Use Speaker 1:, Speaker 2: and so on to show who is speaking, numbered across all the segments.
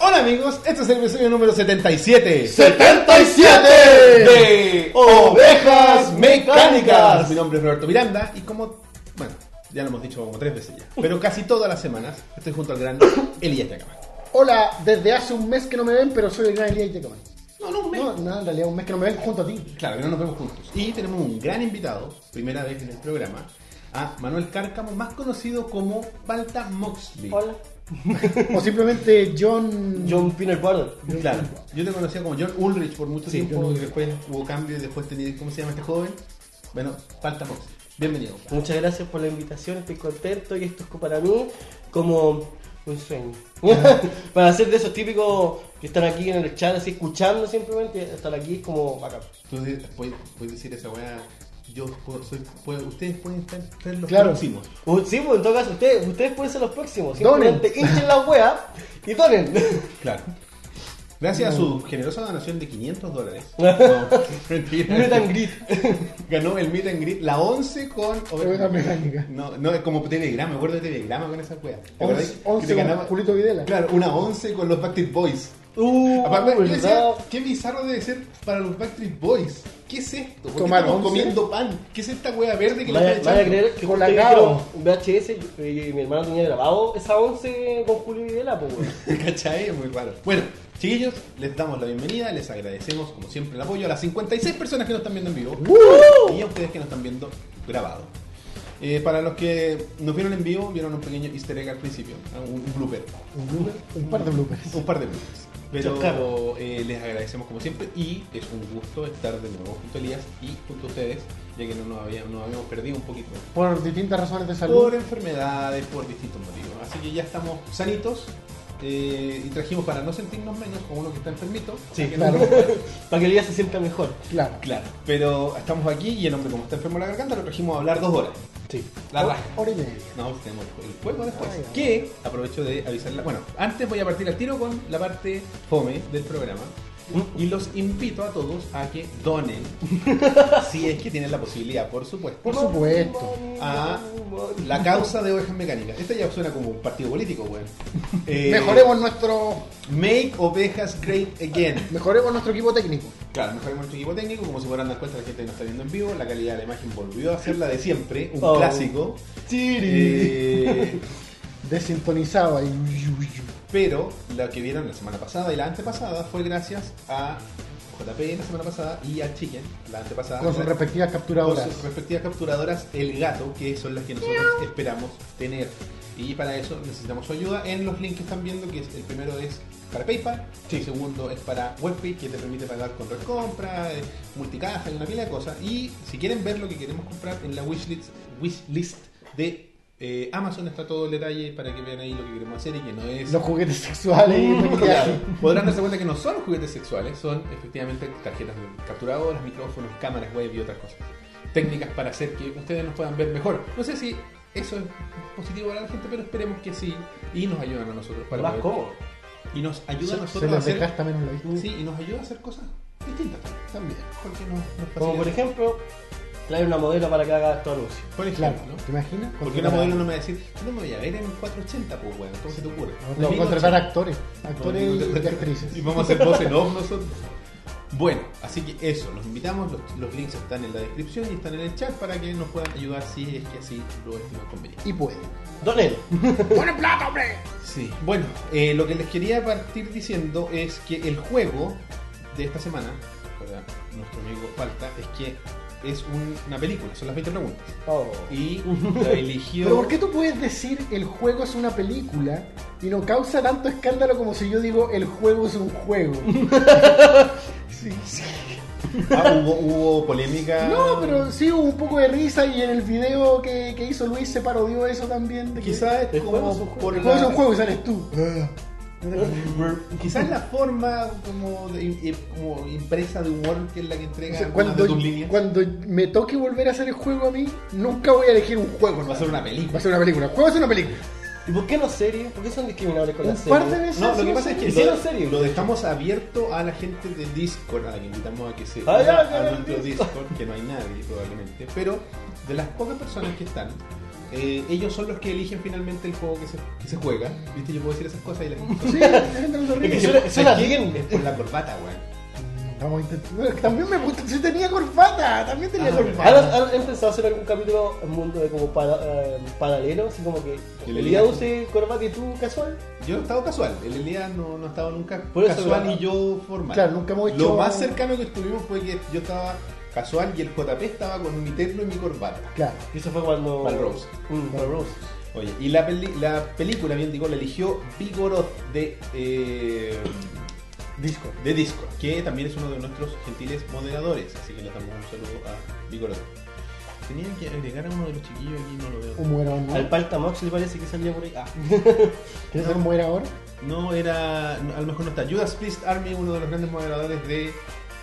Speaker 1: Hola amigos, este es el episodio número 77
Speaker 2: 77
Speaker 1: de Ovejas Mecánicas. Mi nombre es Roberto Miranda y como, bueno, ya lo hemos dicho como tres veces ya, pero casi todas las semanas estoy junto al gran Elías Yacamán.
Speaker 2: Hola, desde hace un mes que no me ven, pero soy el gran Elías Yacamán.
Speaker 1: No, no,
Speaker 2: No, no, en realidad un mes que no me ven junto a ti.
Speaker 1: Claro, que no nos vemos juntos. Y tenemos un gran invitado, primera vez en el programa, a Manuel Cárcamo, más conocido como Balta Moxley.
Speaker 3: Hola.
Speaker 2: O simplemente John...
Speaker 3: John Pino el cuarto.
Speaker 1: Claro, yo te conocía como John Ulrich por mucho
Speaker 2: Sí,
Speaker 1: tiempo
Speaker 2: John
Speaker 1: y
Speaker 2: Ulrich.
Speaker 1: después hubo cambio y después tenía, ¿cómo se llama este joven? Bueno, Balta Moxley. Bienvenido.
Speaker 3: Muchas gracias por la invitación, estoy contento y esto es para mí como un sueño. para hacer de esos típicos que están aquí en el chat, así escuchando simplemente, estar aquí es como bacán.
Speaker 1: Entonces, puedes, puedes decir esa weá. Yo puedo- soy, puedo- ustedes pueden estar, ser los
Speaker 2: Claro.
Speaker 1: próximos.
Speaker 3: Uh, Sí, pues en todo caso, ustedes, ustedes pueden ser los próximos.
Speaker 2: Donen.
Speaker 3: Simplemente hinchen la wea y donen.
Speaker 1: Claro. Gracias a su generosa donación de 500 dólares. No, mentira.
Speaker 3: Meet and greet.
Speaker 1: Ganó el meet and greet, la 11 con
Speaker 2: Oveja Mecánica.
Speaker 1: No, no, es como Telegrama, me acuerdo de Telegrama con esa weá. ¿Te acordás? Que
Speaker 2: Once-
Speaker 1: te
Speaker 2: Once con
Speaker 1: ganaba-
Speaker 2: Julito Videla. Ah,
Speaker 1: Claro, una 11 con los Backstreet Boys.
Speaker 3: Uh,
Speaker 1: Aparte, yo decía,
Speaker 3: ¿verdad?
Speaker 1: qué bizarro debe ser para los Backstreet Boys. ¿Qué es esto? ¿Por qué
Speaker 2: Tomar
Speaker 1: estamos
Speaker 2: once?
Speaker 1: comiendo pan? ¿Qué es esta weá verde que le
Speaker 3: Vaya,
Speaker 1: están
Speaker 3: vaya a
Speaker 1: echando?
Speaker 3: creer que
Speaker 2: Con
Speaker 3: justo yo
Speaker 2: la
Speaker 3: quiero
Speaker 2: Gabo.
Speaker 3: un VHS y mi hermano tenía grabado esa 11 con Julio Videla, pues weón.
Speaker 1: ¿Cachai? Es muy raro. Bueno, chiquillos, les damos la bienvenida, les agradecemos como siempre el apoyo a las 56 personas que nos están viendo en vivo y a ustedes que nos están viendo grabado. Eh, para los que nos vieron en vivo, vieron un pequeño easter egg al principio, un, un blooper,
Speaker 2: Un blooper, un par de bloopers.
Speaker 1: un par de bloopers. Pero
Speaker 3: Chascarro.
Speaker 1: eh, les agradecemos como siempre y es un gusto estar de nuevo junto a Elías y junto a ustedes, ya que no nos habíamos, nos habíamos perdido un poquito
Speaker 2: Por distintas razones de salud.
Speaker 1: por enfermedades, por distintos motivos. Así que ya estamos sanitos eh, y trajimos para no sentirnos menos como uno que está enfermito.
Speaker 3: Sí,
Speaker 1: Que no-
Speaker 2: Claro,
Speaker 3: Para que el día se sienta mejor.
Speaker 2: claro.
Speaker 1: claro. Pero estamos aquí y el hombre como está enfermo de la garganta lo trajimos a hablar dos horas.
Speaker 3: Sí.
Speaker 1: La raja.
Speaker 2: Hora y media.
Speaker 1: No, tenemos el juego después.
Speaker 2: Ah, ya.
Speaker 1: que aprovecho de avisarla. Bueno, antes voy a partir al tiro con la parte fome del programa.
Speaker 2: Mm.
Speaker 1: Y los invito a todos a que donen, si es que tienen la posibilidad, por supuesto.
Speaker 2: Por supuesto. Ah.
Speaker 1: a la causa de ovejas mecánicas. Esta ya suena como un partido político, weón. Eh,
Speaker 2: Mejoremos nuestro,
Speaker 1: Make ovejas great again.
Speaker 2: mejoremos nuestro equipo técnico.
Speaker 1: Claro, mejoremos nuestro equipo técnico. Como se podrán dar cuenta, la gente que nos está viendo en vivo. La calidad de la imagen volvió a ser la de siempre. Un
Speaker 3: Oh.
Speaker 1: clásico. Eh,
Speaker 2: Desintonizado ahí.
Speaker 1: pero la que vieron la semana pasada y la antepasada fue gracias a JP la semana pasada y a Chicken la antepasada.
Speaker 2: Con sus respectivas
Speaker 1: con
Speaker 2: capturadoras.
Speaker 1: sus respectivas capturadoras el gato, que son las que nosotros esperamos tener. Y para eso necesitamos su ayuda en los links que están viendo, que es- el primero es para PayPal, el segundo es para WebPay, que te permite pagar con red compra, eh, multicaja y una pila de cosas. Y si quieren ver lo que queremos comprar en la wishlist, wishlist de eh, Amazon está todo el detalle para que vean ahí lo que queremos hacer y que no es...
Speaker 2: Los juguetes sexuales y
Speaker 1: Claro.
Speaker 2: maquillaje.
Speaker 1: Podrán darse cuenta que no son juguetes sexuales, son efectivamente tarjetas de capturadoras, micrófonos, cámaras web y otras cosas. Técnicas para hacer que ustedes nos puedan ver mejor. No sé si eso es positivo para la gente, pero esperemos que sí. Y nos ayudan a nosotros para
Speaker 3: Más
Speaker 1: poder-
Speaker 3: cómodo.
Speaker 1: Y nos ayudan a
Speaker 2: Se, se
Speaker 1: nosotros a
Speaker 2: les
Speaker 1: hacer.
Speaker 2: desgasta menos la vista.
Speaker 1: Sí, y nos ayuda a hacer cosas distintas también. Porque nos, nos
Speaker 3: Como por
Speaker 1: facilita.
Speaker 3: ejemplo, trae una modelo para que haga tu anuncio.
Speaker 1: Por
Speaker 2: Claro,
Speaker 1: ejemplo, ¿no?
Speaker 2: ¿te imaginas?
Speaker 1: Porque una modelo no me va a decir, yo no me voy a ver en 480, pues bueno, ¿cómo se te ocurre?
Speaker 2: No,
Speaker 1: Amigo,
Speaker 2: contratar actores, actores
Speaker 1: No, no, no,
Speaker 2: y
Speaker 1: no.
Speaker 2: actrices.
Speaker 1: Y vamos a hacer voz en off nosotros. Bueno, así que eso, los invitamos, los, los links están en la descripción y están en el chat para que nos puedan ayudar si es que así lo estiman conveniente.
Speaker 2: Y puede.
Speaker 3: Donelo.
Speaker 2: ¡Pone plata, hombre!
Speaker 1: Sí. Bueno, eh, lo que les quería partir diciendo es que el juego de esta semana, para nuestro amigo Falta, es que es un- una película, son las 20 preguntas.
Speaker 3: Oh.
Speaker 1: Y la eligió...
Speaker 2: Pero ¿por qué tú puedes decir el juego es una película y no causa tanto escándalo como si yo digo el juego es un juego?
Speaker 1: Ah, hubo, hubo polémica...
Speaker 2: No, pero sí hubo un poco de risa y en el video que, que hizo Luis se parodió eso también. de que
Speaker 1: Quizás es
Speaker 3: El juego es un
Speaker 1: como
Speaker 3: juego.
Speaker 1: por
Speaker 2: el juego es
Speaker 1: la-
Speaker 2: un juego y sales tú.
Speaker 1: Ah. Quizás la forma como, de- im- como impresa de humor que es la que entrega
Speaker 2: O sea,
Speaker 1: algunas
Speaker 2: cuando,
Speaker 1: de tus líneas.
Speaker 2: cuando me toque volver a hacer el juego a mí, nunca voy a elegir un juego. ¿no?
Speaker 1: Va a ser una película.
Speaker 2: Va a ser una película. El juego es una película.
Speaker 3: ¿Y por qué no serie? ¿Por qué son discriminables con
Speaker 2: Un
Speaker 3: la serie?
Speaker 2: par de veces.
Speaker 1: No, lo que pasa es que
Speaker 3: Hicieron
Speaker 1: lo,
Speaker 3: serio.
Speaker 1: lo dejamos abierto a la gente de Discord, a la que invitamos a que se
Speaker 3: Ah, ya,
Speaker 1: una
Speaker 3: ya,
Speaker 1: a
Speaker 3: el
Speaker 1: nuestro
Speaker 3: Discord.
Speaker 1: Discord, que no hay nadie probablemente, pero de las pocas personas que están, eh, ellos son los que eligen finalmente el juego que se, que se juega. ¿Viste? Yo puedo decir esas cosas y la gente.
Speaker 2: Sí, la gente no se
Speaker 3: Es que
Speaker 2: ríe.
Speaker 3: suena- suena
Speaker 1: ¿Sabes qué?
Speaker 3: bien.
Speaker 1: Es por la corbata, weón.
Speaker 2: Vamos a intentar. También me gusta. Yo tenía corbata. También tenía
Speaker 1: Ah,
Speaker 2: corbata.
Speaker 3: ¿Han, han- han pensado hacer algún capítulo en mundo de como para- eh, paralelo? Así como que
Speaker 1: Que le
Speaker 3: el día
Speaker 1: digas.
Speaker 3: use corbata y tú casual.
Speaker 1: Yo he estado casual, el Elías no, no ha estado nunca
Speaker 3: Por eso,
Speaker 1: casual
Speaker 3: ¿verdad?
Speaker 1: y yo formal.
Speaker 2: Claro, nunca hemos hecho-
Speaker 1: Lo más cercano que estuvimos fue que yo estaba casual y el JP estaba con mi terno y mi corbata.
Speaker 2: Claro.
Speaker 3: Y eso fue cuando.
Speaker 1: Melrose.
Speaker 3: Mm, Melrose.
Speaker 1: Oye, y la, peli- la película, bien digo, la eligió Vigoroth de, eh,
Speaker 2: Disco.
Speaker 1: de Discord, que también es uno de nuestros gentiles moderadores. Así que le damos un saludo a Vigoroth. Tenía que agregar a uno de los chiquillos aquí, no lo veo.
Speaker 2: Un muerón, ¿no?
Speaker 3: Al Palta Mox le parece que salía por ahí. Ah.
Speaker 2: ¿Quieres saber cómo era ahora?
Speaker 1: No era, no, a lo mejor no está. Judas Priest Army, uno de los grandes moderadores de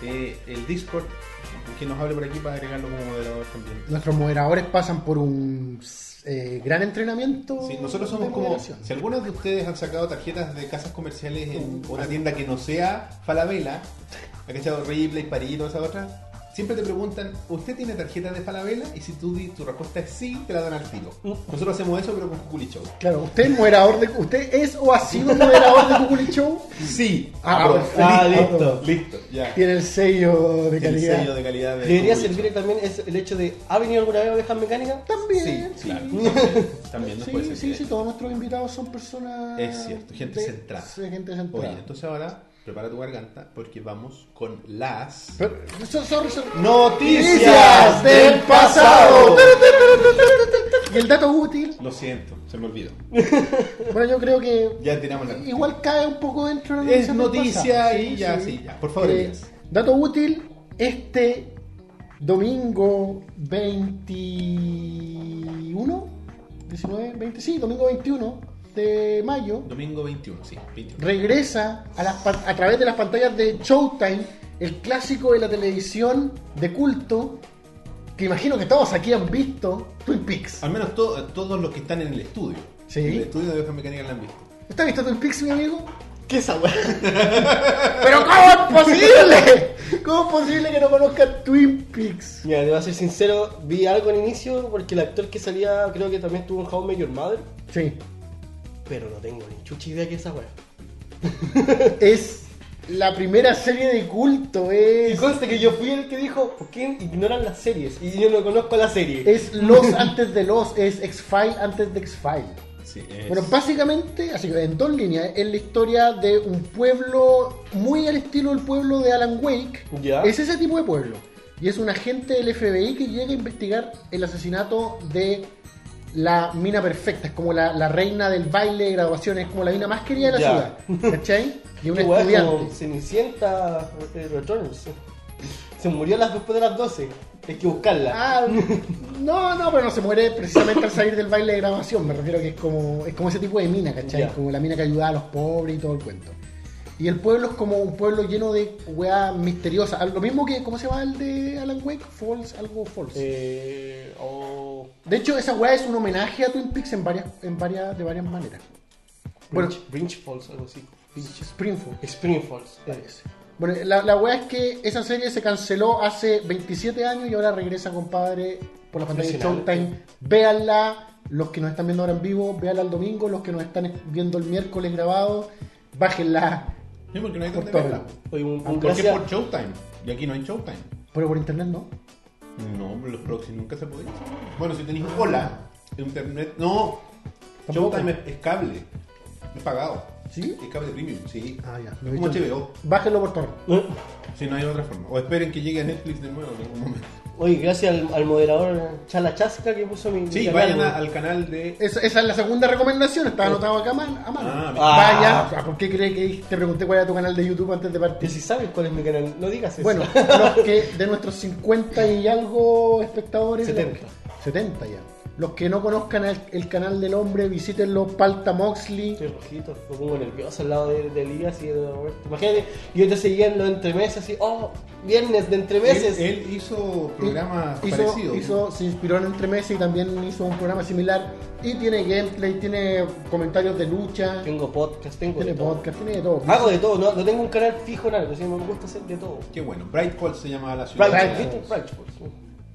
Speaker 1: eh, el Discord, que nos hable por aquí para agregarlo como moderador también.
Speaker 2: Nuestros moderadores pasan por un eh, gran entrenamiento.
Speaker 1: Sí, nosotros
Speaker 2: de
Speaker 1: somos como.
Speaker 2: moderación.
Speaker 1: Si algunos de ustedes han sacado tarjetas de casas comerciales en una tienda que no sea Falabella, ha cachado Ripley, París y todas esas otras, siempre te preguntan, ¿usted tiene tarjeta de Falabella? Y si tú di- tu respuesta es sí, te la dan al tiro.
Speaker 2: Uh.
Speaker 1: Nosotros hacemos eso, pero con Culi Show.
Speaker 2: Claro, usted es moderador de. ¿Usted es o ha sido moderador de Cuculi Show?
Speaker 1: Sí,
Speaker 2: Ah,
Speaker 1: aprobado.
Speaker 3: Ah,
Speaker 2: listo.
Speaker 3: listo.
Speaker 1: Listo, ya.
Speaker 2: Tiene el sello de
Speaker 1: El
Speaker 2: calidad.
Speaker 1: sello de calidad de
Speaker 3: Debería
Speaker 1: Culi
Speaker 3: servirle
Speaker 1: Show.
Speaker 3: también es el hecho de. ¿Ha venido alguna vez ovejas mecánicas?
Speaker 1: Sí,
Speaker 2: También.
Speaker 1: claro. También nos puede
Speaker 2: Sí,
Speaker 1: servir.
Speaker 2: sí, sí, todos nuestros invitados son personas.
Speaker 1: Es cierto, gente
Speaker 2: de-
Speaker 1: centrada.
Speaker 2: Sí, gente centrada.
Speaker 1: Oye, entonces ahora prepara tu garganta porque vamos con las
Speaker 2: Pero, so- sorry, sorry.
Speaker 1: noticias del pasado.
Speaker 2: Y el dato útil,
Speaker 1: Lo siento, se me olvidó.
Speaker 2: bueno, yo creo que
Speaker 1: Ya tiramos la noticia.
Speaker 2: igual cae un poco dentro de la
Speaker 1: Es
Speaker 2: del
Speaker 1: noticia
Speaker 2: pasado.
Speaker 1: y ya, sí, ya. Por favor,
Speaker 2: Eh,
Speaker 1: Elías.
Speaker 2: dato útil, este domingo 21, 19, 20, sí, domingo 21 de mayo,
Speaker 1: Domingo 21, sí, 21.
Speaker 2: regresa a, las pan- a través de las pantallas de Showtime, el clásico de la televisión de culto, que imagino que todos aquí han visto, Twin Peaks.
Speaker 1: Al menos to- eh, todos los que están en el estudio.
Speaker 2: Sí.
Speaker 1: En el estudio de Oveja Mecánica la han visto.
Speaker 2: ¿Usted ha visto Twin Peaks, mi amigo?
Speaker 3: ¿Qué es esa weá?
Speaker 2: ¡Pero cómo es posible! ¿Cómo es posible que no conozcan Twin Peaks?
Speaker 3: Mira, te voy a ser sincero, vi algo al inicio porque el actor que salía creo que también estuvo en How I Met Your Mother,
Speaker 2: Sí,
Speaker 3: pero no tengo ni chucha idea que es esa weá.
Speaker 2: es la primera serie de culto,
Speaker 3: Y
Speaker 2: es,
Speaker 3: conste que yo fui el que dijo, ¿por qué ignoran las series? Y yo no conozco la serie.
Speaker 2: es Los antes de Los, es X-File antes de X-File.
Speaker 1: Sí, es-
Speaker 2: Bueno, básicamente, así que en dos líneas, es la historia de un pueblo muy al estilo del pueblo de Alan Wake.
Speaker 3: Ya.
Speaker 2: Es ese tipo de pueblo. Y es un agente del FBI que llega a investigar el asesinato de la mina perfecta. Es como la, la reina del baile de graduaciones, como la mina más querida de la
Speaker 3: Ya.
Speaker 2: ciudad. ¿Cachai? Y una
Speaker 3: Qué weá,
Speaker 2: estudiante.
Speaker 3: como Cenicienta eh, Returns. Se murió a las, después de las 12. Hay que buscarla.
Speaker 2: Ah, no, no, pero no se muere precisamente al salir del baile de grabación. Me refiero que es como, es como ese tipo de mina, ¿cachai?
Speaker 3: Ya.
Speaker 2: Como la mina que ayudaba a los pobres y todo el cuento. Y el pueblo es como un pueblo lleno de weas misteriosas. Al- Lo mismo que, ¿cómo se llama el de Alan Wake? False, algo false.
Speaker 3: Eh, oh,
Speaker 2: De hecho, esa wea es un homenaje a Twin Peaks en varias, en varias, de varias maneras. Bueno,
Speaker 3: Bridge, Bridge Falls, algo así. Bridge-
Speaker 2: Springfield.
Speaker 3: Spring Falls.
Speaker 2: parece. Bueno, la, la weá es que esa serie se canceló hace 27 años y ahora regresa, compadre, por la pantalla de
Speaker 3: Impresionante.
Speaker 2: Showtime. Véanla, los que nos están viendo ahora en vivo, véanla el domingo, los que nos están viendo el miércoles grabado, bájenla
Speaker 1: Sí, porque no hay
Speaker 2: por
Speaker 1: dónde
Speaker 2: todo.
Speaker 1: verla.
Speaker 2: lado.
Speaker 3: Oye, un, un
Speaker 1: Porque
Speaker 3: gracias-
Speaker 1: por Showtime. Y aquí no hay Showtime.
Speaker 2: Pero por internet no.
Speaker 1: No, los proxies nunca se podían. Bueno, si tenéis Hola, Internet. No,
Speaker 2: Tampoco.
Speaker 1: Showtime es, es cable. Es pagado.
Speaker 2: ¿Sí?
Speaker 1: Es cable premium, sí.
Speaker 2: Ah, ya. lo he
Speaker 1: Como
Speaker 2: visto.
Speaker 1: HBO.
Speaker 2: Bájenlo por torrent.
Speaker 3: Eh,
Speaker 1: Si no hay otra forma. O esperen que llegue a Netflix de nuevo en algún momento.
Speaker 3: Oye, gracias al, al moderador Chala Chasca que puso mi. mi
Speaker 1: Sí,
Speaker 3: canal,
Speaker 1: vayan a-
Speaker 3: güey.
Speaker 1: al canal de.
Speaker 2: Esa, esa es la segunda recomendación, estaba anotado acá a man- a mano.
Speaker 1: Ah,
Speaker 3: mira.
Speaker 2: Vaya, ¿por qué crees que te pregunté cuál era tu canal de YouTube antes de
Speaker 3: Que
Speaker 2: partir?
Speaker 3: si sabes cuál es mi canal, no digas eso.
Speaker 2: Este, Bueno, los que de nuestros 50 y algo espectadores.
Speaker 3: 70.
Speaker 2: 70 ya. Los que no conozcan el, el canal del hombre, visítenlo, Palta Moxley.
Speaker 3: Estoy rojito, me pongo nervioso al lado de, de Elías y de Roberto. Imagínate, yo te seguía en los entremeses, así, oh, viernes de entremeses.
Speaker 1: Él, él hizo programas
Speaker 2: hizo,
Speaker 1: parecidos.
Speaker 2: hizo- se inspiró en Entre Meses y también hizo un programa similar. Y tiene gameplay, tiene comentarios de lucha,
Speaker 3: Tengo podcast, tengo
Speaker 2: tiene
Speaker 3: de todo. Ah.
Speaker 2: podcast, tiene de todo.
Speaker 3: Hago de todo, no, no tengo un canal fijo en algo, sino me gusta hacer de todo.
Speaker 1: Qué bueno. Brightfall se llamaba la ciudad.
Speaker 3: Bright,
Speaker 2: Bright
Speaker 3: ¿viste? Bright Sports.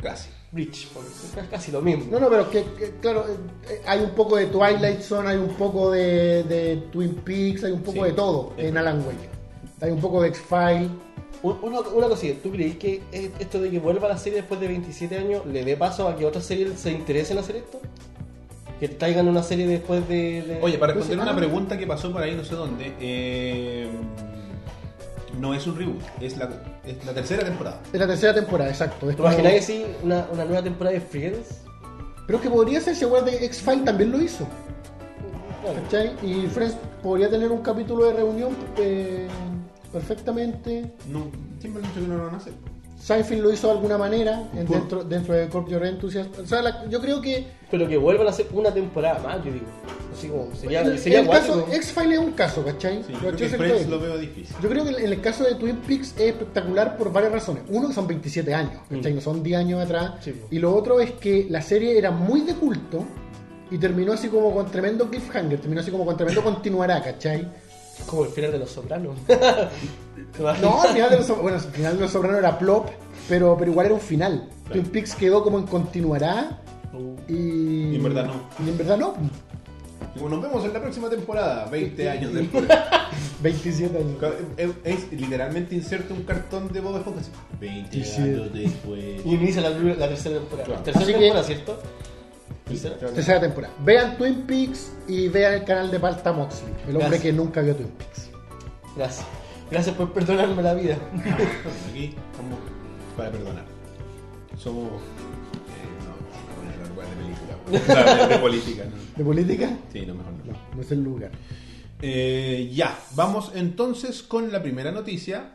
Speaker 1: Casi.
Speaker 3: Bridge, porque es casi lo mismo.
Speaker 2: No, no, pero que, que, claro, eh, hay un poco de Twilight Zone, hay un poco de, de Twin Peaks, hay un poco
Speaker 1: Sí.
Speaker 2: de todo
Speaker 1: Es
Speaker 3: Eh.
Speaker 2: en
Speaker 1: verdad.
Speaker 2: Alan Wake. Hay un poco de X-File.
Speaker 3: Un- Una, una cosilla, ¿tú crees que eh, esto de que vuelva la serie después de 27 años le dé paso a que otras series se interesen en hacer esto? Que traigan una serie después de. de-
Speaker 1: Oye, para
Speaker 2: Entonces,
Speaker 1: responder una
Speaker 2: ah.
Speaker 1: pregunta que pasó por ahí no sé dónde, eh, no es un reboot, es la, es la tercera temporada.
Speaker 2: Es la tercera temporada, exacto. Es
Speaker 3: ¿Te
Speaker 2: como-
Speaker 3: imaginas que sí? Una, una nueva temporada de Friends.
Speaker 2: Pero es que podría ser, si acuerdas de X-File también lo hizo.
Speaker 3: Claro.
Speaker 2: ¿Cachai? Y Friends podría tener un capítulo de reunión eh, perfectamente.
Speaker 1: No, siempre han dicho que no lo van a hacer.
Speaker 2: Seinfeld lo hizo de alguna manera en-
Speaker 1: Por-
Speaker 2: dentro, dentro de Corp Your Enthusiasm. O sea, la- yo creo que
Speaker 3: Pero que vuelvan a hacer una temporada más, yo digo. Así como, sería,
Speaker 2: en el-
Speaker 3: sería
Speaker 2: en el
Speaker 3: guático.
Speaker 2: caso, X-File es un caso, ¿cachai?
Speaker 1: Sí,
Speaker 2: Yo
Speaker 1: yo creo que
Speaker 2: creo que
Speaker 1: Friends
Speaker 2: es.
Speaker 1: lo veo difícil.
Speaker 2: Yo creo que en el caso de Twin Peaks es espectacular por varias razones. Uno, que son 27 años, ¿cachai?
Speaker 3: Mm.
Speaker 2: No son 10 años atrás.
Speaker 3: Sí, po.
Speaker 2: Y lo otro es que la serie era muy de culto y terminó así como con tremendo cliffhanger, terminó así como con tremendo continuará, ¿cachai?
Speaker 3: Como el final de los sopranos.
Speaker 2: No, al final de los, bueno, al final de los Sopranos era plop, pero, pero igual era un final.
Speaker 1: Claro.
Speaker 2: Twin Peaks quedó como en continuará y...
Speaker 1: Y en verdad no.
Speaker 2: Y en verdad no.
Speaker 1: Como Nos vemos en la próxima temporada, 20 años después.
Speaker 2: 27 años.
Speaker 1: Es, es literalmente inserto un cartón de Bob Esponja. así, 20
Speaker 2: Sí.
Speaker 1: años después.
Speaker 3: Y inicia la, la tercera temporada.
Speaker 1: Claro.
Speaker 3: Tercera
Speaker 2: Así que-
Speaker 3: temporada, ¿cierto? Tercera.
Speaker 2: Tercera temporada. Vean Twin Peaks y vean el canal de Palta Moxley, el hombre
Speaker 3: Gracias.
Speaker 2: que nunca vio Twin Peaks.
Speaker 3: Gracias. Gracias por perdonarme la vida.
Speaker 1: Aquí estamos para perdonar. Somos. eh, no, no, no, no, de película. güey. O sea, de, de política, ¿no?
Speaker 2: ¿De política?
Speaker 1: Sí, no, mejor
Speaker 2: No,
Speaker 1: no.
Speaker 2: no es el lugar.
Speaker 1: Eh, ya, vamos entonces con la primera noticia.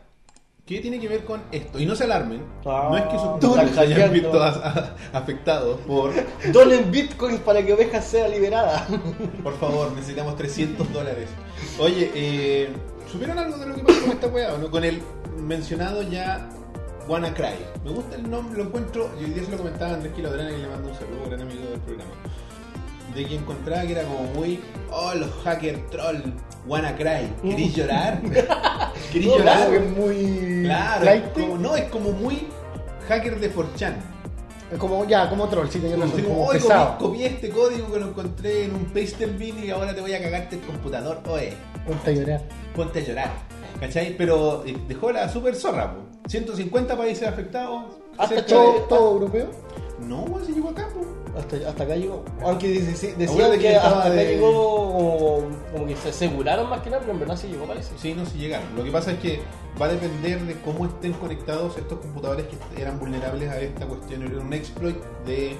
Speaker 1: Que tiene que ver con esto. Y no se alarmen.
Speaker 3: Ah,
Speaker 1: no es que sus
Speaker 3: tú
Speaker 1: contactos se hayan
Speaker 3: hackeando.
Speaker 1: visto a- a- afectados por.
Speaker 3: Donen bitcoins para que Oveja sea liberada.
Speaker 1: Por favor, necesitamos 300 dólares. Oye, eh, ¿supieron algo de lo que pasó con esta weá o no? Con el mencionado ya WannaCry. Me gusta el nombre, lo encuentro. Y hoy día se lo comentaba a Andrés Quiladrana y le mando un saludo, gran amigo del programa. De que encontraba que era como muy. Oh, los hacker troll. WannaCry. ¿Querís llorar? ¿Querís
Speaker 3: No,
Speaker 1: llorar?
Speaker 2: Claro, es muy.
Speaker 1: Claro, es
Speaker 2: flighty.
Speaker 1: como- no, es como muy hacker de 4chan.
Speaker 2: Es como ya, como troll, sí, tenía razón.
Speaker 1: Así
Speaker 2: como
Speaker 1: como, "Oye, copié,
Speaker 2: pesado.
Speaker 1: copié este código que lo encontré en un Pastelbin y ahora te voy a cagarte el computador. Oye,
Speaker 2: Ponte a llorar.
Speaker 1: ponte a llorar. ¿Cachai? Pero eh, dejó la super zorra, po. 150 países afectados.
Speaker 3: Hasta
Speaker 1: cerca
Speaker 3: Chile.
Speaker 2: ¿Todo,
Speaker 1: de- Ah,
Speaker 2: todo europeo?
Speaker 1: No, weón, se llegó acá, po.
Speaker 3: Hasta, hasta acá llegó. Aunque dice- sí,
Speaker 1: Ahora
Speaker 3: decían
Speaker 1: de
Speaker 3: que,
Speaker 1: que
Speaker 3: hasta
Speaker 1: estaba
Speaker 3: acá
Speaker 1: de-
Speaker 3: llegó como, como que se aseguraron más que nada, pero en verdad sí llegó, parece.
Speaker 1: Sí, no, se llegaron. Lo que pasa es que va a depender de cómo estén conectados estos computadores que eran vulnerables a esta cuestión. Era un exploit de.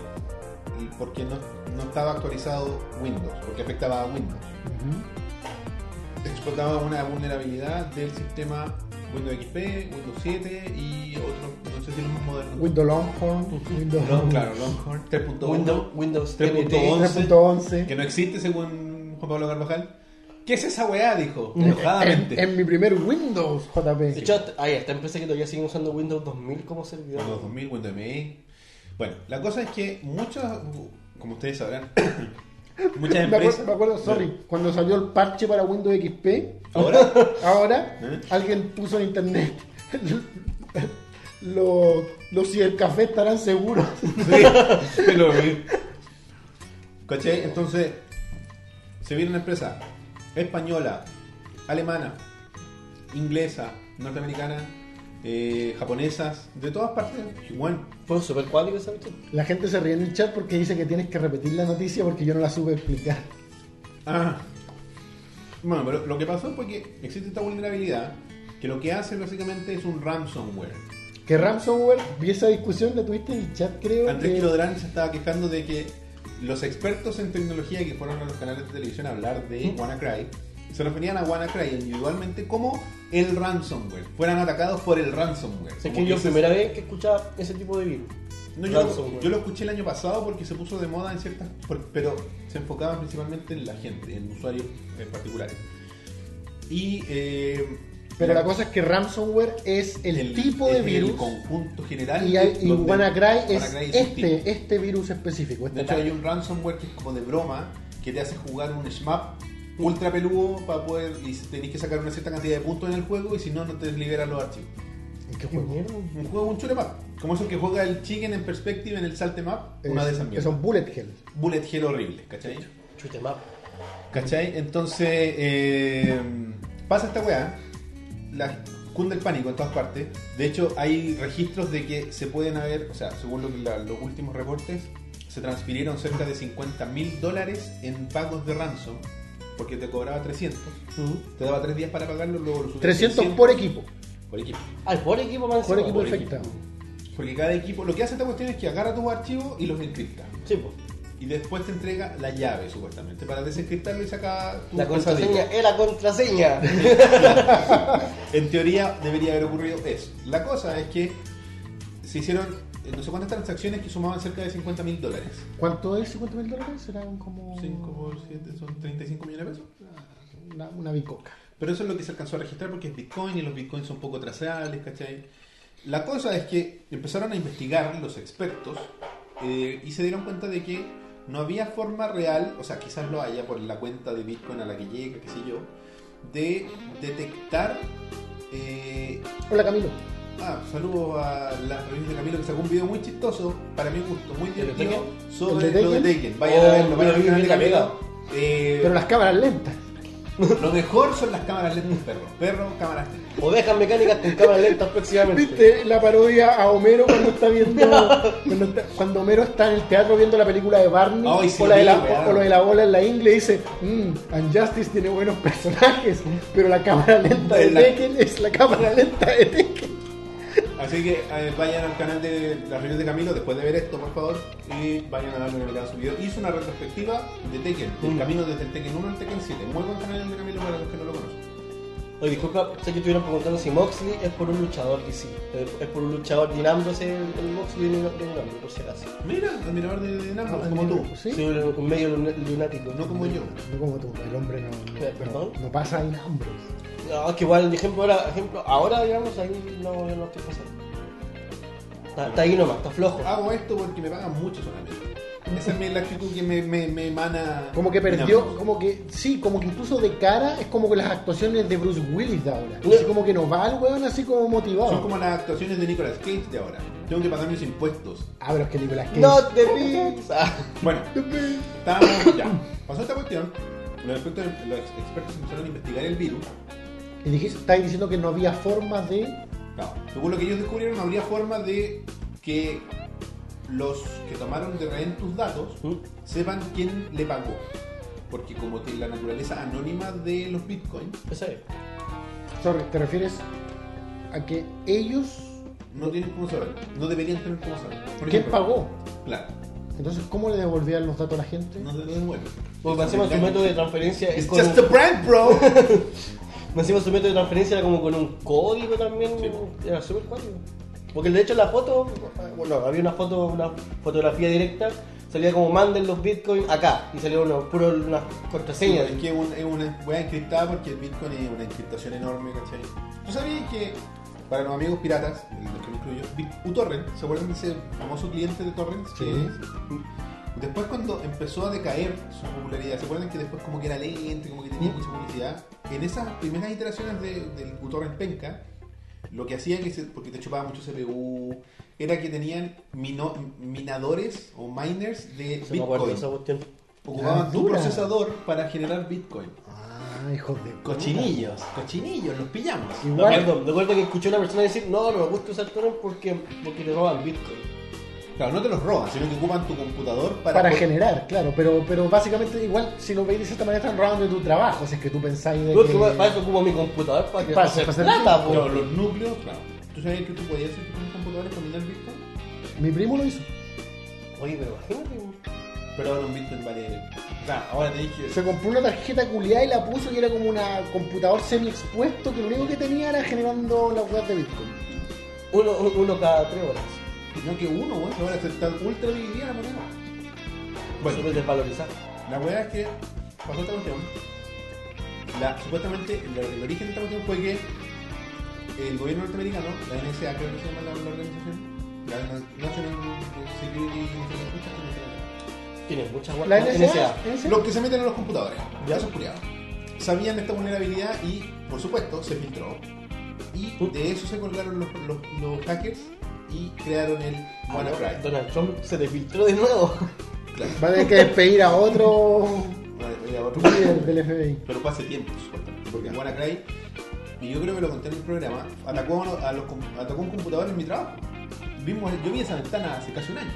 Speaker 1: y porque no, no estaba actualizado Windows, porque afectaba a Windows. explotaba una vulnerabilidad del sistema Windows XP, Windows 7 y otros, no sé si los más modernos.
Speaker 2: Windows Longhorn. Windows
Speaker 1: No, claro, Longhorn 3.1,
Speaker 3: Windows, Windows
Speaker 1: 3.1.
Speaker 3: 3.1.
Speaker 2: 3.11.
Speaker 1: que no existe según Juan Pablo Carvajal. ¿Qué es esa weá?
Speaker 2: Mm.
Speaker 1: Dijo,
Speaker 2: En,
Speaker 1: enojadamente.
Speaker 2: en mi primer Windows, JP.
Speaker 3: De hecho, hasta- hay esta empresa que todavía siguen usando Windows 2000 como servidor.
Speaker 1: Windows 2000, Windows ME. Bueno, la cosa es que muchos, como ustedes sabrán, muchas
Speaker 2: me, acuerdo,
Speaker 1: empresas...
Speaker 2: me acuerdo, sorry, cuando salió el parche para Windows XP,
Speaker 1: Ahora,
Speaker 2: ahora
Speaker 1: ¿Eh?
Speaker 2: alguien puso en internet. los, los cibercafés estarán seguros.
Speaker 1: Sí, sí lo vi. ¿Cachai? Entonces, se viene una empresa española, alemana, inglesa, norteamericana, eh, japonesas, de todas partes. Bueno,
Speaker 3: Fue súper cuático esa cuestión.
Speaker 2: La gente se ríe en el chat porque dice que tienes que repetir la noticia porque yo no la supe explicar.
Speaker 1: ah. bueno pero lo que pasó fue que existe esta vulnerabilidad que lo que hace básicamente es un ransomware.
Speaker 2: Que ransomware, vi esa discusión, la tuviste en el chat, creo.
Speaker 1: Andrés
Speaker 2: que-
Speaker 1: Kilodrán se estaba quejando de que los expertos en tecnología que fueron a los canales de televisión a hablar de
Speaker 3: ¿Mm?
Speaker 1: WannaCry se referían a WannaCry individualmente como el ransomware. Fueran atacados por el ransomware.
Speaker 3: O sea, es
Speaker 1: Como
Speaker 3: que yo
Speaker 1: ese-
Speaker 3: primera vez que escuchaba ese tipo de virus.
Speaker 1: No, yo,
Speaker 3: ransomware.
Speaker 1: yo lo escuché el año pasado porque se puso de moda en ciertas. por- pero se enfocaba principalmente en la gente, en usuarios en particulares. Y. eh,
Speaker 2: Pero la cosa es que ransomware es el, tipo de
Speaker 1: es
Speaker 2: virus
Speaker 1: El conjunto general.
Speaker 2: y, hay- y
Speaker 1: donde
Speaker 2: WannaCry es
Speaker 1: WannaCry un tipo.
Speaker 2: este, este virus específico. este
Speaker 1: De hecho,
Speaker 2: tal.
Speaker 1: hay un ransomware que es como de broma, que te hace jugar un SMAP ultra peludo para poder. Y tenés que sacar una cierta cantidad de puntos en el juego, y si no, no te liberan los archivos.
Speaker 2: ¿En
Speaker 3: Qué
Speaker 2: qué juego?
Speaker 3: mierda.
Speaker 1: Un juego, un chulemap. Como eso que juega el chicken en perspective en el salte map, una
Speaker 2: Es-
Speaker 1: de esas
Speaker 2: que
Speaker 1: mierdas.
Speaker 2: son bullet hell.
Speaker 1: Bullet hell horrible, ¿cachai?
Speaker 3: Chute map.
Speaker 1: ¿Cachai? Entonces, eh, pasa esta weá, la cunde el pánico en todas partes. De hecho, hay registros de que se pueden haber, o sea, según lo que la- los últimos reportes, se transfirieron cerca de 50 mil dólares en pagos de ransom, porque te cobraba 300. Te daba 3 días para pagarlo, luego lo subías a
Speaker 2: 300
Speaker 1: 100
Speaker 2: por equipo.
Speaker 1: por equipo.
Speaker 3: Al por equipo, man.
Speaker 2: Por
Speaker 3: sí,
Speaker 2: equipo
Speaker 1: por
Speaker 2: infectado.
Speaker 1: Porque cada equipo, lo que hace esta cuestión es que agarra tus archivos y los encripta.
Speaker 3: Sí, po.
Speaker 1: Y después te entrega la llave, supuestamente, para desencriptarlo y sacar tu
Speaker 3: La
Speaker 1: pesadilla.
Speaker 3: contraseña es la contraseña.
Speaker 1: En teoría debería haber ocurrido eso. La cosa es que se hicieron eh, no sé cuántas transacciones que sumaban cerca de 50 mil dólares.
Speaker 2: ¿Cuánto es 50 mil dólares? Serán como.
Speaker 1: 5 por 7 son 35 millones de pesos.
Speaker 2: Una, una bicoca.
Speaker 1: Pero eso es lo que se alcanzó a registrar porque es Bitcoin y los Bitcoins son poco trazables, ¿cachai? La cosa es que empezaron a investigar los expertos eh, y se dieron cuenta de que no había forma real, o sea, quizás lo haya por la cuenta de Bitcoin a la que llega, qué sé yo, de detectar eh,
Speaker 2: Hola Camilo.
Speaker 1: Ah, saludos a la revista de Camilo que sacó un video muy chistoso, para mi gusto, muy
Speaker 3: ¿El de
Speaker 1: divertido,
Speaker 2: ¿El de
Speaker 1: sobre lo de
Speaker 2: Taken?
Speaker 1: Taken. Vayan a
Speaker 3: Oh,
Speaker 1: verlo, vayan
Speaker 3: pero
Speaker 1: al canal de
Speaker 3: mira, mira.
Speaker 1: Camilo. Eh,
Speaker 2: Pero las cámaras lentas.
Speaker 1: Lo mejor son las cámaras lentas, perro. Perro, cámaras lentas.
Speaker 3: Ovejas mecánicas con cámaras lentas próximamente.
Speaker 2: ¿Viste la parodia a Homero cuando está viendo. cuando, está- cuando Homero está en el teatro viendo la película de Barney
Speaker 1: Ay, sí,
Speaker 2: o, la de la,
Speaker 1: weón.
Speaker 2: o lo de la bola en la ingle y dice: Mmm, Unjustice tiene buenos personajes, pero la cámara lenta de
Speaker 1: Es la-
Speaker 2: Tekken es la cámara lenta de Tekken.
Speaker 1: Así que eh, vayan al canal de la revista de Camilo después de ver esto, por favor, y vayan a darle una mirada a su video. Hizo una retrospectiva de Tekken, del
Speaker 3: Mm.
Speaker 1: camino desde el Tekken 1 al Tekken 7. Muy buen canal de Camilo para los que no lo conocen.
Speaker 3: Oye, disculpa, sé que estuvieron preguntando si Moxley es por un luchador DC. Eh, Es por un luchador dinándose el, el Moxley de Dinambro, por si acaso.
Speaker 1: Mira, admirador de, de Namor,
Speaker 2: Ah,
Speaker 1: como tú.
Speaker 2: admirador. ¿Sí?
Speaker 3: Soy un, un medio lun- lunático.
Speaker 1: No como yo.
Speaker 2: No como tú, el hombre no, no-
Speaker 3: ¿Qué? ¿Perdón?
Speaker 2: no- no pasa en hambre.
Speaker 3: No, es Ah, que igual, de ejemplo, ahora, ejemplo, ahora digamos, ahí no, no estoy pasando. Está, está ahí nomás, está flojo.
Speaker 1: Hago esto porque me pagan mucho solamente. Esa es mi- la actitud que me, me, me emana.
Speaker 2: Como que perdió,
Speaker 1: Namor.
Speaker 2: como que, sí, como que incluso de cara es como que las actuaciones de Bruce Willis de ahora. Así como que no va el weón así como motivado.
Speaker 1: Son como las actuaciones de Nicolas Cage de ahora. Tengo que pagar mis impuestos.
Speaker 2: Ah, pero es que Nicolas Cage.
Speaker 3: No te pizza.
Speaker 1: Bueno, estábamos ya. Pasó esta cuestión. Los expertos, los ex- expertos empezaron a investigar el virus.
Speaker 2: Y dijiste, estáis diciendo que no había forma de.
Speaker 1: Claro, según lo que ellos descubrieron, habría forma de que los que tomaron de rehén tus datos sepan quién le pagó. Porque como tiene la naturaleza anónima de los bitcoins,
Speaker 3: Eso es.
Speaker 2: Sorry, ¿te refieres a que ellos.
Speaker 1: no tienen cómo saberlo. No deberían tener cómo saberlo. Por
Speaker 2: ¿Quién
Speaker 1: ejemplo,
Speaker 2: pagó?
Speaker 1: Claro,
Speaker 2: Entonces, ¿cómo le devolvían los datos a la gente?
Speaker 1: no se devuelve.
Speaker 3: Porque más encima su método de transferencia es
Speaker 1: It's
Speaker 3: con
Speaker 1: just a
Speaker 3: un,
Speaker 1: prank, bro.
Speaker 3: más encima su método de transferencia era como con un código también.
Speaker 1: Sí.
Speaker 3: Era súper código. Porque de hecho la foto, bueno, había una foto, una fotografía directa, salía como manden los bitcoins acá. Y salía uno, puro unas contraseñas.
Speaker 1: Es que es un- es una wea encriptada porque el Bitcoin es una encriptación enorme, ¿cachai? ¿Tú sabías que para los amigos piratas, los que me incluyo, Bit- uTorrent, ¿se acuerdan de ese famoso cliente de Torrent?
Speaker 2: Sí.
Speaker 1: Después cuando empezó a decaer su popularidad, ¿se acuerdan que después como que era lento, como que tenía mucha publicidad? En esas primeras iteraciones de- del uTorrent Penca, lo que hacía que se- porque te chupaba mucho CPU, era que tenían mino- minadores o miners de
Speaker 3: Se me acuerdo de
Speaker 1: Bitcoin.
Speaker 3: esa cuestión.
Speaker 1: Ocupaban
Speaker 2: Ah,
Speaker 1: Pues tu
Speaker 2: dura.
Speaker 1: procesador para generar Bitcoin.
Speaker 2: Ah, hijos de. puta.
Speaker 1: Cochinillos, cochinillos, los pillamos.
Speaker 2: Igual.
Speaker 3: Me acuerdo, me acuerdo que escuché a una persona decir, no, no me gusta usar Torrent porque, porque le roban bitcoin.
Speaker 1: Claro, no te los roban, sino que ocupan tu computador para,
Speaker 2: Para,
Speaker 1: por-
Speaker 2: generar, claro, pero, pero básicamente igual, si lo veis de cierta manera, están robando de tu trabajo, si es que tú pensáis de
Speaker 3: Yo
Speaker 2: que...
Speaker 3: que para eso ocupo mi computador para que
Speaker 2: Para
Speaker 3: pase
Speaker 2: hacer
Speaker 3: plata,
Speaker 1: Pero
Speaker 3: po.
Speaker 1: los núcleos, claro. ¿Tú sabías que tú podías hacer con computadores con minar Bitcoin?
Speaker 2: Mi primo lo hizo.
Speaker 3: Oye, pero imagínate.
Speaker 1: Pero ahora un Bitcoin vale. Claro, ahora te dije.
Speaker 2: Se compró una tarjeta culiada y la puso y era como una computador semi expuesto que lo único que tenía era generando las web de Bitcoin.
Speaker 3: Uno, uno cada tres horas.
Speaker 1: No, que uno, weón, ahora se está ultra dividida la moneda. Bueno,
Speaker 3: Súper desvalorizado.
Speaker 1: la weá es que pasó esta cuestión. La, supuestamente, el, el origen de esta cuestión fue que el gobierno norteamericano, la NSA, creo que se llama la, la organización, la National Security Information
Speaker 3: Tienes muchas guas-
Speaker 2: La
Speaker 3: no,
Speaker 2: NSA,
Speaker 1: Los que se meten en los computadores,
Speaker 3: Ya.
Speaker 1: ya esos culiados, sabían esta vulnerabilidad y, por supuesto, se filtró. Y de eso se colgaron los, los- los hackers y crearon el
Speaker 3: Ah,
Speaker 1: WannaCry.
Speaker 3: Donald Trump se desfiltró de nuevo.
Speaker 1: Claro.
Speaker 2: Va a tener que despedir a otro
Speaker 1: Bueno, voy a otro.
Speaker 2: líder del FBI.
Speaker 1: Pero fue hace tiempo, supuestamente, porque
Speaker 2: Ya.
Speaker 1: WannaCry, y yo creo que lo conté en el programa, atacó a, los- a los com- atacó un computador en mi trabajo. Vimos, yo vi esa ventana hace casi un año.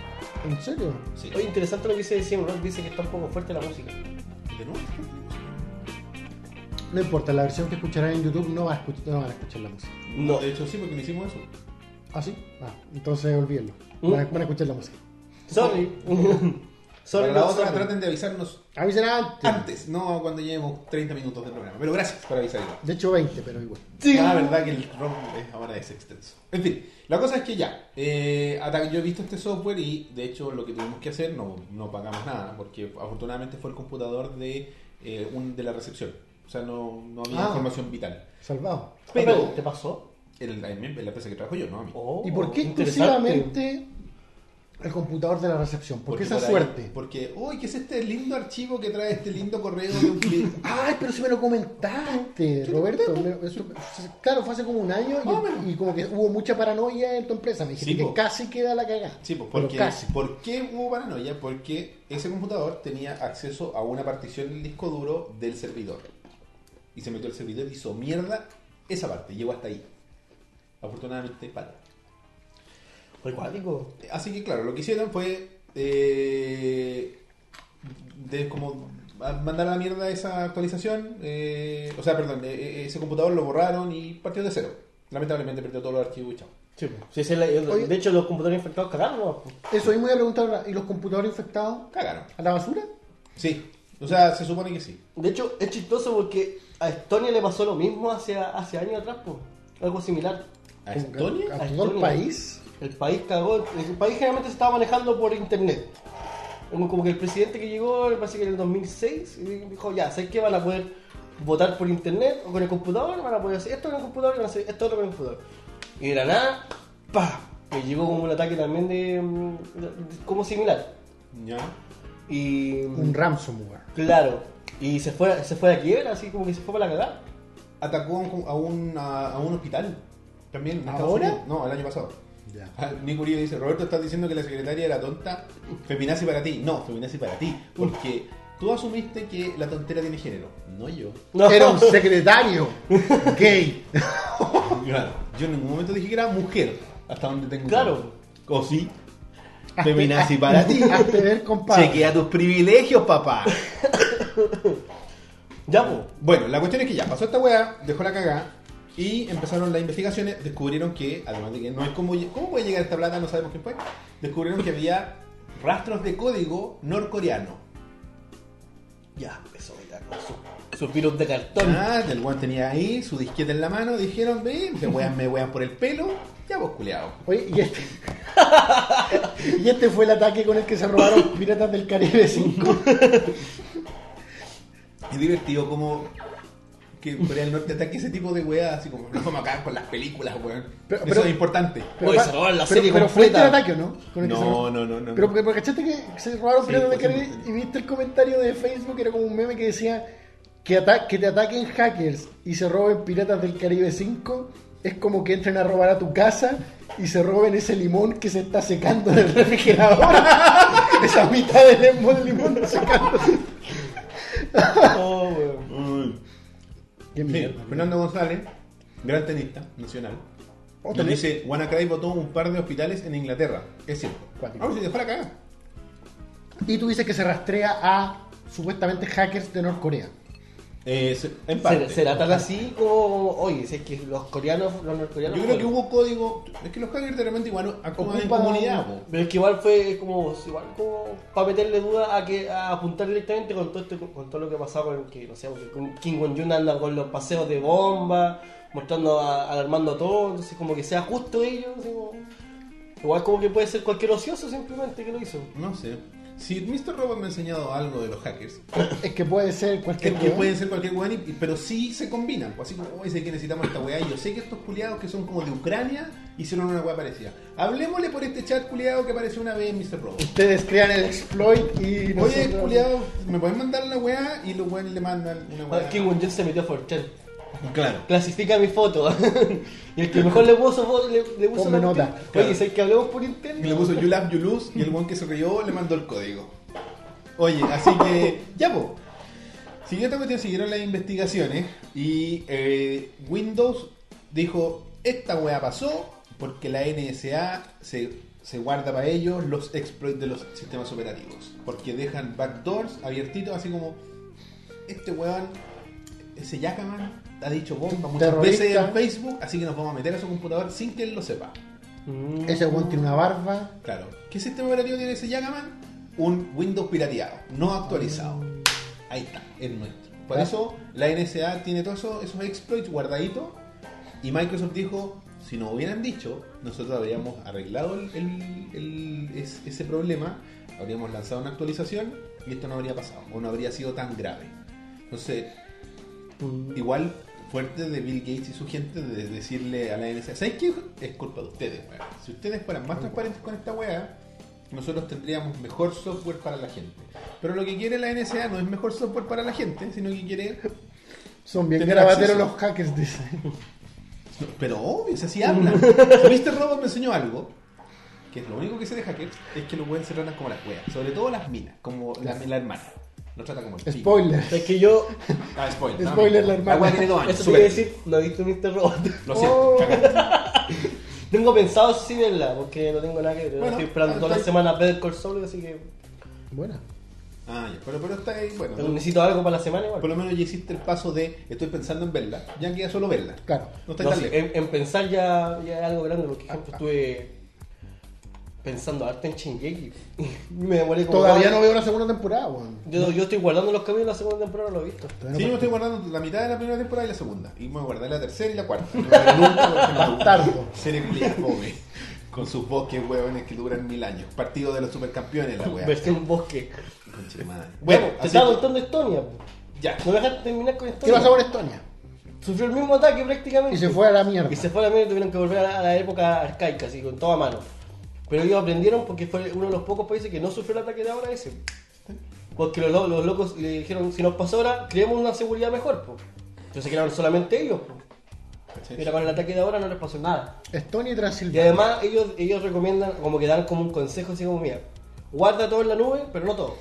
Speaker 2: ¿En serio?
Speaker 1: Sí.
Speaker 3: Oye, interesante lo que dice de Cien Rock, dice que está un poco fuerte la música.
Speaker 1: De nuevo. este
Speaker 2: No importa, la versión que escucharán en YouTube no, va a escuch- no van a escuchar la música.
Speaker 3: No.
Speaker 1: De hecho, sí, porque no hicimos eso.
Speaker 2: ¿Ah, sí? Ah, entonces olvídenlo.
Speaker 3: ¿Mm?
Speaker 2: Van a, van a escuchar la música.
Speaker 3: Sorry. Sorry,
Speaker 1: Para la
Speaker 3: no,
Speaker 1: otra,
Speaker 3: sorry.
Speaker 1: traten de avisarnos
Speaker 2: Avisen Ah, antes.
Speaker 1: antes, no cuando lleguemos 30 minutos del programa. Pero gracias por avisar igual.
Speaker 2: De hecho, 20, pero igual.
Speaker 3: Sí.
Speaker 1: Ah, verdad que el ROM es- ahora es extenso. En fin, la cosa es que ya, eh, ata- yo he visto este software y de hecho lo que tuvimos que hacer, no, no pagamos nada, porque afortunadamente fue el computador de, eh, un, de la recepción. O sea, no, no había
Speaker 2: Ah.
Speaker 1: información vital.
Speaker 2: Salvado.
Speaker 1: Pero-
Speaker 3: ¿Te pasó?
Speaker 1: En la, en la empresa que trabajo yo, no a mí.
Speaker 3: Oh,
Speaker 2: ¿Y por qué
Speaker 3: interesante.
Speaker 2: exclusivamente el computador de la recepción? ¿Por
Speaker 1: Porque
Speaker 2: qué esa
Speaker 1: por ahí-
Speaker 2: suerte?
Speaker 1: porque, uy, ¿qué es este lindo archivo que trae este lindo correo de un cliente?
Speaker 2: Ay, pero si me lo comentaste, Roberto. Me- eso- claro, fue hace como un año y-
Speaker 1: Más o menos.
Speaker 2: y, como que hubo mucha paranoia en tu empresa. Me dijiste
Speaker 1: Ah, Sí,
Speaker 2: que
Speaker 1: po.
Speaker 2: casi queda la cagada.
Speaker 1: Sí, pues,
Speaker 2: Pero
Speaker 1: porque,
Speaker 2: casi.
Speaker 1: ¿por qué hubo paranoia? Porque ese computador tenía acceso a una partición del disco duro del servidor. Y se metió el servidor y hizo mierda esa parte, llegó hasta ahí. Afortunadamente, para.
Speaker 3: Fue cuático.
Speaker 1: Así que claro, lo que hicieron fue eh, de como a- mandar a la mierda esa actualización, eh, o sea, perdón, eh, eh, ese computador lo borraron y partió de cero. Lamentablemente perdió todos los archivos y chao.
Speaker 3: Sí, pues. Sí, esa es la-
Speaker 2: Oye.
Speaker 3: de hecho, los computadores infectados cagaron. ¿no?
Speaker 2: Eso, y me voy a preguntar ahora, ¿y los computadores infectados
Speaker 1: Cagaron.
Speaker 2: a la basura?
Speaker 1: Sí, o sea, se supone que sí.
Speaker 3: De hecho, es chistoso porque a Estonia le pasó lo mismo hace, hace años atrás, pues. Algo similar.
Speaker 1: ¿A
Speaker 2: Como que
Speaker 1: Estonia?
Speaker 2: A
Speaker 3: ¿A
Speaker 2: todo el
Speaker 3: Estonia?
Speaker 2: país.
Speaker 3: El país cagó. El país generalmente se estaba manejando por internet. Como como que el presidente que llegó, me parece que en el 2006, y dijo: Ya, ¿sabes qué? Van a poder votar por internet o con el computador, van a poder hacer esto con el computador y van a hacer esto otro con el computador. Y de la nada, ¡pa! Me llegó como un ataque también de. mm, de- de- como similar.
Speaker 1: Ya.
Speaker 3: Y.
Speaker 2: Un ransomware.
Speaker 3: Claro. Y se fue, se fue a la quiebra, así como que se fue para la cagada.
Speaker 1: atacó a un, a un, a- a un hospital. También. en Estados
Speaker 2: ¿Ahora?
Speaker 1: Unidos. No, el año pasado.
Speaker 2: Ya.
Speaker 1: Ah, Nico Uribe dice, Roberto, estás diciendo que la secretaria era tonta. Feminazi para ti. No, feminazi para ti. Porque tú asumiste que la tontera tiene género. No yo.
Speaker 3: No.
Speaker 2: Era un secretario gay.
Speaker 1: Claro. Yo en ningún momento dije que era mujer. Hasta donde tengo.
Speaker 3: Claro.
Speaker 1: que- O sí. Feminazi para ti.
Speaker 2: Hazte ver, compadre.
Speaker 1: Chequea tus privilegios, papá.
Speaker 3: Ya, po.
Speaker 1: Bueno, la cuestión es que ya pasó esta weá, dejó la cagada y empezaron las investigaciones. Descubrieron que, además de que no hay cómo, lle- cómo puede llegar esta plata, no sabemos quién fue. Descubrieron que había rastros de código norcoreano.
Speaker 3: Ya empezó ya con su, su virus de cartón.
Speaker 1: Ah, el weón tenía ahí su disquete en la mano. Dijeron, ve, me wean, me wean por el pelo. Ya vos culeado.
Speaker 2: Oye, y este... y este fue el ataque con el que se robaron Piratas del Caribe 5.
Speaker 1: Es divertido como que Corea del Norte ataque ese tipo de weá, así como no vamos a acabar con las películas, weón.
Speaker 2: Pero-
Speaker 1: Eso
Speaker 2: pero-
Speaker 1: es importante.
Speaker 3: Oye, se robaron la
Speaker 2: pero,
Speaker 3: serie
Speaker 2: pero fue este el
Speaker 3: completa.
Speaker 2: ataque, ¿o ¿no? Con el que se
Speaker 1: No,
Speaker 2: robaron.
Speaker 1: no, no, no.
Speaker 2: Pero porque, porque cachaste que se robaron
Speaker 1: Sí,
Speaker 2: Piratas del
Speaker 1: fue
Speaker 2: Caribe y
Speaker 1: simultáneo.
Speaker 2: viste el comentario de Facebook, era como un meme que decía que, ata- que te ataquen hackers y se roben Piratas del Caribe 5 es como que entren a robar a tu casa y se roben ese limón que se está secando en el refrigerador. Esa mitad del limón, del limón secando.
Speaker 3: Oh, weón.
Speaker 1: Ay.
Speaker 2: Qué
Speaker 1: Sí,
Speaker 2: mierda.
Speaker 1: Fernando González, gran tenista nacional,
Speaker 2: Otra
Speaker 1: nos
Speaker 2: vez.
Speaker 1: dice, WannaCry votó un par de hospitales en Inglaterra. Es cierto.
Speaker 2: Cuático.
Speaker 1: Ahora si dejó la cagada.
Speaker 2: Y tú dices que se rastrea a supuestamente hackers de Norcorea.
Speaker 1: Eh, se- en parte.
Speaker 3: ¿Será, será tan así como, oye, si es que los coreanos, los norcoreanos...
Speaker 1: Yo creo que hubo código... Es que los hackers de repente igual actúan en
Speaker 2: Ocupan-
Speaker 1: comunidad. po.
Speaker 3: Pero es que igual fue como, igual como para meterle duda a que a apuntar directamente con todo esto, con todo lo que ha pasado con que, no sé, porque con Kim Jong Un anda con los paseos de bomba, mostrando a, alarmando a todos, entonces como que sea justo ellos, así como- igual como que puede ser cualquier ocioso simplemente que lo hizo.
Speaker 1: No sé. Si Mr. Robot me ha enseñado algo de los hackers,
Speaker 2: Es que puede ser
Speaker 1: que,
Speaker 2: cualquier
Speaker 1: que pueden ser cualquier weón, y- pero sí se combinan. po. Así como, oye, sé que necesitamos esta weá. y Yo sé que estos culiados que son como de Ucrania hicieron una weá parecida. Hablemosle por este chat culiado que apareció una vez en Mr. Robot.
Speaker 2: Ustedes crean el exploit y
Speaker 1: Oye,
Speaker 2: nosotros-
Speaker 1: culiado, ¿me pueden mandar la weá? Y los weones le mandan una
Speaker 3: Ah,
Speaker 1: weá.
Speaker 3: Kim Jong Un se metió a Forchan.
Speaker 1: Claro.
Speaker 3: clasifica mi foto. y el que mejor le puso foto, le, le puso
Speaker 2: Ponme
Speaker 3: la-
Speaker 2: nota.
Speaker 1: Claro.
Speaker 3: Oye, ¿sabes que hablemos por
Speaker 1: Y
Speaker 3: interno?
Speaker 1: le puso You Love You Lose y el one que se creyó le mandó el código. Oye, así que ya po. Siguiente cuestión, siguieron las investigaciones y eh, Windows dijo, esta weá pasó porque la NSA se, se guarda para ellos los exploits de los sistemas operativos. Porque dejan backdoors abiertitos así como, este weón, ese Yakaman, ha dicho bomba muchas
Speaker 2: Terrorista.
Speaker 1: veces en Facebook, así que nos vamos a meter a su computador sin que él lo sepa.
Speaker 3: Mm.
Speaker 2: Ese weón tiene una barba.
Speaker 1: Claro. ¿Qué sistema operativo tiene ese Yagaman? Un Windows pirateado, no actualizado. Ahí está, es nuestro. Por
Speaker 2: Ah.
Speaker 1: eso la NSA tiene todos esos, esos exploits guardaditos y Microsoft dijo, si nos hubieran dicho, nosotros habríamos arreglado el- el- el- es- ese problema, habríamos lanzado una actualización y esto no habría pasado o no habría sido tan grave. Entonces,
Speaker 3: Mm.
Speaker 1: igual fuerte de Bill Gates y su gente de decirle a la NSA, ¿sabes qué? Es culpa de ustedes, weón. Si ustedes fueran más transparentes con esta weá, nosotros tendríamos mejor software para la gente. Pero lo que quiere la NSA no es mejor software para la gente, sino que quiere...
Speaker 2: Son bien
Speaker 1: Tener
Speaker 2: grabateros
Speaker 1: acceso.
Speaker 2: los hackers, dice.
Speaker 1: No, Pero obvio, si así hablan. Si Mr. Robot me enseñó algo, que es lo único que se deja que es que los weones se tratan como las weas. Sobre todo las minas, como la, la hermana. Nos trata como el pico.
Speaker 2: Spoiler.
Speaker 3: Es que yo,
Speaker 1: Ah, spoiler. no,
Speaker 2: Spoiler,
Speaker 1: no.
Speaker 2: la hermana.
Speaker 1: wea tiene dos años,
Speaker 3: esto te
Speaker 1: súper.
Speaker 3: quiero decir, no he visto Mr. Robot.
Speaker 1: Lo siento,
Speaker 2: Oh.
Speaker 1: cagaste.
Speaker 3: tengo pensado sí verla, porque no tengo nada que ver.
Speaker 1: Bueno,
Speaker 3: Estoy esperando
Speaker 1: ah,
Speaker 3: toda la
Speaker 1: está-
Speaker 3: semana Better Call Saul, así que
Speaker 2: Buena.
Speaker 1: Ah, ya, pero, pero está ahí, bueno.
Speaker 3: pero necesito algo para la semana igual.
Speaker 1: Por lo menos ya hiciste el paso de estoy pensando en verla, ya queda solo verla.
Speaker 2: Claro.
Speaker 1: No está
Speaker 3: No,
Speaker 1: tan
Speaker 3: sí,
Speaker 1: lejos.
Speaker 3: en, en pensar ya, ya es algo grande, porque por
Speaker 2: Ah,
Speaker 3: ejemplo estuve pensando harto en Shingeki. Y me demoré como
Speaker 2: Todavía
Speaker 3: dos
Speaker 2: no
Speaker 3: años.
Speaker 2: veo la segunda temporada, weón.
Speaker 3: Yo, yo estoy guardando los caminos de la segunda temporada, no lo he visto.
Speaker 2: Todavía
Speaker 1: Sí, yo
Speaker 2: no
Speaker 1: me estoy guardando la mitad de la primera temporada y la segunda. Y me voy a guardar la tercera y la cuarta. No la veo nunca porque me aburre.
Speaker 2: Bastardo.
Speaker 1: Serie culiada fome. Con sus bosques huevones que duran mil años. Partido de los supercampeones, la wea.
Speaker 3: Versión bosque.
Speaker 1: Conche madre.
Speaker 3: Bueno,
Speaker 1: Bueno,
Speaker 3: te
Speaker 1: así
Speaker 3: estaba
Speaker 1: que,
Speaker 3: contando Estonia. po.
Speaker 1: ya.
Speaker 3: No me dejaste terminar con Estonia.
Speaker 2: ¿Qué pasó con Estonia?
Speaker 3: Sufrió el mismo ataque prácticamente.
Speaker 2: Y se fue a la mierda.
Speaker 3: Y se fue a la mierda y tuvieron que volver a la, a la época arcaica, así, con toda mano. Pero ellos aprendieron porque fue uno de los pocos países que no sufrió el ataque de ahora ese. Porque los, lo- los locos le dijeron, si nos pasa ahora, creemos una seguridad mejor. po. Entonces se quedaron solamente ellos. po. Pero con el ataque de ahora no les pasó nada.
Speaker 2: Estonia y
Speaker 3: Y
Speaker 2: Transilvania.
Speaker 3: además ellos, ellos recomiendan, como que dan como un consejo así como, mira, guarda todo en la nube, pero no todo.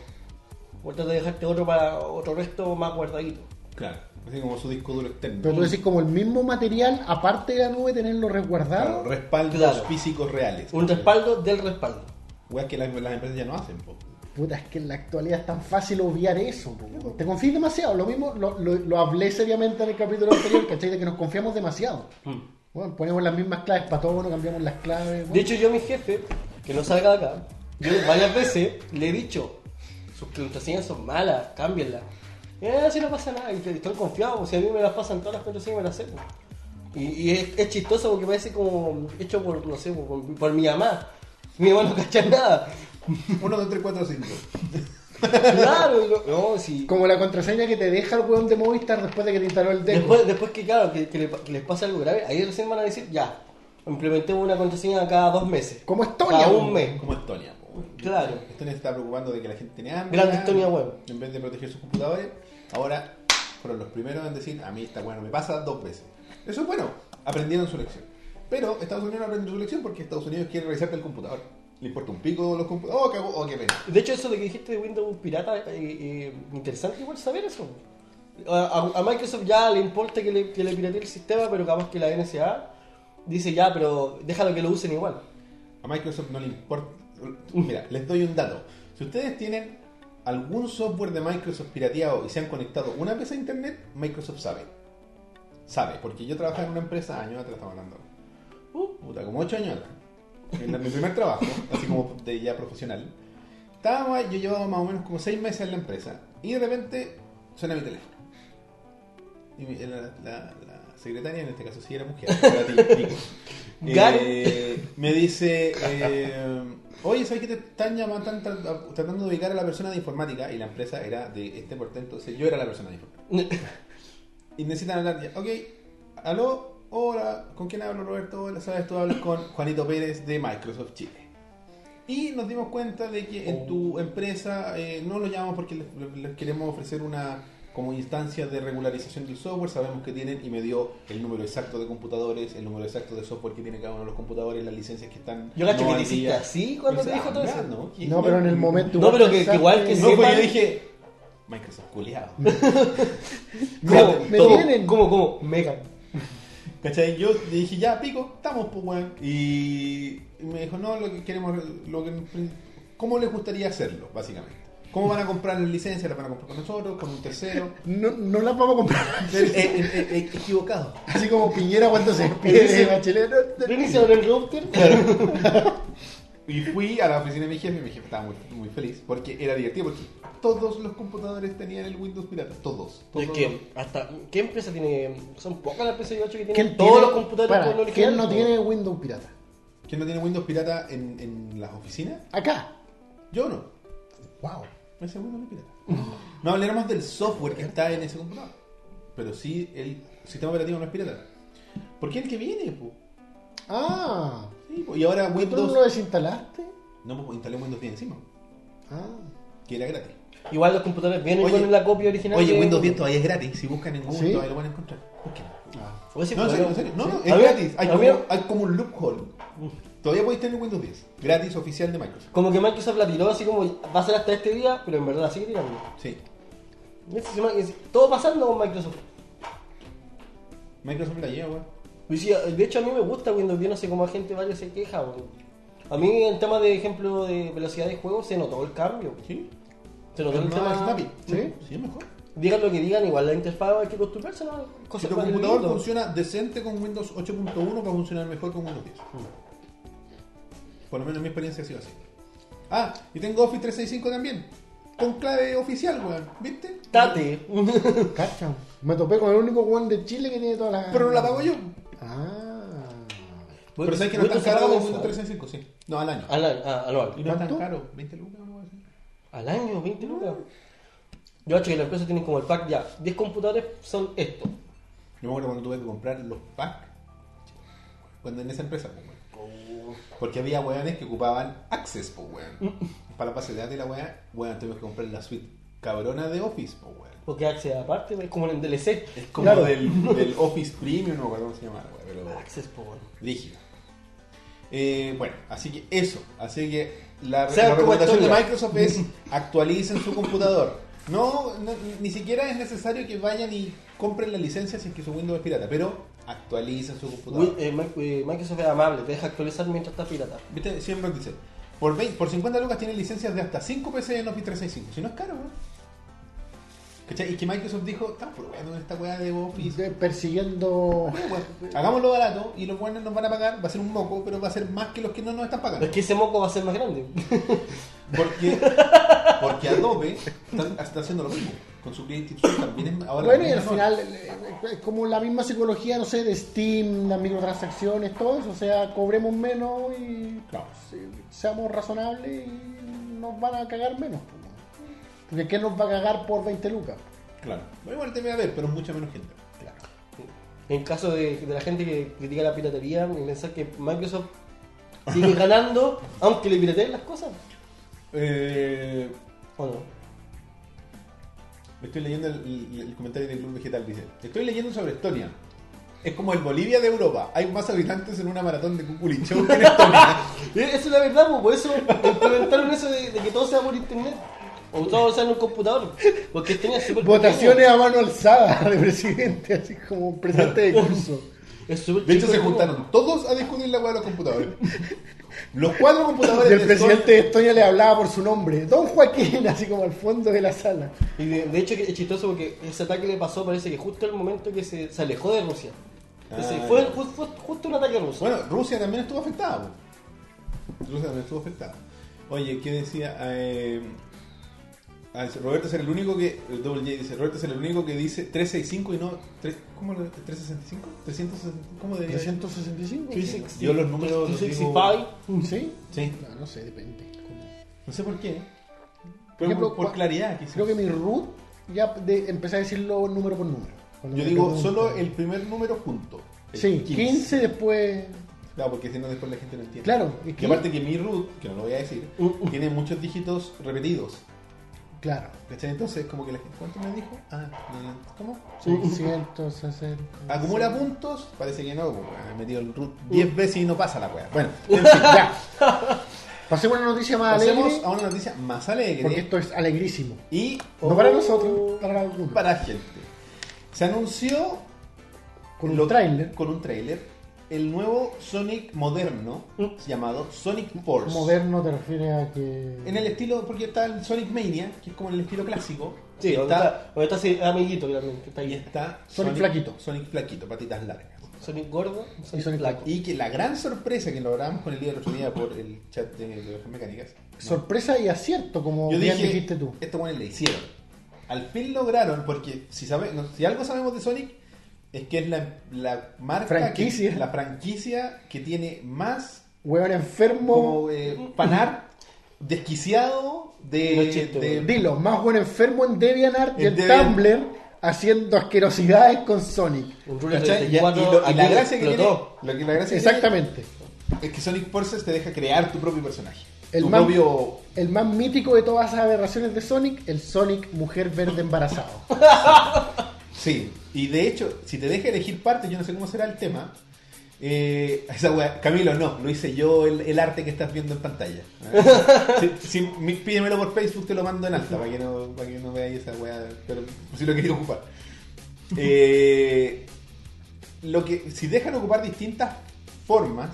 Speaker 3: O trata de dejarte otro para otro resto más guardadito.
Speaker 1: Claro. Así como su disco duro externo.
Speaker 2: Pero tú decís como el mismo material, aparte de la nube, tenerlo
Speaker 1: Claro,
Speaker 2: resguardado.
Speaker 1: respaldos
Speaker 3: Claro.
Speaker 1: físicos reales.
Speaker 3: Un respaldo del respaldo.
Speaker 1: Weas que las, las empresas ya no hacen, po.
Speaker 2: Puta, es que en la actualidad es tan fácil obviar eso. po, weón. Te confías demasiado. Lo mismo lo, lo- lo hablé seriamente en el capítulo anterior, ¿cachai? De que nos confiamos demasiado. Bueno, ponemos las mismas claves para todo, no cambiamos las claves.
Speaker 3: De
Speaker 2: bueno.
Speaker 3: hecho, yo a mi jefe, que no salga de acá, yo varias veces le he dicho, sus contraseñas son malas, cámbienlas. Y "Ah, si no pasa nada, y estoy confiado, si a mí me las pasan todas las contraseñas, me las sé. pues. Y, y es, es chistoso porque parece como hecho por, no sé, por, por mi mamá. Mi mamá no cacha nada.
Speaker 1: Uno, dos, tres, cuatro, cinco.
Speaker 3: Claro, y no, no, si...
Speaker 2: Como la contraseña que te deja el weón de Movistar después de que te instaló el deck.
Speaker 3: Después, después que, claro, que, que le- que les pase algo grave, ahí recién van a decir, ya, implementemos una contraseña cada dos meses.
Speaker 2: Como Estonia,
Speaker 3: Cada un
Speaker 2: po.
Speaker 3: mes.
Speaker 1: Como Estonia, po.
Speaker 3: Claro.
Speaker 1: Estonia se está preocupando de que la gente tiene hambre.
Speaker 3: Grande
Speaker 1: ya,
Speaker 3: Estonia, weón.
Speaker 1: En vez de proteger sus computadores, ahora fueron los primeros en decir, a mí esta weá no me pasa dos veces. Eso es bueno, aprendieron su lección. Pero Estados Unidos no aprende su lección porque Estados Unidos quiere revisarte el computador. Le importa un pico los computadores. Oh, cagó, oh, qué pena.
Speaker 3: De hecho, eso de que dijiste de Windows pirata, eh, eh, interesante igual saber eso. A, a- a Microsoft ya le importa que le, que le piratee el sistema, pero capaz que la NSA dice ya, pero déjalo que lo usen igual.
Speaker 1: A Microsoft no le importa. Mira, les doy un dato. Si ustedes tienen algún software de Microsoft pirateado y se han conectado una vez a internet, Microsoft sabe. Sabe, porque yo trabajaba en una empresa años atrás, estamos hablando. Uh, puta, como 8 años atrás. En la- mi primer trabajo, así como de ya profesional. Estaba, yo llevaba más o menos como 6 meses en la empresa y de repente suena mi teléfono. Y mi- la, la- la secretaria, en este caso sí era mujer, pero a ti, digo.
Speaker 3: Gary.
Speaker 1: Eh, me dice, eh, oye, ¿sabes que te están llamando, están tra- tratando de ubicar a la persona de informática? Y la empresa era de este portal, entonces yo era la persona de informática. Y necesitan hablar ya. Ok, aló, hola, ¿con quién hablo Roberto? Hola, sabes, tú hablas con Juanito Pérez de Microsoft Chile. Y nos
Speaker 3: Oh.
Speaker 1: dimos cuenta de que en tu empresa eh, no lo llamamos porque les, les queremos ofrecer una como instancias de regularización del software, sabemos que tienen y me dio el número exacto de computadores, el número exacto de software que tiene cada uno de los computadores, las licencias que están.
Speaker 3: Yo cacho
Speaker 1: no
Speaker 3: que
Speaker 1: al
Speaker 3: te hiciste
Speaker 1: día.
Speaker 3: así cuando te
Speaker 1: Pensé,
Speaker 3: dijo todo
Speaker 1: ah,
Speaker 3: eso.
Speaker 1: No, que-
Speaker 2: No, pero en el momento.
Speaker 3: No,
Speaker 2: igual
Speaker 3: pero que- que
Speaker 2: pensaste-
Speaker 3: igual que
Speaker 1: No, pues
Speaker 3: sepan-
Speaker 1: yo dije, Microsoft, culiado.
Speaker 2: Me-
Speaker 3: ¿Cómo?
Speaker 2: me
Speaker 3: ¿Cómo?
Speaker 2: tienen.
Speaker 3: ¿Cómo? ¿Cómo? Megan.
Speaker 1: ¿Cachai? Yo le dije, ya, pico, estamos, pues, weón. Y me dijo, no, lo que queremos, lo que, ¿cómo les gustaría hacerlo, básicamente? ¿Cómo van a comprar las licencias? ¿Las van a comprar con nosotros? ¿Con un tercero?
Speaker 2: No, no las vamos a comprar.
Speaker 1: Eh, eh, eh, eh, equivocado. Eh,
Speaker 2: Así como Piñera cuando se despide de
Speaker 3: Ese-
Speaker 2: Bachelet. no, no.
Speaker 3: ¿Reiniciaron el router? Claro.
Speaker 1: Y fui a la oficina de mi jefe y mi jefe estaba muy, muy feliz porque era divertido porque todos los computadores tenían el Windows pirata. Todos. todos
Speaker 3: que hasta, ¿Qué empresa tiene? Son pocas las empresas 8 que tienen
Speaker 2: ¿Quién
Speaker 3: todos
Speaker 2: tiene-
Speaker 3: los computadores
Speaker 2: para,
Speaker 3: con el original.
Speaker 2: ¿Quién no tiene Windows pirata?
Speaker 1: ¿Quién no tiene Windows pirata en, en las oficinas?
Speaker 2: Acá.
Speaker 1: Yo no.
Speaker 2: Wow.
Speaker 1: Ese Windows no es pirata. No hablaremos del software que está en ese computador. Pero sí, el sistema operativo no es pirata. Porque es el que viene, po.
Speaker 2: Ah.
Speaker 1: Sí, po. Y ahora
Speaker 2: ¿Y tú no lo
Speaker 1: Windows.
Speaker 2: desinstalaste?
Speaker 1: No, pues instalé Windows 10 encima,
Speaker 2: Ah.
Speaker 1: que era gratis.
Speaker 3: Igual los computadores vienen
Speaker 1: Oye,
Speaker 3: con la copia original.
Speaker 1: Oye,
Speaker 3: de-
Speaker 1: Windows 10 todavía es gratis. Si buscan en Google,
Speaker 2: ¿Sí?
Speaker 1: todavía lo van a encontrar. Búsquenlo.
Speaker 2: ah.
Speaker 3: Oye, sí,
Speaker 1: No, en serio,
Speaker 3: claro.
Speaker 1: en serio. No, no,
Speaker 3: Sí.
Speaker 1: es
Speaker 3: A ver,
Speaker 1: gratis. Hay
Speaker 3: a
Speaker 1: como,
Speaker 3: ver,
Speaker 1: hay como un loophole. Todavía podéis tener Windows 10. Gratis oficial de Microsoft.
Speaker 3: Como que Microsoft la tiró así como va a ser hasta este día, pero en verdad sigue tirando.
Speaker 1: Sí.
Speaker 3: Es- es- Todo pasando con Microsoft.
Speaker 1: Microsoft la lleva, weón.
Speaker 3: Y sí, de hecho a mí me gusta Windows 10, no sé cómo la gente vaya se queja. weón. A mí en tema de ejemplo de velocidad de juego se notó el cambio.
Speaker 1: Sí.
Speaker 3: Se notó
Speaker 1: Pero
Speaker 3: el
Speaker 1: no es
Speaker 3: tema.
Speaker 1: snappy.
Speaker 2: ¿Sí?
Speaker 1: Sí, es mejor.
Speaker 3: Digan lo que digan, igual la interfaz hay que acostumbrarse, ¿no?
Speaker 1: Si
Speaker 3: Cosas
Speaker 1: tu
Speaker 3: para el
Speaker 1: computador
Speaker 3: mundo.
Speaker 1: funciona decente con Windows 8.1, va a funcionar mejor con Windows 10. Por lo menos en mi experiencia ha sido así. Ah, y tengo Office 365 también. Con clave oficial, weón. ¿Viste?
Speaker 3: Tate.
Speaker 2: Cacha. Me topé con el único one de Chile que tiene todas las.
Speaker 1: Pero no la pago yo.
Speaker 2: Ah.
Speaker 1: Pero sabes que no es tan caro como Windows 365, sí. No, al año.
Speaker 3: Al año, ah, anual.
Speaker 1: Y no es tan
Speaker 2: ¿Cuánto?
Speaker 1: caro. 20 lucas, no voy a decir.
Speaker 3: Al año, 20 lucas. Yo acho que las empresas tienen como el pack ya. 10 computadores son estos.
Speaker 1: Yo me acuerdo cuando tuve que comprar los packs. Cuando en esa empresa, pues, weón. Porque había weones que ocupaban Access, pues, weón. Para la base de datos y la weá, weón, tuvimos que comprar la suite cabrona de Office, pues, weón.
Speaker 3: Porque Access aparte es como en el DLC.
Speaker 1: Es como
Speaker 2: Claro.
Speaker 1: del, del Office Premium, no me acuerdo cómo se llama, la weá, pero
Speaker 3: Access, po. weón.
Speaker 1: rígido. Eh, bueno, así que eso. Así que la,
Speaker 3: Sean
Speaker 1: la
Speaker 3: como
Speaker 1: recomendación de
Speaker 3: Estonia.
Speaker 1: Microsoft es actualicen su computador. No, no, ni siquiera es necesario que vayan y compren la licencia si es que su Windows es pirata, pero actualicen su computador.
Speaker 3: Win- eh, Mic- eh, Microsoft es amable, te deja actualizar mientras está pirata.
Speaker 1: ¿Viste? Siempre dice, por, 20 por 50 lucas tienen licencias de hasta 5 PC en Office 365. Si no es caro, weón. ¿Cachai? Y que Microsoft dijo, estamos probando esta weá de Office.
Speaker 2: De- Persiguiendo.
Speaker 1: Weón, Hagámoslo barato y los buenos nos van a pagar, va a ser un moco, pero va a ser más que los que no nos están pagando.
Speaker 3: Es que ese moco va a ser más grande.
Speaker 1: Porque, porque Adobe está, está haciendo lo mismo. Con su Creative Suite también es ahora.
Speaker 2: Bueno, y
Speaker 1: también es
Speaker 2: al final, eh, eh, es como la misma psicología, no sé, de Steam, las microtransacciones, todo eso. O sea, cobremos menos y
Speaker 1: Claro.
Speaker 2: se- seamos razonables y nos van a cagar menos. pues, weón. Porque ¿qué nos va a cagar por 20 lucas?
Speaker 1: Claro. Bueno, igual te voy a ver, pero mucha menos gente.
Speaker 3: En caso de, de la gente que critica la piratería, y pensar que Microsoft sigue ganando, aunque le pirateen las cosas.
Speaker 1: Eh,
Speaker 3: ¿O no?
Speaker 1: estoy leyendo el, el- el comentario del Club Vegetal. Dice: Estoy leyendo sobre Estonia. Es como el Bolivia de Europa. Hay más habitantes en una maratón de cuculichón que en Estonia.
Speaker 3: Eh, Eso es la verdad, po, por eso implementaron eso de, de que todo sea por internet. O todo sea en un computador. Porque tenía súper pequeño.
Speaker 2: Votaciones a mano alzada de presidente, así como presidente de curso.
Speaker 3: Es súper
Speaker 1: De hecho,
Speaker 3: chico
Speaker 1: se
Speaker 3: el cubo.
Speaker 1: juntaron todos a discutir la hueá de los computadores. Los cuatro computadores
Speaker 2: Y el
Speaker 1: de Estonia-
Speaker 2: presidente de Estonia le hablaba por su nombre, Don Joaquín, así como al fondo de la sala.
Speaker 3: Y de, de hecho que es chistoso porque ese ataque le pasó parece que justo al momento que se, se alejó de Rusia. Entonces,
Speaker 1: Ah,
Speaker 3: fue,
Speaker 1: ya.
Speaker 3: ju- fue justo un ataque ruso.
Speaker 1: Bueno, Rusia también estuvo afectada. po. Rusia también estuvo afectada. Oye, ¿qué decía? Eh, ah, Roberto es el único que. el Double J dice: Roberto es el único que dice 365 y no. tres- ¿Cómo lo- 365? 365? ¿Cómo debería ser?
Speaker 2: 365.
Speaker 3: Physics.
Speaker 1: Yo los números los
Speaker 3: Physics
Speaker 1: digo-
Speaker 3: Pie.
Speaker 2: ¿Sí?
Speaker 1: Sí.
Speaker 2: No, no sé, depende. Como-
Speaker 1: No sé por qué.
Speaker 2: Por
Speaker 1: Pero
Speaker 2: ejemplo,
Speaker 1: por, por
Speaker 2: cua-
Speaker 1: claridad, quizás.
Speaker 2: Creo que mi root ya de- empecé a decirlo número por número. Cuando
Speaker 1: Yo
Speaker 2: me
Speaker 1: digo
Speaker 2: preguntan.
Speaker 1: solo el primer número junto. El
Speaker 2: Sí, 15. después.
Speaker 1: Claro, porque si no, después la gente no entiende.
Speaker 2: Claro, es
Speaker 1: Y
Speaker 2: que-
Speaker 3: Uh,
Speaker 1: aparte que mi root, que no lo voy a decir, tiene muchos dígitos repetidos.
Speaker 2: Claro.
Speaker 1: ¿Cachai? Entonces, como que la gente, ¿cuánto me dijo? Ah, no, no, ¿cómo?
Speaker 2: 660.
Speaker 1: Acumula puntos, parece que no, porque me he metido el root 10 veces y no pasa la weá. Bueno, en fin, ya.
Speaker 2: Pasemos a una noticia más
Speaker 1: Pasemos
Speaker 2: alegre.
Speaker 1: a una noticia más
Speaker 2: Porque
Speaker 1: alegre
Speaker 2: esto es alegrísimo.
Speaker 1: y
Speaker 2: No para nosotros, para algunos.
Speaker 1: Oh. para la gente. Se anunció
Speaker 2: Con un
Speaker 1: lo-
Speaker 2: tráiler.
Speaker 1: con un tráiler el nuevo Sonic moderno
Speaker 3: Mm.
Speaker 1: llamado Sonic Force.
Speaker 2: Moderno te refieres a que.
Speaker 1: En el estilo, porque está el Sonic Mania, que es como el estilo clásico.
Speaker 3: Sí,
Speaker 1: y
Speaker 3: donde
Speaker 1: está,
Speaker 3: está, donde está ese amiguito que también, que está
Speaker 1: y
Speaker 3: ahí.
Speaker 1: está
Speaker 2: Sonic flaquito.
Speaker 1: Sonic flaquito, patitas largas.
Speaker 3: Sonic gordo, Sonic,
Speaker 2: Sonic
Speaker 3: flaco.
Speaker 1: Y que la gran sorpresa que logramos con el día de la otro día por el chat de, de Ovejas Mecánicas. ¿no?
Speaker 2: Sorpresa y acierto, como
Speaker 1: Yo
Speaker 2: bien
Speaker 1: dije, "Este
Speaker 2: dijiste tú.
Speaker 1: esto bueno, le hicieron. Al fin lograron, porque si, sabe- no, si algo sabemos de Sonic, es que es la, la marca, que-
Speaker 2: Franquicia.
Speaker 1: la franquicia que tiene más
Speaker 2: Hueón enfermo.
Speaker 1: como eh, panar desquiciado de,
Speaker 3: No es chiste,
Speaker 1: de-
Speaker 3: weón.
Speaker 2: Dilo, Eh, más buen enfermo en DeviantArt y
Speaker 1: En
Speaker 2: en
Speaker 1: Deviant.
Speaker 2: Tumblr haciendo asquerosidades con Sonic.
Speaker 3: Un rulo
Speaker 1: ¿cachai?
Speaker 3: 34,
Speaker 1: Ya, y lo- y la
Speaker 3: aquí
Speaker 1: gracia que tiene,
Speaker 3: explotó.
Speaker 1: lo que- la gracia que
Speaker 2: Exactamente.
Speaker 1: tiene es que Sonic Forces te deja crear tu propio personaje.
Speaker 2: El
Speaker 1: tu
Speaker 2: man-
Speaker 1: propio
Speaker 2: El más mítico de todas las aberraciones de Sonic, el Sonic mujer verde embarazado.
Speaker 1: Sí, y de hecho, si te deja elegir parte, yo no sé cómo será el tema. eh, esa wea- Camilo, no, lo hice yo el, el arte que estás viendo en pantalla. Si, si- mi- pídemelo por Facebook, te lo mando en alta para que no, para que no veáis esa weá. Pero si lo queréis ocupar. Eh, lo que, si dejan ocupar distintas formas,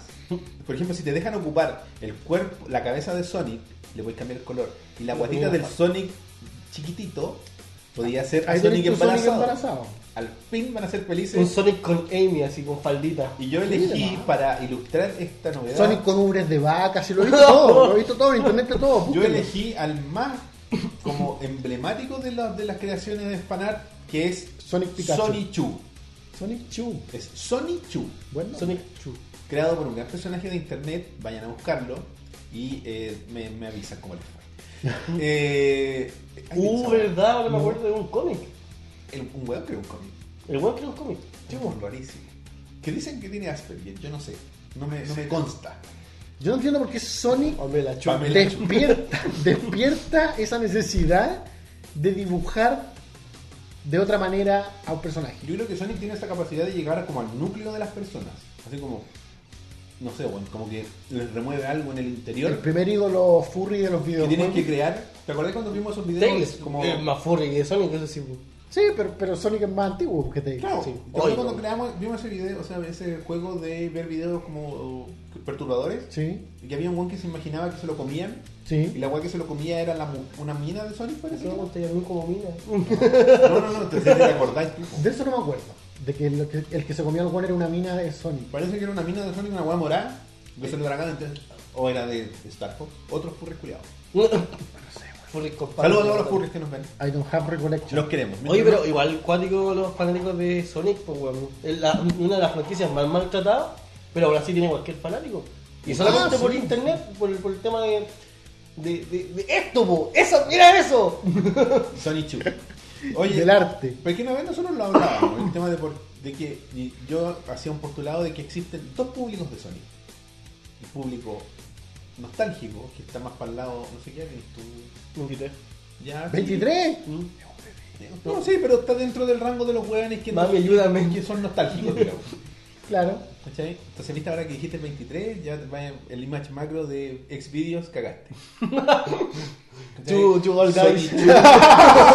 Speaker 1: por ejemplo, si te dejan ocupar el cuerpo, la cabeza de Sonic, le voy a cambiar el color. Y la guatita del Sonic chiquitito, podía ser
Speaker 2: Ahí
Speaker 1: Sonic
Speaker 2: tenés tu Sonic
Speaker 1: embarazado.
Speaker 2: embarazado.
Speaker 1: Al fin van a ser
Speaker 3: Un
Speaker 1: felices.
Speaker 3: Sonic con Amy, así con faldita.
Speaker 1: Y yo elegí
Speaker 2: Mira.
Speaker 1: para ilustrar esta novedad.
Speaker 2: Sonic con ubres de vaca, si lo he visto todo, lo he visto todo en internet de todo.
Speaker 1: yo
Speaker 2: búsquenlo.
Speaker 1: elegí al más como emblemático de, las de las creaciones de Spanart, que es
Speaker 2: Sonic Pikachu.
Speaker 1: Sony Chu.
Speaker 2: Sonic Chu.
Speaker 1: Es Sony Chu,
Speaker 2: Bueno,
Speaker 3: Sonic Chu.
Speaker 1: creado por un gran personaje de internet. Vayan a buscarlo y eh, me, me avisan cómo les fue. Eh,
Speaker 3: Uh, verdad,
Speaker 1: Mm.
Speaker 3: ahora me acuerdo de un cómic.
Speaker 1: El- un weón creó un cómic.
Speaker 3: El weón creó un cómic.
Speaker 1: Sí, un rarísimo. Que dicen que tiene Asperger, yo no sé. No me, no me consta.
Speaker 2: yo no entiendo por qué Sonic
Speaker 3: Hombre, la Chu.
Speaker 1: Pamela. El hecho.
Speaker 2: despierta, despierta esa necesidad de dibujar de otra manera a un personaje.
Speaker 1: Yo creo que Sonic tiene esta capacidad de llegar como al núcleo de las personas. Así como, no sé, bueno, como que les remueve algo en el
Speaker 2: El
Speaker 1: interior que
Speaker 2: primer ídolo furry de los
Speaker 1: tienen
Speaker 2: videojuegos.
Speaker 1: que crear. ¿Te acordás cuando vimos esos videos?
Speaker 3: Tails, eh,
Speaker 1: como,
Speaker 3: es más furry que Sonic, eso sí. pues.
Speaker 2: Sí, pero, pero Sonic es más antiguo que Tails.
Speaker 1: Claro,
Speaker 3: sí.
Speaker 1: ¿te acordás
Speaker 3: Oigo.
Speaker 1: cuando creamos, vimos ese video, o sea, ese juego de ver videos como eh, perturbadores?
Speaker 2: Sí,
Speaker 1: Y que había un weón que se imaginaba que se lo comían. Y
Speaker 2: sí.
Speaker 1: la weá que se lo comía era la mu- una mina de Sonic, parece.
Speaker 3: Yo me
Speaker 1: No,
Speaker 3: gustaría a mí como mina.
Speaker 1: no, no, no, te, te acordás. tú.
Speaker 2: De eso no me acuerdo. De que, lo que- el que se comió el guan era una mina de Sonic.
Speaker 1: Parece que era una mina de Sonic, una weá morada. De Sonic Dragón, entonces, o era de Star Fox. Otros furries culiados.
Speaker 3: Furry con
Speaker 1: Saludos a
Speaker 3: patas.
Speaker 1: todos los furries que nos ven.
Speaker 2: I don't have recollection.
Speaker 1: Los queremos.
Speaker 3: Oye, pero igual cuático los fanáticos de Sonic, pues weón. Es la- una de las franquicias más maltratadas, pero ahora sí tiene cualquier fanático. Y solamente
Speaker 2: Ah,
Speaker 3: por
Speaker 2: sí.
Speaker 3: internet, por, el- por el tema de. De, de, de esto, po. eso, mira eso.
Speaker 1: Sony Chu. Oye,
Speaker 2: Del arte.
Speaker 1: Pero que una vez nosotros lo hablábamos, el tema de, por- de que y yo hacía un postulado de que existen dos públicos de Sony. El público nostálgico, que está más para el lado, no sé qué, que tú...
Speaker 3: Mentira.
Speaker 1: Ya, sí.
Speaker 2: ¡23!
Speaker 3: Mm.
Speaker 1: No, sí, pero está dentro del rango de los hueones que, no-
Speaker 3: Mami, ayúdame.
Speaker 1: que son nostálgicos, creo.
Speaker 2: Claro.
Speaker 1: ¿Cachai? Entonces, viste ahora que dijiste el 23, ya te vaya- el image macro de Xvideos, cagaste. ¿Cachai?
Speaker 3: Chu, chu, all guys.
Speaker 1: Sony Chu,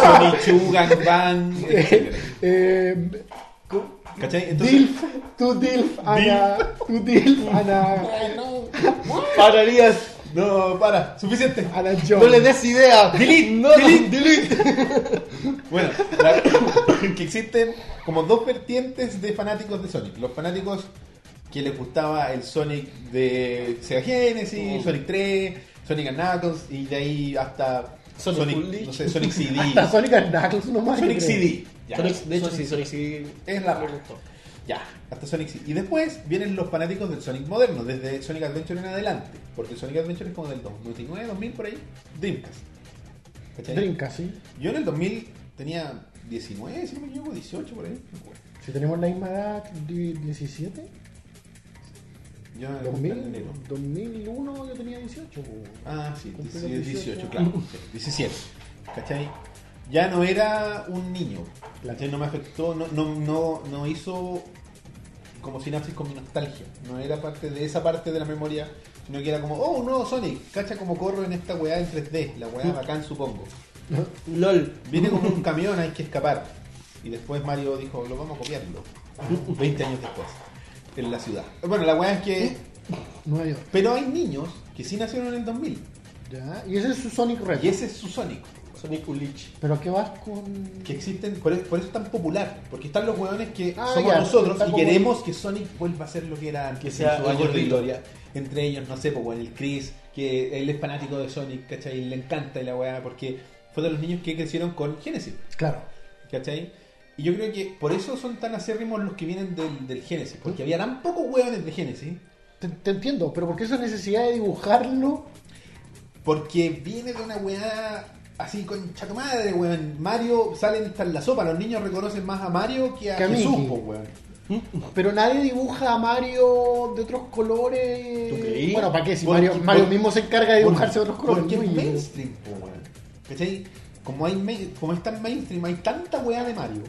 Speaker 1: Sony Chu, Gangbang, etc.
Speaker 2: Eh,
Speaker 1: ¿Cachai?
Speaker 2: dilf, tu dilf, Ana. Tu dilf, Ana.
Speaker 1: Ay, no.
Speaker 3: Pararías.
Speaker 1: No, para, suficiente.
Speaker 2: Ana
Speaker 3: No
Speaker 2: Jones.
Speaker 3: le des idea. Delete, no, delete, delete.
Speaker 1: Bueno, la- que existen como dos vertientes de fanáticos de Sonic. Los fanáticos que les gustaba el Sonic de Sega Genesis,
Speaker 3: Mm.
Speaker 1: Sonic 3, Sonic and Knuckles y de ahí hasta
Speaker 3: Sonic Unleashed.
Speaker 1: no sé, Sonic CD.
Speaker 2: Hasta Sonic and Knuckles nomás.
Speaker 1: Sonic
Speaker 2: yo creo.
Speaker 1: CD. ya.
Speaker 3: Sonic, de hecho,
Speaker 1: Sonic-
Speaker 3: sí, Sonic sí.
Speaker 1: Es la-
Speaker 3: me gustó.
Speaker 1: Ya, hasta Sonic CD. Y después vienen los fanáticos del Sonic moderno, desde Sonic Adventure en adelante. Porque Sonic Adventure es como del 99, 2000 por ahí, Dreamcast. ¿Cachai?
Speaker 2: Drinka, sí.
Speaker 1: Yo en el 2000 tenía 19, si no me equivoco, 18 por ahí. no me acuerdo.
Speaker 2: Si tenemos la misma edad, di- 17.
Speaker 1: Yo en el
Speaker 2: 2000,
Speaker 1: enero.
Speaker 2: 2001 yo tenía 18.
Speaker 1: Ah, sí,
Speaker 2: Cumplí los
Speaker 1: 18,
Speaker 2: 18,
Speaker 1: claro. sí, 17. ¿Cachai? Ya no era un niño. ¿cachai? No me afectó, no, no, no, no hizo como sinapsis con mi nostalgia. No era parte de esa parte de la memoria, sino que era como, oh, un nuevo Sonic. Cacha como corro en esta weá en 3D. La weá bacán, supongo.
Speaker 3: LOL.
Speaker 1: Viene como un camión, hay que escapar. Y después Mario dijo, lo vamos a copiarlo. 20 años después, en la ciudad. Bueno, la weá es que...
Speaker 2: Nueva York.
Speaker 1: Pero hay niños que sí nacieron en el 2000.
Speaker 2: Ya. Y ese es su Sonic Red.
Speaker 1: Y ese es su Sonic.
Speaker 3: Sonic Ulich.
Speaker 2: Pero ¿a qué vas con.?
Speaker 1: Que existen, por eso, por eso es tan popular. Porque están los hueones que
Speaker 2: Ah,
Speaker 1: somos
Speaker 2: ya,
Speaker 1: nosotros
Speaker 2: está
Speaker 1: y
Speaker 2: como-
Speaker 1: queremos que Sonic vuelva a ser lo que era antes.
Speaker 3: Que sea
Speaker 1: en sus años de
Speaker 3: gordito.
Speaker 1: gloria. Entre ellos, no sé, pues bueno, el Chris, que él es fanático de Sonic, ¿cachai? Le encanta y la weá, porque fue de los niños que crecieron con Genesis,
Speaker 2: Claro.
Speaker 1: ¿cachai? Y yo creo que por eso son tan acérrimos los que vienen del, del Genesis, porque había tan pocos hueones de Genesis,
Speaker 2: Te, te entiendo, pero ¿por qué esa necesidad de dibujarlo?
Speaker 1: porque viene de una weá así con chato madre, weón. Mario sale hasta en la sopa, los niños reconocen más a Mario que a
Speaker 2: Que a
Speaker 1: Jesús, pues,
Speaker 2: Mickey.
Speaker 1: po, weón.
Speaker 2: Pero nadie dibuja a Mario de otros colores.
Speaker 1: ¿Tú creí?
Speaker 2: Bueno, ¿para qué? Si
Speaker 1: Porque-
Speaker 2: Mario, Mario
Speaker 1: porque-
Speaker 2: mismo se encarga de dibujarse de otros colores.
Speaker 1: Porque es
Speaker 2: Uy,
Speaker 1: mainstream, po, weón. ¿Cachai? Como, hay, main- como es tan mainstream, hay tanta weá de Mario.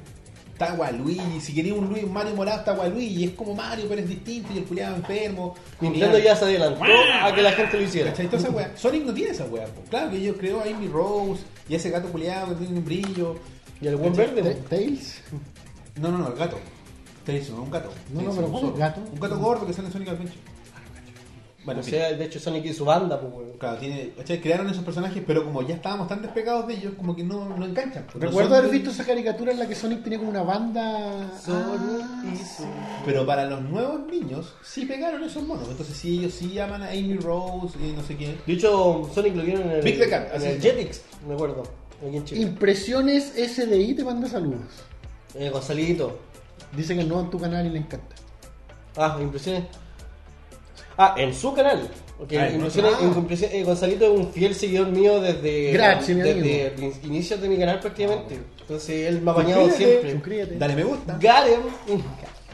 Speaker 1: Está weá Luigi, si quería un Luigi, un Mario morado, está weá Luigi. Es como Mario, pero es distinto y el culiado enfermo.
Speaker 3: Nintendo
Speaker 1: Genial.
Speaker 3: ya se adelantó a que la gente lo hiciera.
Speaker 1: ¿Cachai? Toda esa weá. Sonic no tiene esa weá, po. Claro que yo creo a Amy Rose y a ese gato culiado que tiene un brillo.
Speaker 3: Y el buen
Speaker 2: Ta-
Speaker 3: verde.
Speaker 2: Tails.
Speaker 1: No, no, no, el gato. Te hizo, no, un gato.
Speaker 2: No,
Speaker 1: Te hizo
Speaker 2: no, pero
Speaker 1: un
Speaker 2: ¿cómo
Speaker 1: zorro.
Speaker 2: gato?
Speaker 1: Un gato gordo que sale en Sonic Adventure. Bueno,
Speaker 3: O
Speaker 1: en fin.
Speaker 3: sea, de hecho Sonic y su banda, pues, weón.
Speaker 1: Claro, tiene, ¿cachai? crearon esos personajes, pero como ya estábamos tan despegados de ellos, como que no, no enganchan. pues, no
Speaker 2: Recuerdo
Speaker 1: son
Speaker 2: haber
Speaker 1: de-
Speaker 2: visto esa caricatura en la que Sonic tenía como una banda.
Speaker 3: Sonic
Speaker 2: Ah,
Speaker 3: y su.
Speaker 1: Pero para los nuevos niños, sí pegaron esos monos. Entonces, sí, ellos sí llaman a Amy Rose y no sé quién.
Speaker 3: De hecho, Sonic lo vieron en el,
Speaker 1: Big Bang,
Speaker 3: en
Speaker 1: así
Speaker 3: el
Speaker 1: es.
Speaker 3: Jetix, me acuerdo. Aquí en Chile.
Speaker 2: Impresiones SDI te manda saludos.
Speaker 3: Eh, Gonzalito.
Speaker 2: Dice que no en tu canal y le encanta.
Speaker 3: Ah, impresiones. Ah, en su canal. Porque
Speaker 1: Ah, en
Speaker 3: impresiones,
Speaker 1: nuestro- ah.
Speaker 3: impresiones- eh, Gonzalito es un fiel seguidor mío desde,
Speaker 2: Grazie, mi
Speaker 3: desde el inicio de mi canal prácticamente. Entonces él me ha apañado
Speaker 1: Ah, Suscríbete.
Speaker 3: siempre.
Speaker 2: Suscríbete.
Speaker 1: Dale me gusta.
Speaker 3: Garen.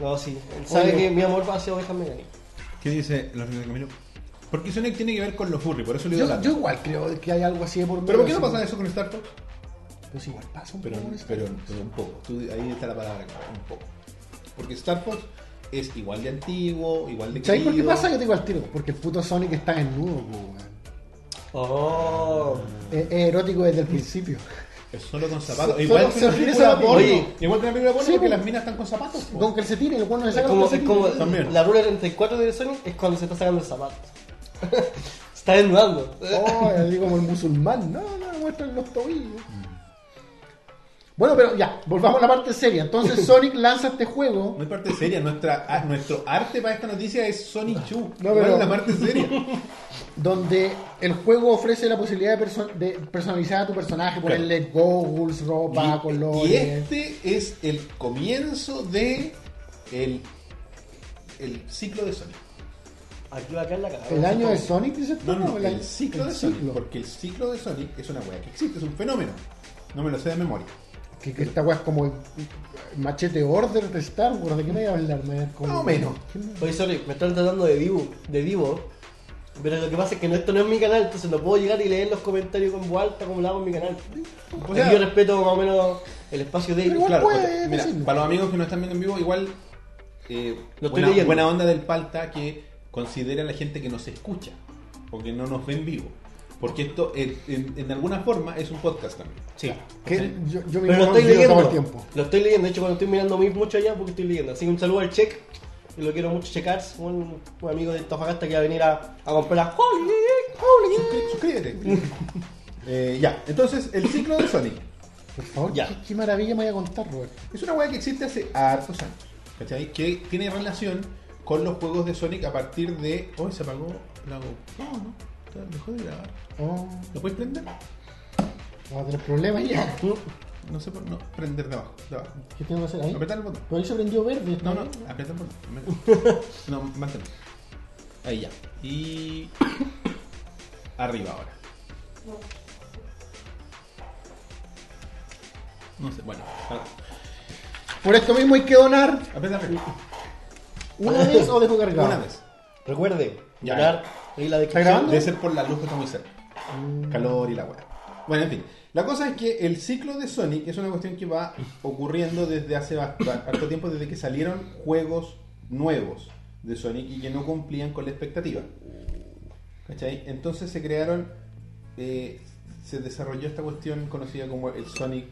Speaker 3: No, sí. Él sabe
Speaker 2: Oye.
Speaker 3: que mi amor hacia ovejas mecánicas.
Speaker 1: ¿Qué dice los niños de Camilo? Porque Sonic tiene que ver con los furry, por eso le digo
Speaker 2: Yo, yo igual creo que hay algo así de por medio.
Speaker 1: Pero ¿por qué no
Speaker 2: así
Speaker 1: pasa
Speaker 2: como-
Speaker 1: eso con Star Fox?
Speaker 2: Pues igual pasa un
Speaker 1: Pero,
Speaker 2: poco con Star
Speaker 1: pero,
Speaker 2: Fox.
Speaker 1: pero un poco. Tú- ahí está la palabra, clave, un poco. Porque Star Fox es igual de antiguo, igual de
Speaker 2: ¿Sabes por qué
Speaker 1: querido.
Speaker 2: pasa? Yo te digo al tiro. Porque el puto Sonic está desnudo, po, weón.
Speaker 3: Oh.
Speaker 2: Es, es erótico desde el principio.
Speaker 1: Es solo con zapatos.
Speaker 2: Solo-
Speaker 1: Igual que
Speaker 2: solo
Speaker 1: una
Speaker 2: tiene
Speaker 1: película
Speaker 2: zapatos.
Speaker 1: porno.
Speaker 3: Oye.
Speaker 1: Igual que una película porno
Speaker 2: Sí,
Speaker 1: porque
Speaker 2: po.
Speaker 1: las minas están con zapatos. po.
Speaker 2: Con calcetines, el weón no se
Speaker 3: Es
Speaker 2: saca
Speaker 3: como,
Speaker 2: los
Speaker 3: es
Speaker 2: calcetines.
Speaker 3: como
Speaker 1: También.
Speaker 3: la rula 34 de Sonic es cuando se está sacando el zapato. se está desnudando.
Speaker 2: Oh, así como el musulmán. No, no, no muestran los tobillos. Bueno, pero ya, volvamos a la parte seria. Entonces Sonic lanza este juego.
Speaker 1: No es parte seria, nuestra, ah, nuestro arte para esta noticia es Sonic Chu. No,
Speaker 2: pero-
Speaker 1: es la parte seria.
Speaker 2: donde el juego ofrece la posibilidad de, perso- de personalizar a tu personaje, ponerle goggles, ropa, colores.
Speaker 1: y este es el comienzo de el, el ciclo de Sonic.
Speaker 3: Aquí va a caer la cara.
Speaker 2: ¿El año de Sonic dices tú?
Speaker 1: No, no,
Speaker 2: ¿O
Speaker 1: el
Speaker 2: año-
Speaker 1: ciclo
Speaker 2: el
Speaker 1: de Sonic. Porque el ciclo de Sonic es una weá que existe, es un fenómeno. No me lo sé de memoria.
Speaker 2: Que, que esta weá es como el machete order de Star Wars. ¿De qué me voy a hablar? Me voy a ver como-
Speaker 1: Más o menos.
Speaker 3: Oye, sorry, me están tratando de vivo, de vivo. Pero lo que pasa es que no, esto no es mi canal, entonces no puedo llegar y leer los comentarios con voz alta como lo hago en mi canal.
Speaker 1: O
Speaker 3: Aquí
Speaker 1: sea-
Speaker 3: yo respeto más o menos el espacio de
Speaker 2: Pero
Speaker 3: ellos.
Speaker 2: igual
Speaker 1: Claro,
Speaker 2: puede
Speaker 1: porque, mira,
Speaker 2: decirlo.
Speaker 1: para los amigos que no están viendo en vivo, igual eh,
Speaker 3: Lo estoy
Speaker 1: buena,
Speaker 3: leyendo.
Speaker 1: buena onda del palta que considera a la gente que nos escucha o que no nos ve en vivo. Porque esto, eh, en, en alguna forma, es un podcast también.
Speaker 3: Sí.
Speaker 2: Que yo, yo
Speaker 3: Pero lo
Speaker 2: me
Speaker 3: estoy
Speaker 2: confundido
Speaker 3: leyendo.
Speaker 2: todo el tiempo.
Speaker 3: Lo estoy leyendo, de hecho cuando estoy mirando muy mucho allá porque estoy leyendo. Así que un saludo al Check, que lo quiero mucho Checar, un, un amigo de Tofagasta que va a venir a, a comprar a Holy, Holy.
Speaker 1: Suscri- Suscríbete. Eh, ya, entonces, el ciclo de Sonic
Speaker 2: Por favor,
Speaker 3: Ya.
Speaker 2: qué, qué maravilla me voy a contar, Roberto.
Speaker 1: es una weá que existe hace hartos años. ¿Cachai? Que tiene relación con los juegos de Sonic a partir de. Hoy se apagó la GoPro, no, no. Dejó de grabar.
Speaker 2: Oh,
Speaker 1: ¿Lo puedes prender?
Speaker 2: vamos a tener problemas ya.
Speaker 1: Mm. No sé por. No, prender de abajo. De abajo.
Speaker 2: ¿Qué tengo que hacer ahí?
Speaker 1: Apretar el botón.
Speaker 2: Pero ahí se prendió verde. ¿está
Speaker 1: No, no,
Speaker 2: bien?
Speaker 1: aprieta el botón. No, mantén. Ahí ya. Y. Arriba ahora. No sé, bueno.
Speaker 2: Por esto mismo hay que donar
Speaker 1: Aprieta arriba.
Speaker 2: una vez o dejo cargado.
Speaker 1: Una vez.
Speaker 3: Recuerde,
Speaker 1: Ya.
Speaker 3: ganar ahí la
Speaker 2: grabando?
Speaker 3: descripción.
Speaker 2: Mm.
Speaker 1: Debe ser por la luz que está muy cerca. Calor y la weá. Bueno, en fin. La cosa es que el ciclo de Sonic es una cuestión que va ocurriendo desde hace harto tiempo, desde que salieron juegos nuevos de Sonic y que no cumplían con la expectativa. ¿Cachai? Entonces se crearon, eh, se desarrolló esta cuestión conocida como el Sonic,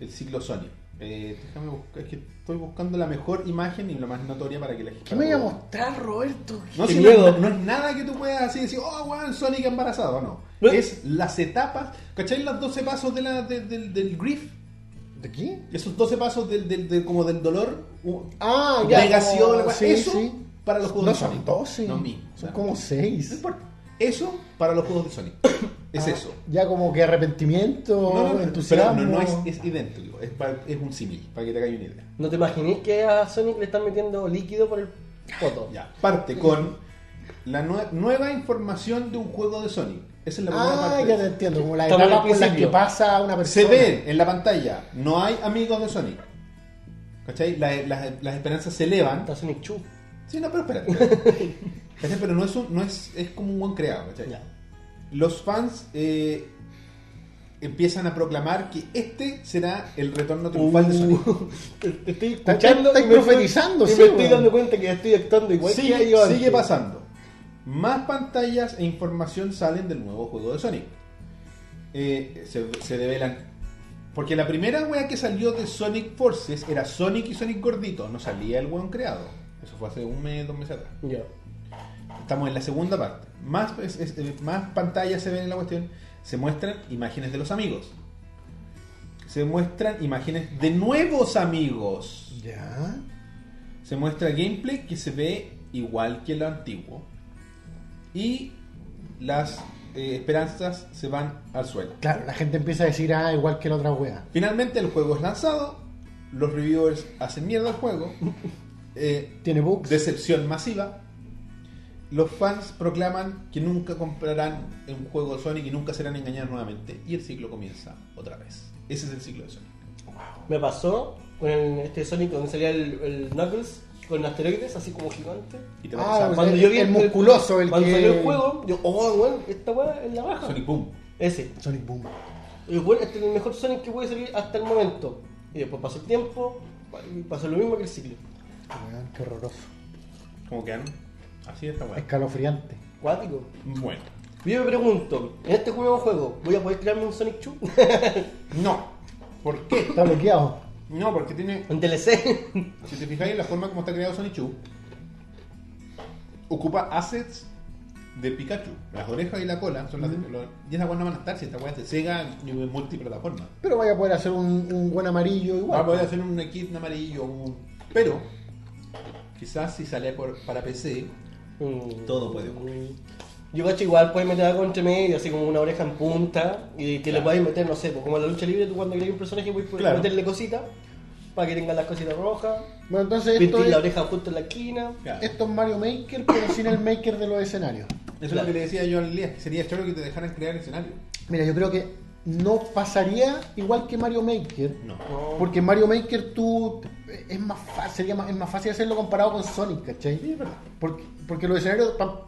Speaker 1: el ciclo Sonic. Eh, déjame buscar, es que estoy buscando la mejor imagen y la más notoria para que la gente...
Speaker 2: ¿Qué me iba a mostrar, Roberto?
Speaker 1: No,
Speaker 3: Qué
Speaker 1: si no-
Speaker 3: miedo.
Speaker 1: no es nada que tú puedas así decir, oh, weón, Sonic embarazado, no.
Speaker 3: ¿Eh?
Speaker 1: Es las etapas, ¿cachai? Los 12 pasos de la, de- del- del grief,
Speaker 2: ¿De qué?
Speaker 1: esos 12 pasos del, del, del- como del dolor, u-
Speaker 2: Ah, ya.
Speaker 1: negación, la
Speaker 2: como-
Speaker 1: cual-
Speaker 2: sí,
Speaker 1: eso
Speaker 2: sí.
Speaker 1: para los juegos
Speaker 2: No
Speaker 1: de Sonic.
Speaker 2: son 12.
Speaker 1: No, mi-
Speaker 2: son
Speaker 1: no.
Speaker 2: como
Speaker 1: No
Speaker 2: 6.
Speaker 1: importa. Eso para los juegos de Sonic. Es eso.
Speaker 2: Ya como que
Speaker 1: No,
Speaker 2: arrepentimiento,
Speaker 1: no, no, pero
Speaker 2: Oh, entusiasmo.
Speaker 1: no, no es, es idéntico, es, para- es un símil, para que te hagáis una idea.
Speaker 3: No te imaginéis que a Sonic le están metiendo líquido por el poto.
Speaker 1: Ya, parte con la nue- nueva información de un juego de Sonic. Esa es la primera
Speaker 2: Ah,
Speaker 1: parte.
Speaker 2: ya te entiendo. Como la
Speaker 3: Estamos
Speaker 2: etapa
Speaker 3: al
Speaker 2: por la que
Speaker 3: principio.
Speaker 2: pasa una
Speaker 1: Se
Speaker 2: persona.
Speaker 1: ven en la pantalla, no hay amigos de Sonic. ¿Cachai? La- la- las esperanzas se elevan.
Speaker 3: Está Sonic Chu.
Speaker 1: Sí, no, pero espérate. espérate. ¿Cachai? Pero no es, un, no es, es como un buen creado. ¿cachai?
Speaker 3: Ya.
Speaker 1: Los fans eh, empiezan a proclamar que este será el retorno triunfal
Speaker 3: Uh.
Speaker 1: de Sonic.
Speaker 3: Te, te estoy
Speaker 2: Está-
Speaker 3: escuchando.
Speaker 2: está
Speaker 3: y me estoy-
Speaker 2: profetizando,
Speaker 3: y
Speaker 2: sí,
Speaker 3: me estoy
Speaker 2: weón.
Speaker 3: dando cuenta que ya estoy actuando igual que
Speaker 1: sigue,
Speaker 3: yo Pues antes.
Speaker 1: sigue pasando. Más pantallas e información salen del nuevo juego de Sonic. Eh, se, se develan. Porque la primera wea que salió de Sonic Forces era Sonic y Sonic Gordito. No salía el weón creado. Eso fue hace un mes, dos meses atrás.
Speaker 3: Ya.
Speaker 1: Estamos en la segunda parte. Más, es- es- eh, más pantallas se ven en la cuestión. Se muestran imágenes de los amigos. Se muestran imágenes de nuevos amigos.
Speaker 2: Ya.
Speaker 1: Se muestra gameplay que se ve igual que lo antiguo. Y las eh, esperanzas se van al suelo.
Speaker 2: Claro, la gente empieza a decir, ah, igual que la otra wea.
Speaker 1: Finalmente el juego es lanzado. Los reviewers hacen mierda al juego. eh,
Speaker 2: Tiene bugs.
Speaker 1: decepción masiva. Los fans proclaman que nunca comprarán un juego de Sonic y nunca serán engañados nuevamente. Y el ciclo comienza otra vez. Ese es el ciclo de Sonic.
Speaker 3: Me pasó con el- este Sonic donde salía el, el Knuckles con asteroides así como gigante.
Speaker 1: Y te va a
Speaker 2: Ah,
Speaker 1: pasar
Speaker 2: bueno. El- el musculoso, el
Speaker 3: cuando
Speaker 2: que-
Speaker 3: salió el juego, yo, oh, weón, esta weá es la baja.
Speaker 1: Sonic Boom.
Speaker 3: Ese.
Speaker 2: Sonic Boom.
Speaker 3: Y, weón, este es el mejor Sonic que puede salir hasta el momento. Y después pasó el tiempo, y pasó lo mismo que el ciclo.
Speaker 2: Weón, qué horroroso.
Speaker 1: ¿Cómo quedan? ah, Así está bueno.
Speaker 2: Escalofriante.
Speaker 3: Cuático.
Speaker 1: Bueno.
Speaker 3: Y Yo me pregunto, en este juego juego, ¿voy a poder crearme un Sonic 2?
Speaker 1: No. ¿Por qué?
Speaker 2: Está bloqueado.
Speaker 1: No, porque tiene.
Speaker 3: un DLC.
Speaker 1: Si te fijáis en la forma como está creado Sonic 2, ocupa assets de Pikachu. Las orejas y la cola son las de. lo- y esas weas no van a estar si esta wea es de Sega ni de multiplataforma.
Speaker 2: Pero vaya a poder hacer un, un buen amarillo
Speaker 1: Va a
Speaker 2: igual.
Speaker 1: poder hacer un kit amarillo. un- Pero, quizás si sale por- para PC,
Speaker 3: Mm.
Speaker 1: Todo puede ocurrir.
Speaker 3: Yo cacho igual puedes meter algo entre medio, así como una oreja en punta, y que le
Speaker 1: Claro.
Speaker 3: puedes meter, no sé, pues como en la lucha libre, tú cuando creas un personaje puedes
Speaker 1: Claro.
Speaker 3: meterle cositas, para que tenga las cositas rojas,
Speaker 2: Bueno, entonces esto
Speaker 3: pintar la
Speaker 2: es,
Speaker 3: oreja justo en la esquina.
Speaker 1: claro.
Speaker 2: esto es Mario Maker, pero sin el maker de los escenarios.
Speaker 1: Eso es lo que le decía yo a Elías, que sería choro que te dejaran crear escenario.
Speaker 2: Mira, yo creo que no pasaría igual que Mario Maker.
Speaker 1: No.
Speaker 2: Porque en Mario Maker tú es más fácil, sería más, es más fácil hacerlo comparado con Sonic, ¿cachai? Porque, porque los escenarios pa-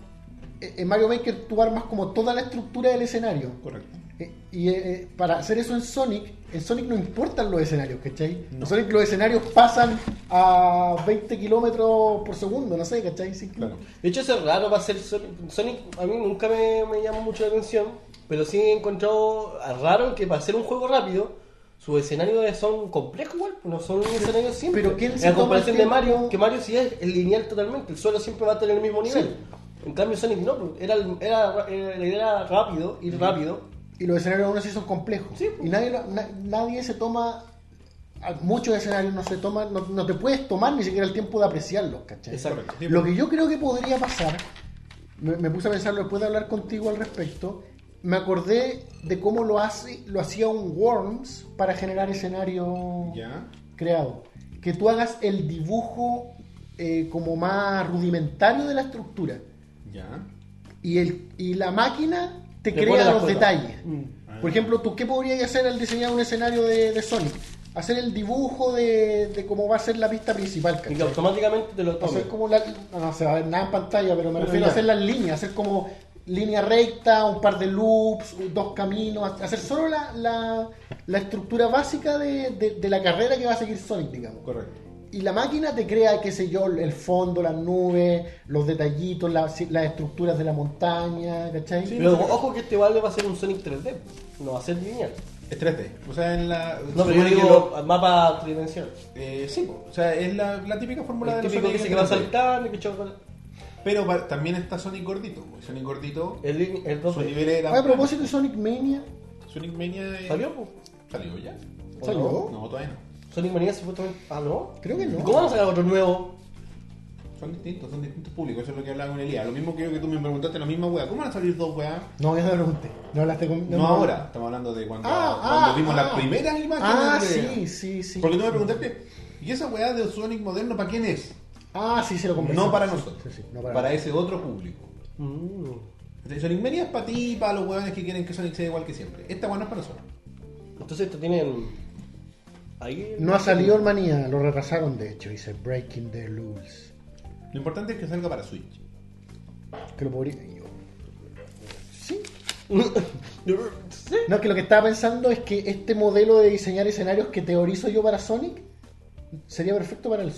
Speaker 2: eh, en Mario Maker tú armas como toda la estructura del escenario.
Speaker 1: Correcto.
Speaker 2: Eh, Y eh, para hacer eso en Sonic, en Sonic no importan los escenarios, ¿cachai?
Speaker 1: No.
Speaker 2: En Sonic los escenarios pasan a 20 kilómetros por segundo, no sé, ¿cachai? Sí,
Speaker 1: Claro.
Speaker 3: De hecho, eso es raro para hacer Sonic. Sonic a mí nunca me, me llama mucho la atención, pero sí he encontrado raro que para hacer un juego rápido, sus escenarios son complejos, igual, pues, no son escenarios simples.
Speaker 2: pero ¿quién
Speaker 3: en
Speaker 2: se
Speaker 3: la
Speaker 2: toma
Speaker 3: comparación
Speaker 2: el
Speaker 3: de
Speaker 2: tiempo?
Speaker 3: Mario, que Mario sí es, es lineal totalmente, el suelo siempre va a tener el mismo nivel. En cambio, Sonic no, pues, era, el- era, era- la idea era rápido, ir rápido.
Speaker 2: Y los escenarios aún así son complejos.
Speaker 3: Sí, pues.
Speaker 2: y nadie, lo- na- nadie se toma. a- Muchos escenarios no se toman, no, no te puedes tomar ni siquiera el tiempo de apreciarlos, ¿cachai?
Speaker 3: Exacto.
Speaker 1: Correcto. Sí, pues.
Speaker 2: Lo que yo creo que podría pasar, me, me puse a pensarlo después de hablar contigo al respecto, me acordé de cómo lo hace, lo hacía un Worms para generar escenario
Speaker 1: Ya.
Speaker 2: creado. Que tú hagas el dibujo eh, como más rudimentario de la estructura
Speaker 1: Ya.
Speaker 2: y, el, y la máquina te,
Speaker 3: Te pone
Speaker 2: crea
Speaker 3: las
Speaker 2: los
Speaker 3: cosas.
Speaker 2: detalles.
Speaker 3: Mm.
Speaker 1: Ah.
Speaker 2: Por ejemplo, ¿tú qué podrías hacer al diseñar un escenario de, de Sonic? Hacer el dibujo de, de cómo va a ser la pista principal.
Speaker 3: Y
Speaker 2: ¿cachai?
Speaker 3: que automáticamente te lo
Speaker 2: Hacer
Speaker 3: tomes.
Speaker 2: como la... No, no se va a ver nada en pantalla, pero me
Speaker 3: Pero
Speaker 2: refiero
Speaker 3: ya.
Speaker 2: a hacer las líneas, hacer como línea recta, un par de loops, dos caminos, hacer solo la, la, la estructura básica de, de- de la carrera que va a seguir Sonic, digamos.
Speaker 1: Correcto.
Speaker 2: Y la máquina te crea, qué sé yo, el fondo, las nubes, los detallitos, las, las estructuras de la montaña, ¿cachai?
Speaker 1: Sí.
Speaker 3: Pero ojo que este vale va a ser un Sonic 3D, no va a ser lineal.
Speaker 1: Es 3D. O sea, en la.
Speaker 3: No,
Speaker 1: se
Speaker 3: pero
Speaker 1: supone
Speaker 3: yo
Speaker 1: que
Speaker 3: digo mapa tridimensional.
Speaker 1: lo- eh, sí, po. o sea, es la, la típica fórmula
Speaker 3: El
Speaker 1: de los
Speaker 3: típico que
Speaker 1: Sonic
Speaker 3: se
Speaker 1: en
Speaker 3: que va
Speaker 1: 3D.
Speaker 3: saltando, que choca.
Speaker 1: Pero pa- también está Sonic Gordito. po. Sonic Gordito,
Speaker 3: El, lin- el
Speaker 1: su
Speaker 3: 2D.
Speaker 1: nivel era.
Speaker 2: Eh, Ah, a propósito de Sonic Mania,
Speaker 1: Sonic Mania. eh,
Speaker 3: ¿Salió? po?
Speaker 1: ¿Salió ya?
Speaker 3: ¿O
Speaker 2: ¿Salió?
Speaker 3: no?
Speaker 1: No, todavía no.
Speaker 3: Sonic Mania supuestamente. Ah, no.
Speaker 2: creo que no.
Speaker 3: ¿Cómo van a sacar otro nuevo?
Speaker 1: Son distintos, son distintos públicos. Eso es lo que hablaba con Elías. Lo mismo que yo que tú me preguntaste, la misma wea. ¿Cómo van a salir dos weas?
Speaker 2: No, ya te pregunté. No hablaste conmigo.
Speaker 1: No, ahora, estamos hablando de cuando,
Speaker 2: Ah,
Speaker 1: cuando
Speaker 2: ah,
Speaker 1: vimos
Speaker 2: ah.
Speaker 1: las primeras imágenes.
Speaker 2: Ah,
Speaker 1: de-
Speaker 2: sí, sí, sí.
Speaker 1: Porque tú me preguntaste, ¿y esa weá de Sonic moderno para quién es?
Speaker 2: Ah, sí, se lo conversé.
Speaker 1: No para nosotros,
Speaker 2: Sí, sí, no para,
Speaker 1: para,
Speaker 2: nosotros.
Speaker 1: ese otro público.
Speaker 3: Mm.
Speaker 1: Entonces, Sonic Mania es para ti, para los weones que quieren que Sonic sea igual que siempre. Esta weá no es para nosotros.
Speaker 3: Entonces esto tienen. Ahí.
Speaker 2: No ha salido el manía, lo retrasaron de hecho, dice Breaking the Rules.
Speaker 1: Lo importante es que salga para Switch.
Speaker 2: Que lo podría. yo- Sí.
Speaker 3: Sí.
Speaker 2: No, que lo que estaba pensando es que este modelo de diseñar escenarios que teorizo yo para Sonic sería perfecto para el,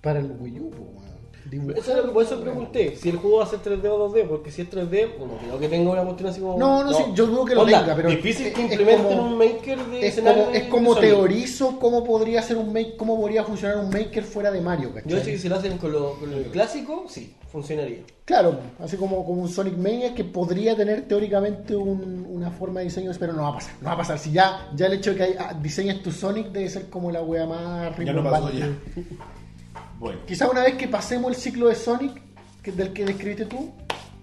Speaker 2: para el Wii U. po, weón. Dibujar,
Speaker 3: Eso es lo que por eso pregunté, si el juego va a ser 3D o 2D, porque si es 3D, pues no creo que tenga una cuestión así como...
Speaker 2: No, no, sí, yo dudo que lo tenga, pero
Speaker 3: Difícil que
Speaker 2: es- es
Speaker 3: implementen
Speaker 2: como-
Speaker 3: un maker de
Speaker 2: Es
Speaker 3: escenario
Speaker 2: como,
Speaker 3: de-
Speaker 2: es como
Speaker 3: de Sonic.
Speaker 2: teorizo cómo podría ser un make, cómo podría funcionar un maker fuera de Mario, ¿cachai?
Speaker 3: Yo sé que si lo hacen con lo, con lo clásico, sí, funcionaría.
Speaker 2: Claro, así como, como un Sonic Mania que podría tener teóricamente un- una forma de diseño, pero no va a pasar, no va a pasar. Si ya, ya el hecho de que hay- ah, diseñes tu Sonic debe ser como la wea más
Speaker 1: Ya no pasó
Speaker 2: rimbombante.
Speaker 1: ya. Bueno,
Speaker 2: Quizá una vez que pasemos el ciclo de Sonic, que- del que describiste tú,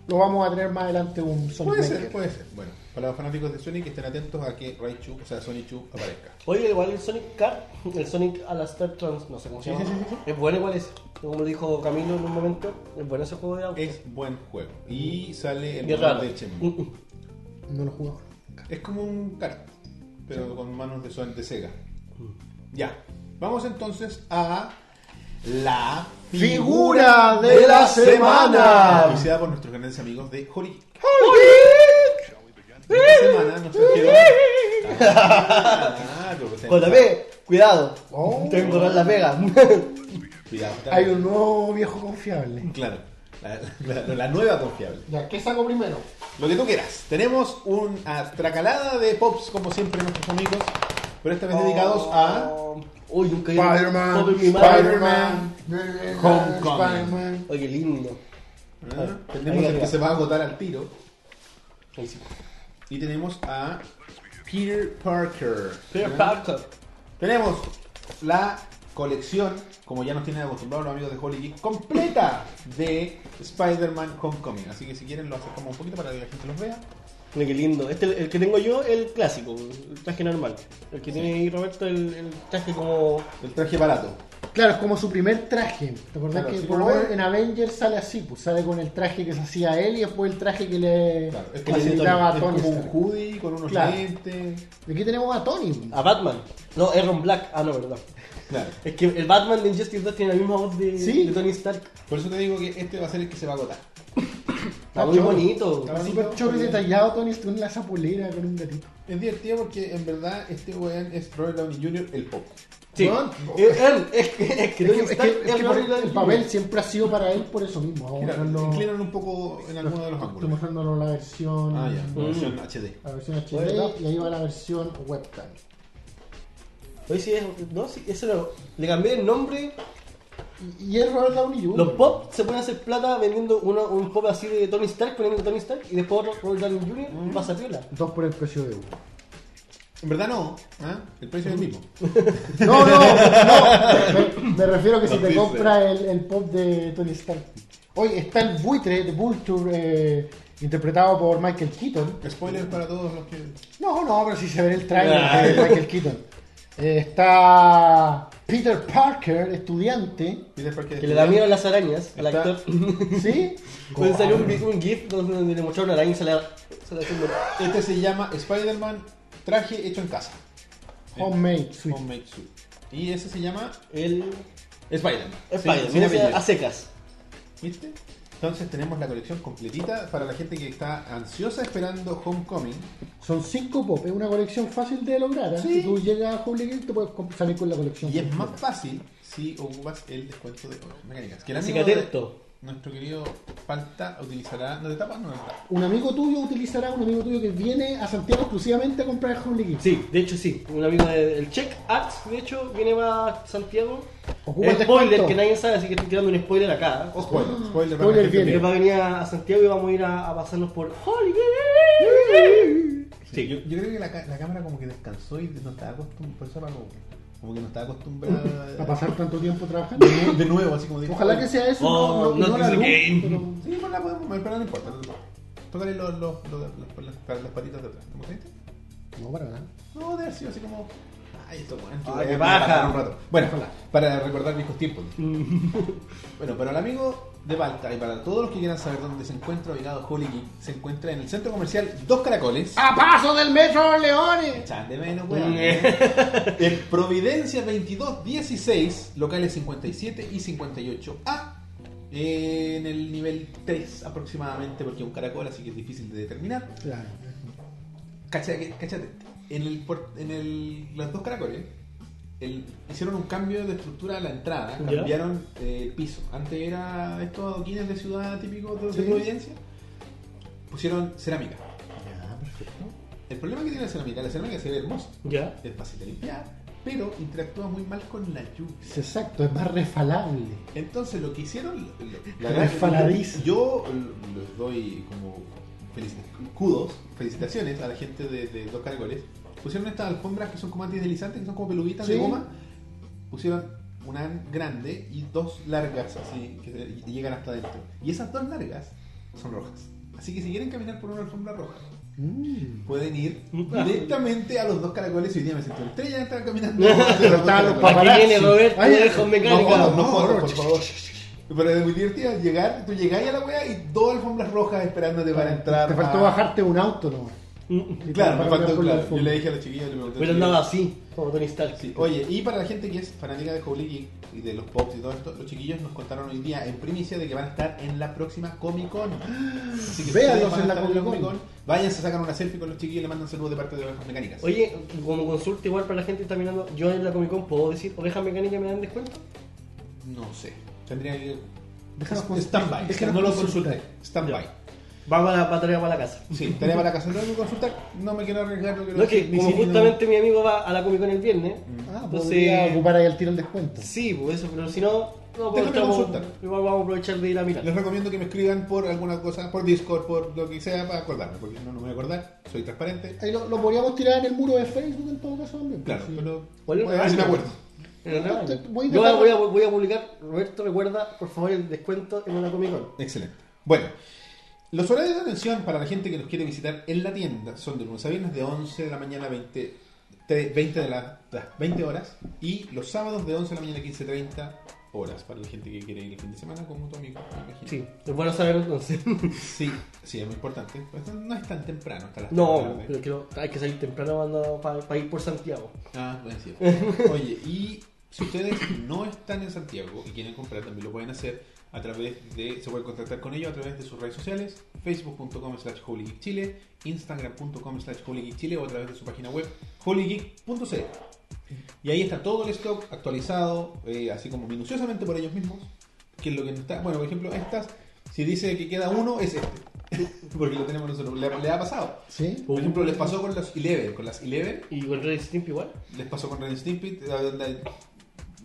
Speaker 2: lo vamos a tener más adelante un Sonic
Speaker 1: puede
Speaker 2: Maker.
Speaker 1: ser, puede ser. Bueno, para los fanáticos de Sonic estén atentos a que Raichu, o sea, Sonichu aparezca.
Speaker 3: Oye, igual el Sonic Kart, el Sonic Alastar Trans, no sé cómo se
Speaker 1: Sí,
Speaker 3: llama,
Speaker 1: sí, sí,
Speaker 3: es bueno igual es, como lo dijo Camilo en un momento, es bueno ese juego de auto.
Speaker 1: Es buen juego. Y sale el
Speaker 3: Y es
Speaker 1: manual
Speaker 3: raro.
Speaker 1: de
Speaker 3: Mm,
Speaker 1: Shenmue.
Speaker 3: mm.
Speaker 2: No lo jugamos.
Speaker 1: Es como un kart, pero con manos de, Son- de Sega. Ya. Vamos entonces a la
Speaker 2: Figura de la semana.
Speaker 1: Iniciada por nuestros grandes amigos de Holy.
Speaker 2: Eh.
Speaker 1: Esta semana nos trajeron. Ah, lo presento.
Speaker 3: JP, cuidado,
Speaker 2: Oh.
Speaker 3: te voy a encontrar la pega.
Speaker 1: Cuidado, está
Speaker 2: Hay
Speaker 1: bien.
Speaker 2: un nuevo viejo confiable.
Speaker 1: Claro. La, la- la- la nueva confiable.
Speaker 2: Ya, ¿qué saco primero?
Speaker 1: Lo que tú quieras. Tenemos una tracalada de pops, como siempre, nuestros amigos. Pero esta vez dedicados
Speaker 3: Oh.
Speaker 1: a. ¿eh?
Speaker 3: Uy, nunca he-
Speaker 2: Spider-Man,
Speaker 3: Joven, mi madre.
Speaker 2: Spider-Man,
Speaker 1: Homecoming.
Speaker 2: Spider-Man.
Speaker 3: Oye, lindo.
Speaker 1: Ah,
Speaker 3: Ahí
Speaker 1: Tenemos el que
Speaker 3: arriba.
Speaker 1: se va a agotar al tiro.
Speaker 3: Ahí sí.
Speaker 1: Y tenemos a Peter Parker.
Speaker 3: Peter
Speaker 1: ¿Ya?
Speaker 3: Parker.
Speaker 1: Tenemos la colección, como ya nos tienen acostumbrados los amigos de Holy Geek, completa de Spider-Man Homecoming. Así que si quieren lo acercamos un poquito para que la gente los vea.
Speaker 3: Mira qué lindo. Este, el que tengo yo, el clásico, el traje normal. El que tiene ahí Roberto, el, el traje como.
Speaker 1: El traje barato.
Speaker 2: Claro, es como su primer traje. ¿Te acordás
Speaker 1: Claro,
Speaker 2: que
Speaker 1: sí,
Speaker 2: por lo
Speaker 1: como-
Speaker 2: menos en Avengers sale así? Pues sale con el traje que se hacía él y después el traje que le
Speaker 1: Claro, es como,
Speaker 2: que le
Speaker 1: un- es
Speaker 2: daba a Tony.
Speaker 1: como un
Speaker 2: Stark.
Speaker 1: hoodie con unos
Speaker 2: Claro.
Speaker 1: lentes.
Speaker 2: Y aquí tenemos a Tony.
Speaker 3: A Batman. No, Aaron Black. Ah, no, verdad.
Speaker 1: Claro.
Speaker 3: Es que el Batman de Injustice 2 tiene la misma voz de,
Speaker 2: Sí.
Speaker 3: de Tony Stark.
Speaker 1: Por eso te digo que este va a ser el que se va a agotar.
Speaker 3: Está muy
Speaker 2: choro.
Speaker 3: bonito.
Speaker 1: Está
Speaker 2: Súper
Speaker 1: bonito,
Speaker 2: choro y
Speaker 1: bien.
Speaker 2: detallado Tony Stark en la zapolera con un gatito.
Speaker 1: Es divertido porque en verdad este weón es Robert Downey Jr. el pop.
Speaker 3: Sí.
Speaker 2: Bueno.
Speaker 3: Eh, él, es que, es que
Speaker 2: Es que,
Speaker 3: Tony
Speaker 2: es
Speaker 3: Stark
Speaker 2: que-
Speaker 3: es
Speaker 2: es que por-
Speaker 3: Robert Downey Jr..
Speaker 2: el papel siempre ha sido para él por eso mismo.
Speaker 3: Oh,
Speaker 2: Ahora
Speaker 1: Mira,
Speaker 2: lo-
Speaker 1: inclinan un poco en alguno de los
Speaker 2: estoy
Speaker 1: ángulos.
Speaker 2: mostrándolo la versión,
Speaker 1: Ah, ya.
Speaker 3: Mm.
Speaker 1: La versión HD.
Speaker 2: la versión
Speaker 3: ¿Verdad?
Speaker 2: HD y ahí va la versión webcam.
Speaker 3: Oye, sí, es- no, sí, eso lo- Le cambié el nombre.
Speaker 2: Y- Y es Robert Downey Jr.
Speaker 3: Los pop se pueden hacer plata vendiendo uno, un pop así de Tony Stark, poniendo Tony Stark y después otro Robert Downey Jr.
Speaker 2: Mm.
Speaker 3: y pasa a piola.
Speaker 2: Dos por el precio de uno.
Speaker 1: En verdad no. ¿ah? El precio es el mismo.
Speaker 2: No, no, no. Me, me refiero que si
Speaker 1: Nos
Speaker 2: te
Speaker 1: dice.
Speaker 2: compras el, el pop de Tony Stark. Oye, está el buitre de Vulture eh, interpretado por Michael Keaton.
Speaker 1: Spoiler para todos los que.
Speaker 2: No, no, pero si se ve en el trailer
Speaker 3: Ah.
Speaker 2: de Michael Keaton. Eh, está Peter Parker, estudiante.
Speaker 1: Peter Parker
Speaker 3: Que le da miedo a las arañas al
Speaker 1: Está-
Speaker 3: actor.
Speaker 2: ¿Sí?
Speaker 3: Cuando salió un, vi- un GIF donde le mostraron una araña y se la, se la haciendo.
Speaker 1: Este se llama Spider-Man traje hecho en casa.
Speaker 2: Homemade Suite.
Speaker 1: Homemade suit. Y ese se llama
Speaker 3: El
Speaker 1: Spider-Man.
Speaker 3: Spider-Man,
Speaker 1: Sin- sin
Speaker 3: ese
Speaker 1: apellido.
Speaker 3: a secas.
Speaker 1: ¿Viste? Entonces tenemos la colección completita para la gente que está ansiosa esperando Homecoming.
Speaker 2: Son cinco pop, es una colección fácil de lograr. ¿eh?
Speaker 1: Sí.
Speaker 2: Si tú llegas a Public Game, te puedes comp- salir con la colección.
Speaker 1: Y es
Speaker 2: completa.
Speaker 1: más fácil si ocupas el descuento de Orange mecánicas. Que el
Speaker 3: Así
Speaker 1: amigo
Speaker 3: que atento.
Speaker 1: nuestro querido Palta utilizará. ¿No te tapas? No te tapas.
Speaker 2: Un amigo tuyo utilizará un amigo tuyo que viene a Santiago exclusivamente a comprar Holy Game.
Speaker 3: Sí, de hecho sí. Un amigo del Check Arts, de hecho, viene para Santiago.
Speaker 2: Ocupa
Speaker 3: Un
Speaker 2: el
Speaker 3: spoiler
Speaker 2: descuento.
Speaker 3: que nadie sabe, así que estoy tirando un spoiler acá. ¿eh? Ojo.
Speaker 1: Spoiler, spoiler,
Speaker 2: Spoiler
Speaker 1: para la gente
Speaker 2: viene.
Speaker 3: Que
Speaker 1: que-
Speaker 3: va a venir a Santiago y vamos a ir a, a pasarnos por Holy
Speaker 1: Sí, Yo, yo creo que la, ca- la cámara como que descansó y no estaba acostumbrada. Por eso apagó. Como que no estaba acostumbrada.
Speaker 2: A pasar tanto tiempo trabajando.
Speaker 1: de, nu- de nuevo, así como dijo.
Speaker 2: Ojalá que sea eso.
Speaker 3: Oh,
Speaker 2: no, no,
Speaker 3: not
Speaker 2: no la
Speaker 3: this
Speaker 2: luz,
Speaker 3: game.
Speaker 2: pero-
Speaker 1: Sí, pues la podemos mover, pero no importa. no importa. Tócale los, los, los- los- las, las patitas de atrás. ¿Te mostraste?
Speaker 2: No, para nada.
Speaker 1: No, debe haber sido así como. Ay, esto bueno. esto
Speaker 3: Ay,
Speaker 1: bueno,
Speaker 3: qué paja.
Speaker 1: para un rato. Bueno, para recordar viejos tiempos. bueno, para el amigo de Balta y para todos los que quieran saber dónde se encuentra ubicado Holy King, se encuentra en el centro comercial Dos Caracoles.
Speaker 2: ¡A paso del Metro Leones!
Speaker 1: Chan de menos, weón. en Providencia 2216, locales 57 y 58A. En el nivel 3 aproximadamente, porque es un caracol, así que es difícil de determinar.
Speaker 2: Claro.
Speaker 1: Cachate, cachate. En, el, por- en el, los dos caracoles el- hicieron un cambio de estructura a la entrada,
Speaker 3: Ya.
Speaker 1: cambiaron eh, el piso. Antes era estos adoquines de ciudad típicos de, de
Speaker 2: Sí.
Speaker 1: Providencia, pusieron cerámica.
Speaker 2: Ya, perfecto.
Speaker 1: El problema que tiene la cerámica, la cerámica se ve hermosa,
Speaker 3: Ya.
Speaker 1: es fácil de limpiar, pero interactúa muy mal con la lluvia.
Speaker 2: Es exacto, es más refalable.
Speaker 1: Entonces lo que hicieron, lo- lo- la
Speaker 2: Pero es
Speaker 1: verdad que
Speaker 2: faladizo.
Speaker 1: yo yo les doy como felici- kudos, felicitaciones a la gente de, de Dos Caracoles. Pusieron estas alfombras que son como antideslizantes, que son como peluditas de
Speaker 2: Sí.
Speaker 1: goma. Pusieron una grande y dos largas, así, que se- y llegan hasta adentro. Y esas dos largas son rojas. Así que si quieren caminar por una alfombra roja,
Speaker 2: Mm.
Speaker 1: pueden ir directamente a los dos caracoles. Y hoy día me sentí una estrella, estaba caminando.
Speaker 2: Pero estaban
Speaker 3: Para
Speaker 2: los
Speaker 3: que
Speaker 2: Paparazzi.
Speaker 3: viene Roberto
Speaker 2: Ay,
Speaker 3: de Home
Speaker 1: no
Speaker 3: Mecánica.
Speaker 1: jodas, no
Speaker 2: No,
Speaker 1: jodas,
Speaker 2: no,
Speaker 1: por
Speaker 2: ch-
Speaker 1: favor. Pero es muy divertido llegar, tú llegáis a la wea y dos alfombras rojas esperándote para entrar.
Speaker 2: Te faltó
Speaker 1: a-
Speaker 2: bajarte un auto, ¿no?
Speaker 3: Mm,
Speaker 1: Claro, me
Speaker 2: Para cambiar
Speaker 1: faltó,
Speaker 2: por la
Speaker 1: claro. Yo
Speaker 2: alfombra.
Speaker 1: le dije a los chiquillos, le pregunté.
Speaker 3: Pero
Speaker 1: si-
Speaker 3: andaba así, como Tony Stark.
Speaker 1: Sí. Oye, y para la gente que es fanática de Holy Geek y de los pops y todo esto, los chiquillos nos contaron hoy día en primicia de que van a estar en la próxima Comic Con. Así que si
Speaker 2: Véanlos
Speaker 1: ustedes van a
Speaker 2: en la
Speaker 1: estar
Speaker 2: Comic Con.
Speaker 1: Váyanse, sacan una selfie con los chiquillos y le mandan saludos de parte de Ovejas Mecánicas.
Speaker 3: Oye, como consulta igual para la gente que está mirando, yo en la Comic Con puedo decir, oveja mecánica me dan descuento.
Speaker 1: No sé. Tendría que.
Speaker 2: Déjanos con-
Speaker 1: Stand-by.
Speaker 2: déjanos
Speaker 1: No lo
Speaker 2: consultar.
Speaker 1: consulté. Stand-by.
Speaker 3: Va para la tarea para la casa.
Speaker 1: Sí, tarea para la casa. No que consultar. No me quiero arriesgar. No, quiero
Speaker 3: No es que
Speaker 1: decir ni
Speaker 3: como
Speaker 1: sí ni no. Mm.
Speaker 3: justamente mi amigo va a la Comic Con el viernes,
Speaker 2: Ah,
Speaker 1: Pues
Speaker 3: Entonces-
Speaker 2: podría ocupar ahí el tiro el descuento.
Speaker 3: sí, pues eso, pero si no, no
Speaker 1: Déjame
Speaker 3: aprovechamos-
Speaker 1: consultar.
Speaker 3: igual vamos a aprovechar de ir a mirar.
Speaker 1: Les recomiendo que me escriban por alguna cosa, por Discord, por lo que sea, para acordarme, porque no, no me voy a acordar, soy transparente.
Speaker 2: Ahí lo, lo podríamos tirar en el muro de Facebook en todo caso también.
Speaker 1: Claro,
Speaker 2: Sí.
Speaker 1: pero.
Speaker 3: Bueno,
Speaker 1: voy a ver si me acuerdo.
Speaker 3: En realidad,
Speaker 2: Te- voy a
Speaker 3: Yo
Speaker 2: intentar-
Speaker 3: voy a, voy a publicar, Roberto, recuerda por favor el descuento en una Comic Con.
Speaker 1: Excelente. Bueno, los horarios de atención para la gente que nos quiere visitar en la tienda son de lunes a viernes de 11 de la mañana a 20, tre- 20 de la- las 20 horas y los sábados de 11 de la mañana a 15.30 horas para la gente que quiere ir el fin de semana como tu amigo. me imagino.
Speaker 3: Sí, es bueno saber entonces.
Speaker 1: sí, sí, es muy importante. Pues no es tan temprano hasta las tres de la
Speaker 3: No,
Speaker 1: tarde.
Speaker 3: pero creo que hay que salir temprano para, ir por Santiago.
Speaker 1: Ah, bueno, es cierto. Oye, y si ustedes no están en Santiago y quieren comprar, también lo pueden hacer a través de, se pueden contactar con ellos a través de sus redes sociales, facebook.com slash holygeekchile, instagram.com slash holygeekchile o a través de su página web holygeek.cl. Y ahí está todo el stock actualizado, eh, así como minuciosamente por ellos mismos, que es lo que no está, bueno, por ejemplo, estas, si dice que queda uno, es este. Porque lo tenemos nosotros, le, le ha pasado.
Speaker 2: ¿Sí?
Speaker 1: Por ejemplo, les pasó con las 11, con las 11
Speaker 3: Uh. Y con Red Stimp igual.
Speaker 1: les pasó con Ren Snippet, la- la-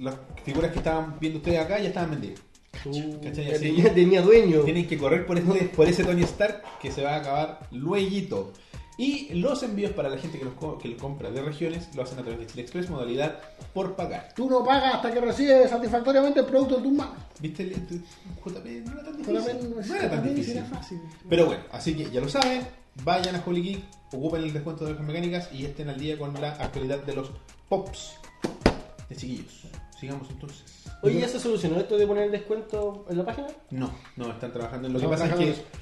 Speaker 1: las figuras que estaban viendo ustedes acá ya estaban vendidas.
Speaker 3: Uh,
Speaker 1: ¿cachai?
Speaker 3: ya
Speaker 1: Así.
Speaker 3: tenía, tenía dueño.
Speaker 1: Tienen que correr por, este, por ese Tony Stark que se va a acabar luego. Y los envíos para la gente que los, co- que los compra de regiones lo hacen a través de Chile Express, modalidad por pagar.
Speaker 2: Tú no pagas hasta que recibes satisfactoriamente el producto de tu mano.
Speaker 1: ¿Viste? el- el- JP no era tan difícil.
Speaker 2: Solamente
Speaker 1: No era tan difícil. Pero bueno, así que ya lo saben, vayan a Holy Geek, ocupen el descuento de las mecánicas y estén al día con la actualidad de los pops de chiquillos. Sigamos entonces.
Speaker 3: Oye, ¿ya se solucionó esto de poner el descuento en la página?
Speaker 1: No, no, están trabajando en lo que
Speaker 2: Estamos
Speaker 1: pasa es que
Speaker 2: trabajando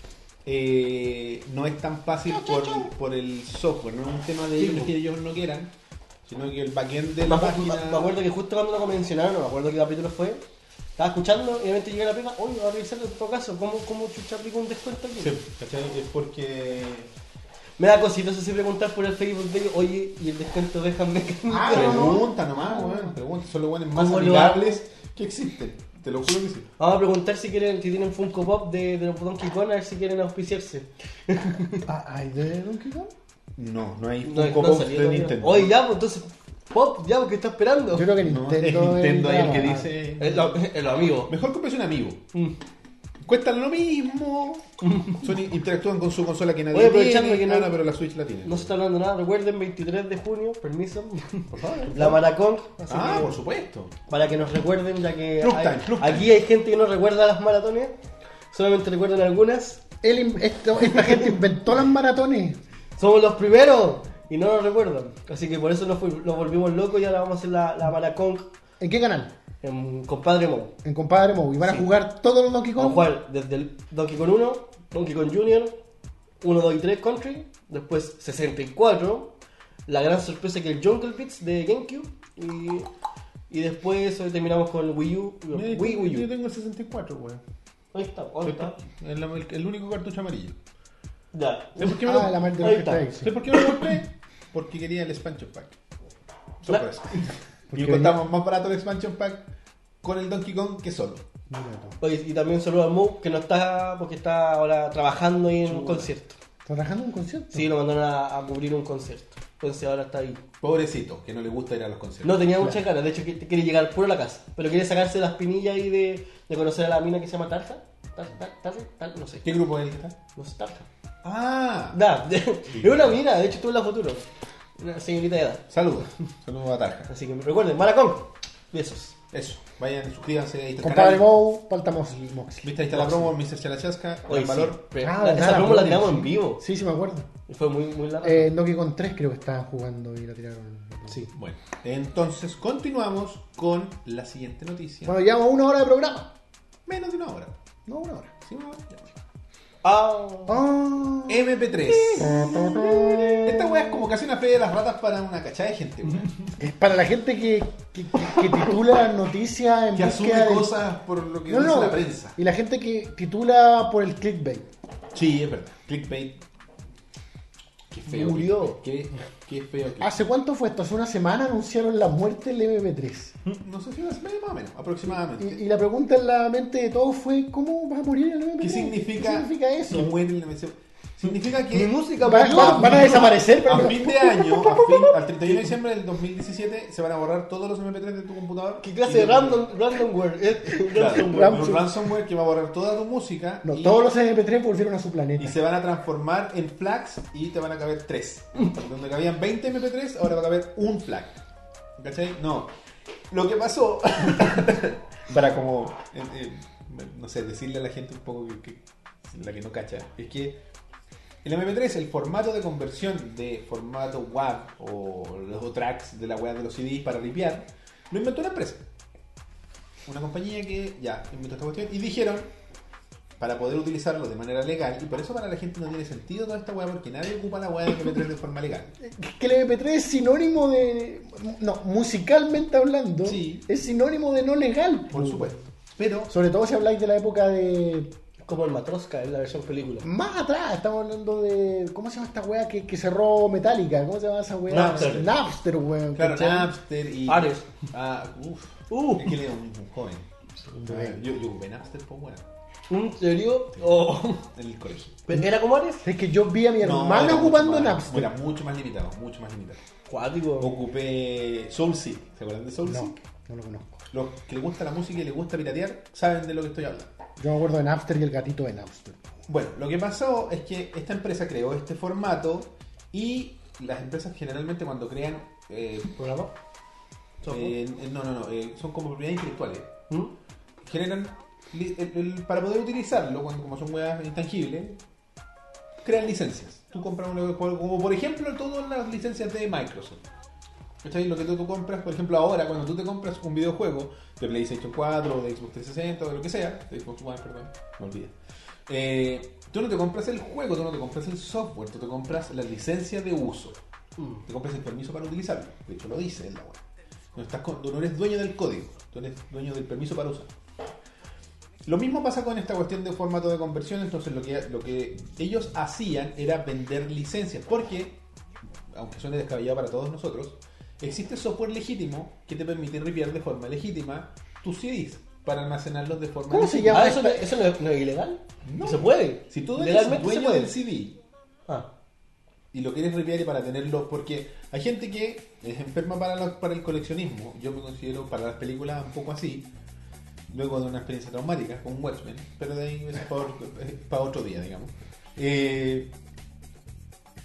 Speaker 1: eh, no es tan fácil por, por el software, no es un tema de
Speaker 3: Sí,
Speaker 1: ellos
Speaker 3: po.
Speaker 1: que ellos no quieran, sino que el backend de
Speaker 3: Me
Speaker 1: la
Speaker 3: acu-
Speaker 1: página
Speaker 3: me- me acuerdo que justo cuando lo mencionaron, no me acuerdo qué capítulo fue, Estaba escuchando y obviamente llegué a la pega, oye, voy a revisar en todo caso, ¿cómo, cómo chucha aplico un descuento aquí?
Speaker 1: Sí, ¿cachai? Es porque.
Speaker 3: Me da cositas así preguntar por el Facebook de ellos, oye, y el descuento déjame que
Speaker 1: Ah,
Speaker 2: no, no.
Speaker 1: pregunta nomás, weón. Pregunta. Son los weones más
Speaker 3: ¿Cómo lo
Speaker 1: amigables que existen. Te lo juro que sí.
Speaker 3: Vamos a preguntar si quieren, si tienen Funko Pop de, de los Donkey Kong, a ver si quieren auspiciarse.
Speaker 2: Ah, ¿Hay de Donkey Kong?
Speaker 1: No, no hay
Speaker 3: No,
Speaker 1: un
Speaker 3: no
Speaker 1: copo
Speaker 3: salió
Speaker 1: de
Speaker 3: todavía.
Speaker 1: Nintendo.
Speaker 3: Oye, ya, pues entonces, Pop, ya, porque está
Speaker 2: Yo
Speaker 3: esperando.
Speaker 2: creo que
Speaker 1: No,
Speaker 2: Nintendo.
Speaker 1: es Nintendo ahí el que
Speaker 2: la-
Speaker 1: dice.
Speaker 3: El, el amigo.
Speaker 1: Mejor compres un amigo.
Speaker 3: Mm.
Speaker 1: Cuestan lo mismo. Son, interactúan con su consola que nadie
Speaker 3: Oye, aprovechando
Speaker 1: tiene.
Speaker 3: que no-
Speaker 1: Ah, no, pero la Switch la tiene.
Speaker 3: No se está hablando nada, recuerden, 23 de junio, permiso.
Speaker 1: Por favor.
Speaker 3: La Maracón, así
Speaker 1: Ah,
Speaker 3: que-
Speaker 1: por supuesto.
Speaker 3: para que nos recuerden, ya que
Speaker 1: Club
Speaker 3: hay-
Speaker 1: time, club time.
Speaker 3: aquí hay gente que no recuerda las maratones, solamente recuerdan algunas.
Speaker 2: Él in- esto- esta gente inventó las maratones.
Speaker 3: Somos los primeros y no nos recuerdan. Así que por eso nos, fu- nos volvimos locos y ahora vamos a hacer la, la Maracón
Speaker 2: ¿En qué canal?
Speaker 3: en Compadre Mo.
Speaker 2: En Compadre Moe. Y van a jugar todos los Donkey
Speaker 3: Vamos a
Speaker 2: Kong.
Speaker 3: jugar desde el Donkey Kong 1, Donkey Kong Junior, 1, 2 y 3 Country, después 64, la gran sorpresa que es el Jungle Beats de GameCube y, y después hoy terminamos con el Wii U. Wii, Wii
Speaker 1: Yo
Speaker 3: U.
Speaker 1: tengo el 64, weón.
Speaker 3: Ahí está, ahí está.
Speaker 1: El, el- el único cartucho amarillo.
Speaker 3: Ya.
Speaker 1: ¿Sabes por qué me lo,
Speaker 2: Ah, la mar de los
Speaker 3: Ahí
Speaker 2: que
Speaker 3: está.
Speaker 2: está ahí, sí.
Speaker 1: ¿sabes por qué me lo compré? Porque quería el expansion pack. Sorpresa.
Speaker 2: Porque
Speaker 1: Y
Speaker 2: venía-
Speaker 1: costamos más barato el expansion pack con el Donkey Kong que solo.
Speaker 2: Mira tú.
Speaker 3: Oye, y también un saludo a Mu, que no está, porque está ahora trabajando ahí en un concierto.
Speaker 2: ¿Está trabajando en un concierto?
Speaker 3: Sí, lo mandaron a, a cubrir un concierto. Entonces ahora está ahí.
Speaker 1: Pobrecito, que no le gusta ir a los conciertos.
Speaker 3: No tenía muchas ganas, de hecho que- quiere llegar puro a la casa. Pero quiere sacarse las pinillas ahí de, de conocer a la mina que se llama Tarja. Tar- tar- tar- tar- no sé.
Speaker 1: ¿Qué grupo es el que está?
Speaker 3: No sé, Tarja.
Speaker 1: Ah,
Speaker 3: Da, es una mina, de hecho estuvo en la futuro. Una señorita de edad.
Speaker 1: saludos. Saludos a Tarja.
Speaker 3: Así que recuerden, Maracón. Besos.
Speaker 1: Eso, vayan, suscríbanse. Ahí está el
Speaker 2: Compadre
Speaker 1: canal.
Speaker 2: Moe, falta Moxley. Moxley.
Speaker 1: Viste, ahí está la promo, Mr. Chalachasca.
Speaker 3: Oye,
Speaker 1: el valor.
Speaker 3: sí, pero
Speaker 2: Ah,
Speaker 3: la-
Speaker 2: verdad,
Speaker 3: esa
Speaker 2: la
Speaker 3: promo la
Speaker 2: promo,
Speaker 3: tiramos
Speaker 2: sí.
Speaker 3: en vivo.
Speaker 2: Sí, sí, me acuerdo.
Speaker 3: Y Fue muy, muy larga.
Speaker 2: Eh, Donkey Kong 3 creo que estaba jugando y la tiraron.
Speaker 3: sí.
Speaker 1: Bueno, entonces continuamos con la siguiente noticia.
Speaker 2: Bueno, llevamos una hora de programa.
Speaker 1: Menos de una hora.
Speaker 2: No, una hora.
Speaker 1: Sí, una hora. Ya.
Speaker 3: Ah.
Speaker 2: Ah.
Speaker 1: MP3. Esta weá es como casi una fe de las ratas para una cachada de gente, weá.
Speaker 2: Es para la gente que, que, que- que titula noticias en
Speaker 1: Que
Speaker 2: búsqueda
Speaker 1: asume
Speaker 2: del-
Speaker 1: cosas por lo que
Speaker 2: No,
Speaker 1: dice
Speaker 2: no.
Speaker 1: la prensa.
Speaker 2: Y la gente que titula por el clickbait.
Speaker 1: Sí, es verdad. Clickbait. Qué feo.
Speaker 3: Murió.
Speaker 1: clickbait. Qué, qué feo. clickbait.
Speaker 2: ¿Hace cuánto fue esto? Hace una semana anunciaron la muerte del MP3.
Speaker 1: No sé si una semana más o menos, aproximadamente.
Speaker 2: Y, y la pregunta en la mente de todos fue, ¿cómo va a morir el MP3?
Speaker 1: ¿Qué significa,
Speaker 2: ¿Qué significa
Speaker 1: que
Speaker 2: eso?
Speaker 1: muere la mención? Significa que
Speaker 3: Mi música,
Speaker 2: Va-
Speaker 3: por
Speaker 2: va-
Speaker 3: favor.
Speaker 2: eh, van a desaparecer, pero-
Speaker 1: a fin de año, a fin- al 31 de diciembre del 2017, se van a borrar todos los MP3 de tu computador.
Speaker 3: ¿Qué clase de
Speaker 1: Y-
Speaker 3: random, eh. randomware? es?
Speaker 1: Claro,
Speaker 3: Ransomware.
Speaker 1: un ransomware que va a borrar toda tu música
Speaker 2: No,
Speaker 1: y,
Speaker 2: todos los MP3 volvieron a su
Speaker 1: y
Speaker 2: planeta.
Speaker 1: se van a transformar en flags y te van a caber 3. Donde cabían 20 MP3, ahora va a caber un flag. ¿Cachai? No. Lo que pasó, para como, eh, eh, no sé, decirle a la gente un poco que, que- la que no cacha, es que el MP3, el formato de conversión de formato WAV o los tracks de la web de los CDs para limpiar, lo inventó una empresa. Una compañía que ya inventó esta cuestión y dijeron para poder utilizarlo de manera legal y por eso para la gente no tiene sentido toda esta web porque nadie ocupa la web de MP3 de forma legal.
Speaker 2: Que el MP3 es sinónimo de... No, musicalmente hablando,
Speaker 1: Sí.
Speaker 2: es sinónimo de no legal.
Speaker 1: Por supuesto. Pero
Speaker 2: Sobre todo si habláis de la época de...
Speaker 3: Como el Matroska en la versión película.
Speaker 2: Más atrás, estamos hablando de... ¿Cómo se llama esta wea que, que cerró Metallica? ¿Cómo se llama esa wea?
Speaker 1: Napster.
Speaker 2: Napster, weón.
Speaker 1: Claro,
Speaker 2: ¿cachai?
Speaker 1: Napster y.
Speaker 3: Ares.
Speaker 1: Ah, uff.
Speaker 3: Uh.
Speaker 1: Es que era un, un joven.
Speaker 2: joven.
Speaker 1: Yo, yo ocupé Napster, pues bueno,
Speaker 3: ¿En serio? Oh.
Speaker 1: en el colegio.
Speaker 3: ¿Era como Ares?
Speaker 2: Es que yo vi a mi
Speaker 1: No,
Speaker 2: hermana
Speaker 1: era mucho
Speaker 2: ocupando
Speaker 1: más-
Speaker 2: Napster.
Speaker 1: Era mucho más limitado, mucho más limitado.
Speaker 3: Cuático.
Speaker 1: Ocupé SoulSeek. ¿Se acuerdan de SoulSeek?
Speaker 2: No, no lo conozco.
Speaker 1: Los que les gusta la música y les gusta piratear saben de lo que estoy hablando.
Speaker 2: Yo me acuerdo de Napster y el gatito de Napster.
Speaker 1: Bueno, lo que pasó es que esta empresa creó este formato y las empresas generalmente cuando crean. eh,
Speaker 3: ¿Programa?
Speaker 1: eh, no, no, no, eh, son como propiedades intelectuales.
Speaker 3: ¿Mm?
Speaker 1: generan li- el- el- para poder utilizarlo cuando como son weas intangibles crean licencias tú compras un juego como por ejemplo todas las licencias de Microsoft ¿Cachai? lo que tú, tú compras por ejemplo ahora cuando tú te compras un videojuego de PlayStation 4 o de Xbox 360 o de lo que sea de Xbox One perdón me olvidé Eh, tú no te compras el juego tú no te compras el software tú te compras la licencia de uso
Speaker 3: Mm.
Speaker 1: te compras el permiso para utilizarlo de hecho lo dice en la web no, estás con- no eres dueño del código tú eres dueño del permiso para usarlo Lo mismo pasa con esta cuestión de formato de conversión, entonces lo que, lo que ellos hacían era vender licencias, porque, aunque suene descabellado para todos nosotros, existe software legítimo que te permite ripiar de forma legítima tus CDs para almacenarlos de forma
Speaker 2: ¿Cómo se
Speaker 1: legítima.
Speaker 2: llama?
Speaker 3: Ah, eso, no, eso no, es- no es ilegal.
Speaker 1: No.
Speaker 3: Se puede.
Speaker 1: Si tú eres
Speaker 3: legalmente se
Speaker 1: dueño
Speaker 3: puede.
Speaker 1: del CD
Speaker 3: Ah.
Speaker 1: y lo quieres ripiar y para tenerlo, porque hay gente que es enferma para, la- para el coleccionismo, yo me considero para las películas un poco así, luego de una experiencia traumática con Watchmen, pero de ahí es para, otro día, digamos. Eh,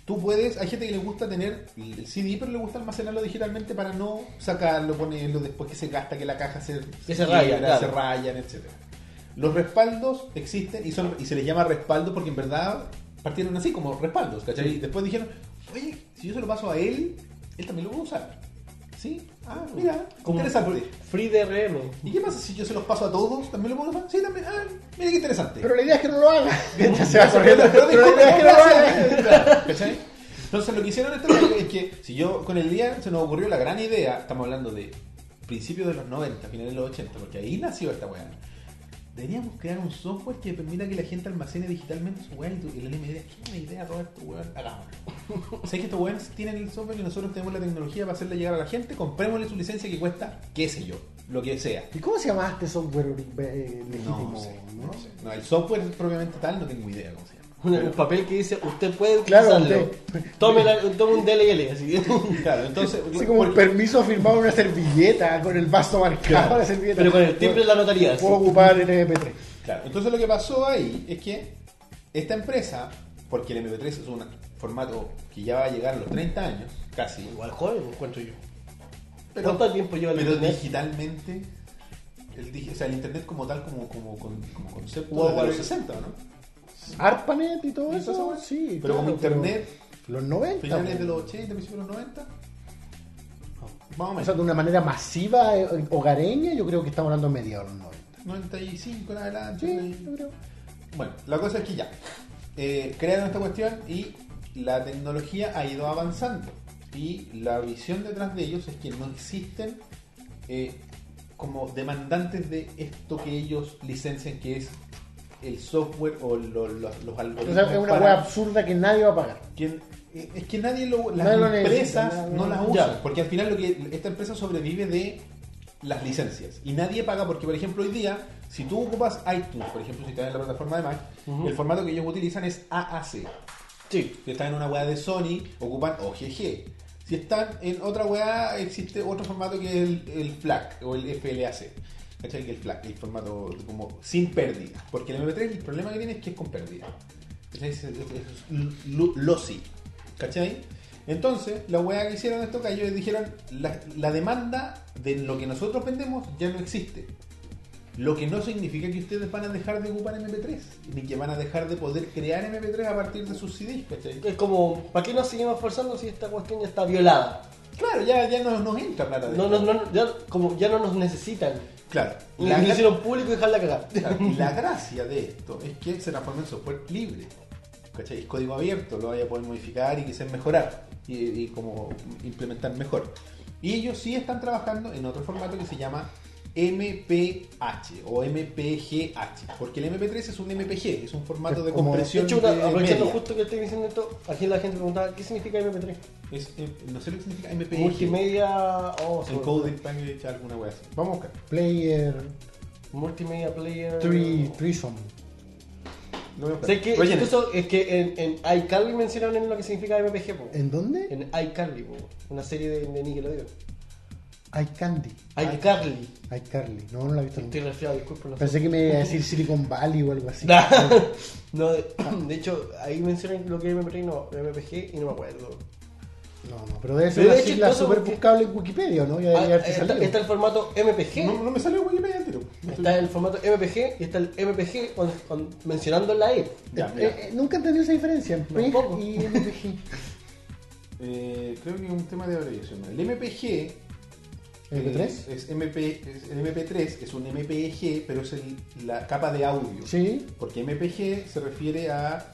Speaker 1: tú puedes, hay gente que le gusta tener el CD, pero le gusta almacenarlo digitalmente para no sacarlo, ponerlo después que se gasta, que la caja se,
Speaker 3: Que se raya,
Speaker 1: quiebra,
Speaker 3: claro.
Speaker 1: se rayan, etc. Los respaldos existen y, son, y se les llama respaldo porque en verdad partieron así como respaldos, ¿cachai? Y después dijeron, oye, si yo se lo paso a él, él también lo va a usar. ¿Sí? Ah, mira,
Speaker 3: Como
Speaker 1: interesante.
Speaker 3: Free DRM.
Speaker 1: ¿Y qué pasa si yo se los paso a todos? ¿También lo puedo usar? Sí, también. Ah, mira qué interesante.
Speaker 2: Pero la idea es que no lo haga. Ya se va
Speaker 1: Pero-
Speaker 2: corriendo.
Speaker 1: pero-
Speaker 2: Pero la idea es que no lo haga.
Speaker 1: pero- pero- ¿Cachai? Entonces lo que hicieron esta vez es que si yo con el día se nos ocurrió la gran idea, estamos hablando de principios de los 90, finales de los 80, porque ahí nació esta weá. Deberíamos crear un software que permita que la gente almacene digitalmente su weá y, tú- y la misma idea. ¿Qué buena idea, Roberto, weón? Hagámoslo. sé que estos weones tienen el software y nosotros tenemos la tecnología para hacerle llegar a la gente. Comprémosle su licencia que cuesta, qué sé yo, lo que sea.
Speaker 2: ¿Y cómo se llamaba este software eh, legítimo?
Speaker 1: No, sé, no, sé. No, el software propiamente tal no tengo idea cómo se llama.
Speaker 3: Un, un papel que dice, usted puede
Speaker 2: Claro,
Speaker 3: utilizarlo. Tome, la- tome un DLL. Así.
Speaker 1: Claro, entonces.
Speaker 2: Así como un
Speaker 1: porque-
Speaker 2: permiso firmado en una servilleta, con el vaso marcado
Speaker 1: Claro,
Speaker 2: en la servilleta.
Speaker 3: Pero con el timbre de la notaría. así.
Speaker 2: Puedo ocupar el MP3.
Speaker 1: claro, entonces lo que pasó ahí es que esta empresa, porque el MP3 es un formato que ya va a llegar a los 30 años, casi,
Speaker 3: Igual joven, encuentro yo.
Speaker 1: pero,
Speaker 3: ¿Cuánto tiempo lleva el
Speaker 1: pero
Speaker 3: internet?
Speaker 1: digitalmente, el, digi- o sea, el internet como tal, como, como, con- como concepto,
Speaker 3: Hubo
Speaker 1: desde los
Speaker 3: varios-
Speaker 1: 60, ¿no?
Speaker 2: ARPANET y todo
Speaker 1: ¿Y
Speaker 2: eso,
Speaker 1: todo eso?
Speaker 2: sí.
Speaker 1: Pero como internet-
Speaker 2: Los 90.
Speaker 1: Finales
Speaker 2: pues.
Speaker 1: de los 80, principios de los 90. Más o
Speaker 2: O sea,
Speaker 1: menos.
Speaker 2: de una manera masiva, eh, hogareña, yo creo que estamos hablando de mediados de los 90.
Speaker 1: 95 en adelante.
Speaker 2: Sí,
Speaker 1: ahí.
Speaker 2: yo creo.
Speaker 1: Bueno, la cosa es que ya eh, crearon esta cuestión y la tecnología ha ido avanzando. Y la visión detrás de ellos es que no existen eh, como demandantes de esto que ellos licencian, que es el software o lo- lo- los algoritmos.
Speaker 2: O sea, es una
Speaker 1: para-
Speaker 2: wea absurda que nadie va a pagar.
Speaker 1: que- eh, es que nadie lo, las
Speaker 2: Nadie lo necesita,
Speaker 1: empresas
Speaker 2: nadie-
Speaker 1: no las
Speaker 2: ya.
Speaker 1: usan, porque al final lo que esta empresa sobrevive de las licencias y nadie paga porque por ejemplo hoy día si tú ocupas iTunes, por ejemplo, si estás en la plataforma de Mac,
Speaker 3: Ujú.
Speaker 1: el formato que ellos utilizan es AAC.
Speaker 3: Sí.
Speaker 1: Si están en una weá de Sony, ocupan OGG. Si están en otra weá, existe otro formato que es el, el FLAC o el FLAC. ¿Cachai? Que el FLAC, el formato de como sin pérdida. Porque el MP3 el problema que tiene es que es con pérdida. ¿Cachai? Es, es- es lo- lossy. ¿Cachai? Entonces, la weá que hicieron esto, que ellos dijeron, la, la demanda de lo que nosotros vendemos ya no existe. Lo que no significa que ustedes van a dejar de ocupar MP3, ni que van a dejar de poder crear MP3 a partir de sus CDs, ¿cachai?
Speaker 3: Es como, ¿para qué nos seguimos forzando si esta cuestión ya está violada?
Speaker 1: Claro, ya, ya no nos entra plata. de
Speaker 3: No, no,
Speaker 1: esto.
Speaker 3: no, ya, como ya no nos necesitan.
Speaker 1: Claro. Y
Speaker 3: La
Speaker 1: la, gra-
Speaker 3: hicieron público y dejarla cagar.
Speaker 1: claro, y la gracia de esto es que se transforma en software libre. ¿Cachai? Es código abierto, lo vaya a poder modificar y quizás mejorar. Y, y como implementar mejor. Y ellos sí están trabajando en otro formato que se llama MPH o MPGH. Porque el MP3 es un MPG, es un formato
Speaker 2: Es
Speaker 1: de
Speaker 2: como-
Speaker 3: De
Speaker 1: compresión.
Speaker 3: hecho, una-
Speaker 1: de
Speaker 3: aprovechando
Speaker 1: media.
Speaker 3: justo que estoy diciendo esto, aquí la gente preguntaba, ¿qué significa MP3?
Speaker 1: Es, eh, no sé lo que significa MPG.
Speaker 3: Multimedia... Oh, se me olvidó.
Speaker 1: Encoded Package, alguna wea así. Vamos a buscar.
Speaker 2: Player
Speaker 3: Multimedia Player...
Speaker 2: 3, Threesome.
Speaker 1: Lo voy a buscar.
Speaker 3: Sé que
Speaker 1: Rellenen.
Speaker 3: incluso es que en, en iCarly mencionaron lo que significa MPG, po.
Speaker 2: ¿En dónde?
Speaker 3: En iCarly, po. Una serie de, de Nickelodeon.
Speaker 2: iCandy.
Speaker 3: iCarly.
Speaker 2: iCarly. No, no la he visto
Speaker 3: Estoy
Speaker 2: nunca.
Speaker 3: resfriado, disculpen. no sé.
Speaker 2: Pensé que me iba a decir Silicon Valley o algo así.
Speaker 3: Este- Nah. No, de, de hecho, ahí mencionan lo que es MPG y no, MPG y no me acuerdo.
Speaker 2: No, no, pero debe ser
Speaker 3: Pero
Speaker 2: una
Speaker 3: de hecho,
Speaker 2: sigla
Speaker 3: entonces,
Speaker 2: súper
Speaker 3: porque-
Speaker 2: buscable en Wikipedia, ¿no? Ya
Speaker 3: Ah,
Speaker 2: debería haberte
Speaker 3: está,
Speaker 2: salido.
Speaker 3: está el formato MPG.
Speaker 1: No, no me salió Wikipedia entero.
Speaker 3: Está el formato MPG y está el MPG con- con- mencionando la E.
Speaker 1: Ya,
Speaker 2: Eh,
Speaker 1: mira.
Speaker 2: eh, nunca entendí esa diferencia. PEG
Speaker 3: Tampoco.
Speaker 2: y MPG.
Speaker 1: Eh, creo que es un tema de abreviación. El MPG. Es,
Speaker 2: ¿MP3?
Speaker 1: eh, es MP, es- el MP3 es un MPG, pero es el- la capa de audio.
Speaker 2: Sí.
Speaker 1: Porque MPG se refiere a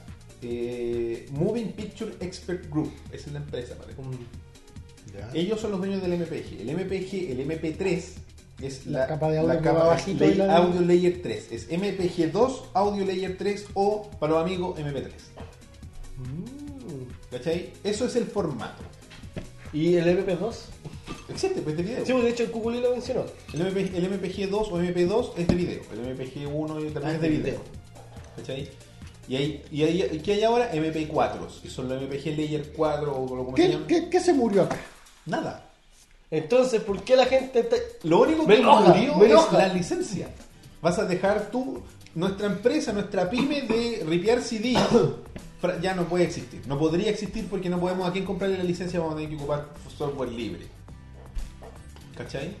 Speaker 1: eh, Moving Picture Expert Group. Esa es la empresa, parece.
Speaker 3: Mm.
Speaker 1: Ellos son los dueños del MPG. El MPG, el MP3, es
Speaker 2: La capa de audio que va bajito
Speaker 1: es
Speaker 2: y la de-
Speaker 1: Audio Layer 3. Es MPG2, Audio Layer 3 o, para los amigos, MP3. ¿Cachai? Eso es el formato.
Speaker 3: ¿Y el MP2?
Speaker 1: Existe, pues, de video.
Speaker 3: Sí, pues, de hecho el Cuculi lo mencionó.
Speaker 1: El, MP, el MPG2 o MP2 es de video. El MPG1 y el
Speaker 3: Ah,
Speaker 1: es de video. ¿Cachai? Y, hay, y hay, ¿qué hay ahora? MP4, que son los MPG Layer 4 o como se
Speaker 2: ¿Qué,
Speaker 1: llaman.
Speaker 2: qué, qué se murió acá?
Speaker 1: Nada.
Speaker 3: Entonces, ¿por qué la gente está...
Speaker 1: Lo único
Speaker 3: Me
Speaker 1: que
Speaker 3: enoja,
Speaker 1: murió
Speaker 3: me
Speaker 1: es
Speaker 3: enoja.
Speaker 1: la licencia. Vas a dejar tú, nuestra empresa, nuestra pyme de ripiar CD. fra- Ya no puede existir. No podría existir porque no podemos a quién comprarle la licencia. Vamos a tener que ocupar software libre. ¿Cachai?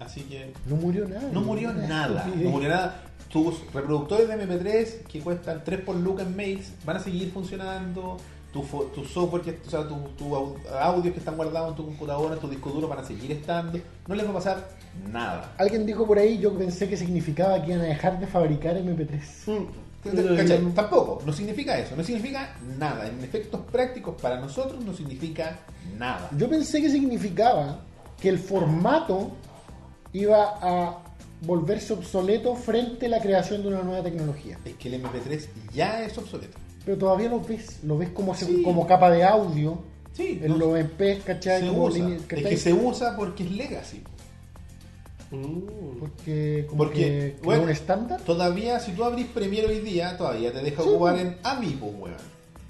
Speaker 1: Así que
Speaker 2: No murió nada.
Speaker 1: no murió nada. No murió nada. Tus reproductores de MP3 que cuestan 3 por lucas en mails van a seguir funcionando. Tu, fo- tu software, que, o sea, tu, tu au- audios que están guardados en tu computadora, tu disco duro van a seguir estando. No les va a pasar nada.
Speaker 2: Alguien dijo por ahí, yo pensé que significaba que iban a dejar de fabricar MP3.
Speaker 3: Mm,
Speaker 1: ¿Cachai? Tampoco, no significa eso, no significa nada. En efectos prácticos para nosotros no significa nada.
Speaker 2: Yo pensé que significaba que el formato iba a volverse obsoleto frente a la creación de una nueva tecnología.
Speaker 1: Es que el MP3 ya es obsoleto.
Speaker 2: Pero todavía lo ves, lo ves como, se-
Speaker 1: Sí.
Speaker 2: como capa de audio,
Speaker 1: Sí,
Speaker 2: en
Speaker 1: no-
Speaker 2: los MPs, ¿cachai?
Speaker 1: se
Speaker 2: Como
Speaker 1: usa.
Speaker 2: líneas,
Speaker 1: Es
Speaker 2: ¿cachai?
Speaker 1: que se usa porque es legacy.
Speaker 3: Mm.
Speaker 2: Porque, como
Speaker 1: Porque,
Speaker 2: que, que
Speaker 1: bueno,
Speaker 2: es un estándar.
Speaker 1: Todavía, si tú abrís Premiere hoy día, todavía te deja
Speaker 2: Sí,
Speaker 1: jugar
Speaker 2: pues.
Speaker 1: en AMI, pues, weón.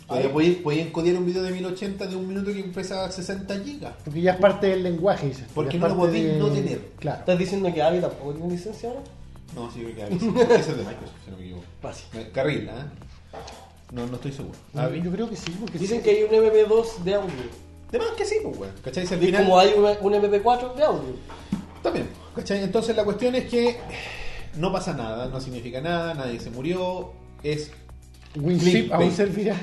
Speaker 1: Todavía
Speaker 2: Ahí.
Speaker 1: podéis, podéis encodear un video de 1080 de un minuto que pesa 60 gigas.
Speaker 2: Porque ya es parte del lenguaje, dices. tú,
Speaker 1: Porque
Speaker 2: ya es
Speaker 1: no lo
Speaker 2: parte
Speaker 1: podéis no tener.
Speaker 2: Claro.
Speaker 3: ¿Estás diciendo que Avi tampoco tiene licencia ahora?
Speaker 1: No, sí, creo que AVI. sí. Porque Ese es de Microsoft, si no me equivoco.
Speaker 3: Gracias.
Speaker 1: Me- Carril, ¿eh? No, no estoy seguro. AVI.
Speaker 2: Yo creo que sí, porque
Speaker 3: Dicen
Speaker 2: sí.
Speaker 3: que hay un MP2 de audio.
Speaker 1: De más que sí, pues, weón. ¿Cachai? Si al
Speaker 3: Y
Speaker 1: final-
Speaker 3: como hay una- un MP4 de audio.
Speaker 1: También, ¿cachai? Entonces la cuestión es que no pasa nada, no significa nada, nadie se murió, es
Speaker 2: WinZip aún
Speaker 1: clickbait.
Speaker 2: servirá.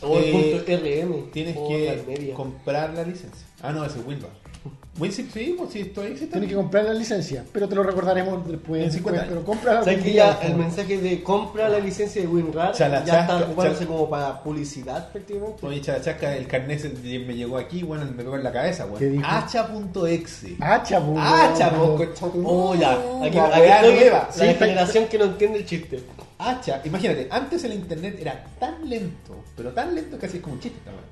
Speaker 3: O el
Speaker 1: Eh,
Speaker 3: punto RM.
Speaker 1: Tienes
Speaker 3: o la
Speaker 1: que
Speaker 3: media.
Speaker 1: comprar la licencia. Ah, no, ese es Windows. Winzip sí, pues sí, esto existe.
Speaker 2: Tienes que comprar la licencia, pero te lo recordaremos después.
Speaker 1: En 50
Speaker 2: después,
Speaker 1: años.
Speaker 2: pero compra
Speaker 3: ¿Sabes que ya el mensaje de compra la licencia de WinRAR Ah, ya
Speaker 1: Chala,
Speaker 3: está
Speaker 1: chala,
Speaker 3: ocupándose
Speaker 1: chala.
Speaker 3: como para publicidad prácticamente?
Speaker 1: Oye, chachaca, el carnet se- me llegó aquí, bueno, me pegó en la cabeza,
Speaker 2: ¿Qué
Speaker 1: bueno.
Speaker 2: dijo?
Speaker 1: Hacha.exe.
Speaker 2: Hacha, po,
Speaker 1: Hacha,
Speaker 2: weón.
Speaker 1: po, cocha tu- Oh, ya.
Speaker 3: Aquí,
Speaker 1: La
Speaker 3: aquí
Speaker 1: weá
Speaker 3: estoy,
Speaker 1: nueva.
Speaker 3: la
Speaker 2: Sí,
Speaker 3: generación que no entiende el chiste.
Speaker 1: Hacha, imagínate, antes el internet era tan lento, pero tan lento que así es como un chiste esta weá.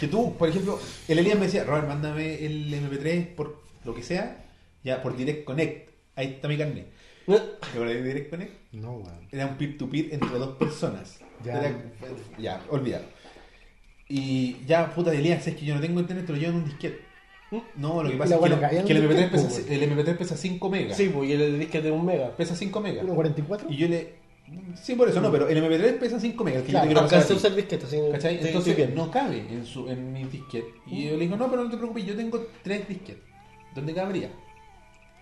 Speaker 1: Que tú, por ejemplo, el Elías me decía, Robert, mándame el MP3 por lo que sea, ya por Direct Connect. Ahí está mi carnet.
Speaker 3: No,
Speaker 1: ¿Te acordás de Direct Connect?
Speaker 2: No, weón.
Speaker 1: Era un peer-to-peer entre dos personas.
Speaker 2: Ya.
Speaker 1: Era- ya, olvidado. Y ya, puta de Elías, es que yo no tengo internet, te lo llevo en un disquete. No, lo que pasa
Speaker 2: La
Speaker 1: es que,
Speaker 2: buena
Speaker 1: lo-
Speaker 2: caída en
Speaker 1: que el,
Speaker 2: un
Speaker 1: MP3
Speaker 2: disquete,
Speaker 1: pesa,
Speaker 2: pues,
Speaker 1: el MP3 pesa 5 megas.
Speaker 3: Sí, pues, y el disque de un mega.
Speaker 1: Pesa 5 megas. Y
Speaker 2: 1.44.
Speaker 1: yo le. Sí, por eso no, pero el MP3 pesa 5 megas. el que yo
Speaker 2: Claro,
Speaker 1: te quiero pasar a
Speaker 3: Alcancé
Speaker 1: ti.
Speaker 3: a usar disquete, así que-
Speaker 1: ¿Cachai?
Speaker 3: sí,
Speaker 1: Entonces
Speaker 3: sí, bien.
Speaker 1: no cabe en, su, en mi disquete. Y yo le digo, no, pero no te preocupes, yo tengo 3 disquetes. ¿Dónde cabría?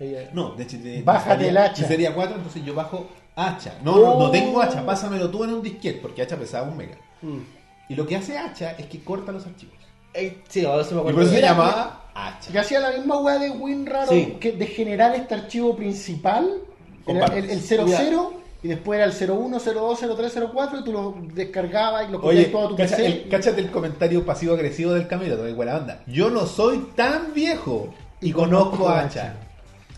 Speaker 3: Ahí, ahí.
Speaker 1: No, de hecho, de-
Speaker 2: Bájate
Speaker 1: sería-
Speaker 2: el hacha.
Speaker 1: y sería 4, entonces yo bajo hacha. No,
Speaker 3: Oh.
Speaker 1: no, no tengo hacha, pásamelo tú en un disquete, porque hacha pesaba un mega.
Speaker 3: Mm.
Speaker 1: Y lo que hace hacha es que corta los archivos.
Speaker 3: Eh, Sí, ahora se me
Speaker 1: Y
Speaker 3: acuerdo.
Speaker 1: por eso se
Speaker 2: era-
Speaker 1: llamaba hacha.
Speaker 2: Que hacía la misma weá de WinRAR
Speaker 3: Sí.
Speaker 2: que de generar este archivo principal, era
Speaker 1: Compartes.
Speaker 2: el, el 00, y después era el 01, 02, 03, 04, y tú lo descargabas y lo
Speaker 1: Oye,
Speaker 2: ponías todo a tu
Speaker 1: cacha-
Speaker 2: PC.
Speaker 1: el, cáchate el comentario pasivo-agresivo del Camilo, de buena onda. Yo no soy tan viejo y,
Speaker 2: Y
Speaker 1: conozco,
Speaker 2: conozco
Speaker 1: a
Speaker 2: hacha.
Speaker 1: hacha.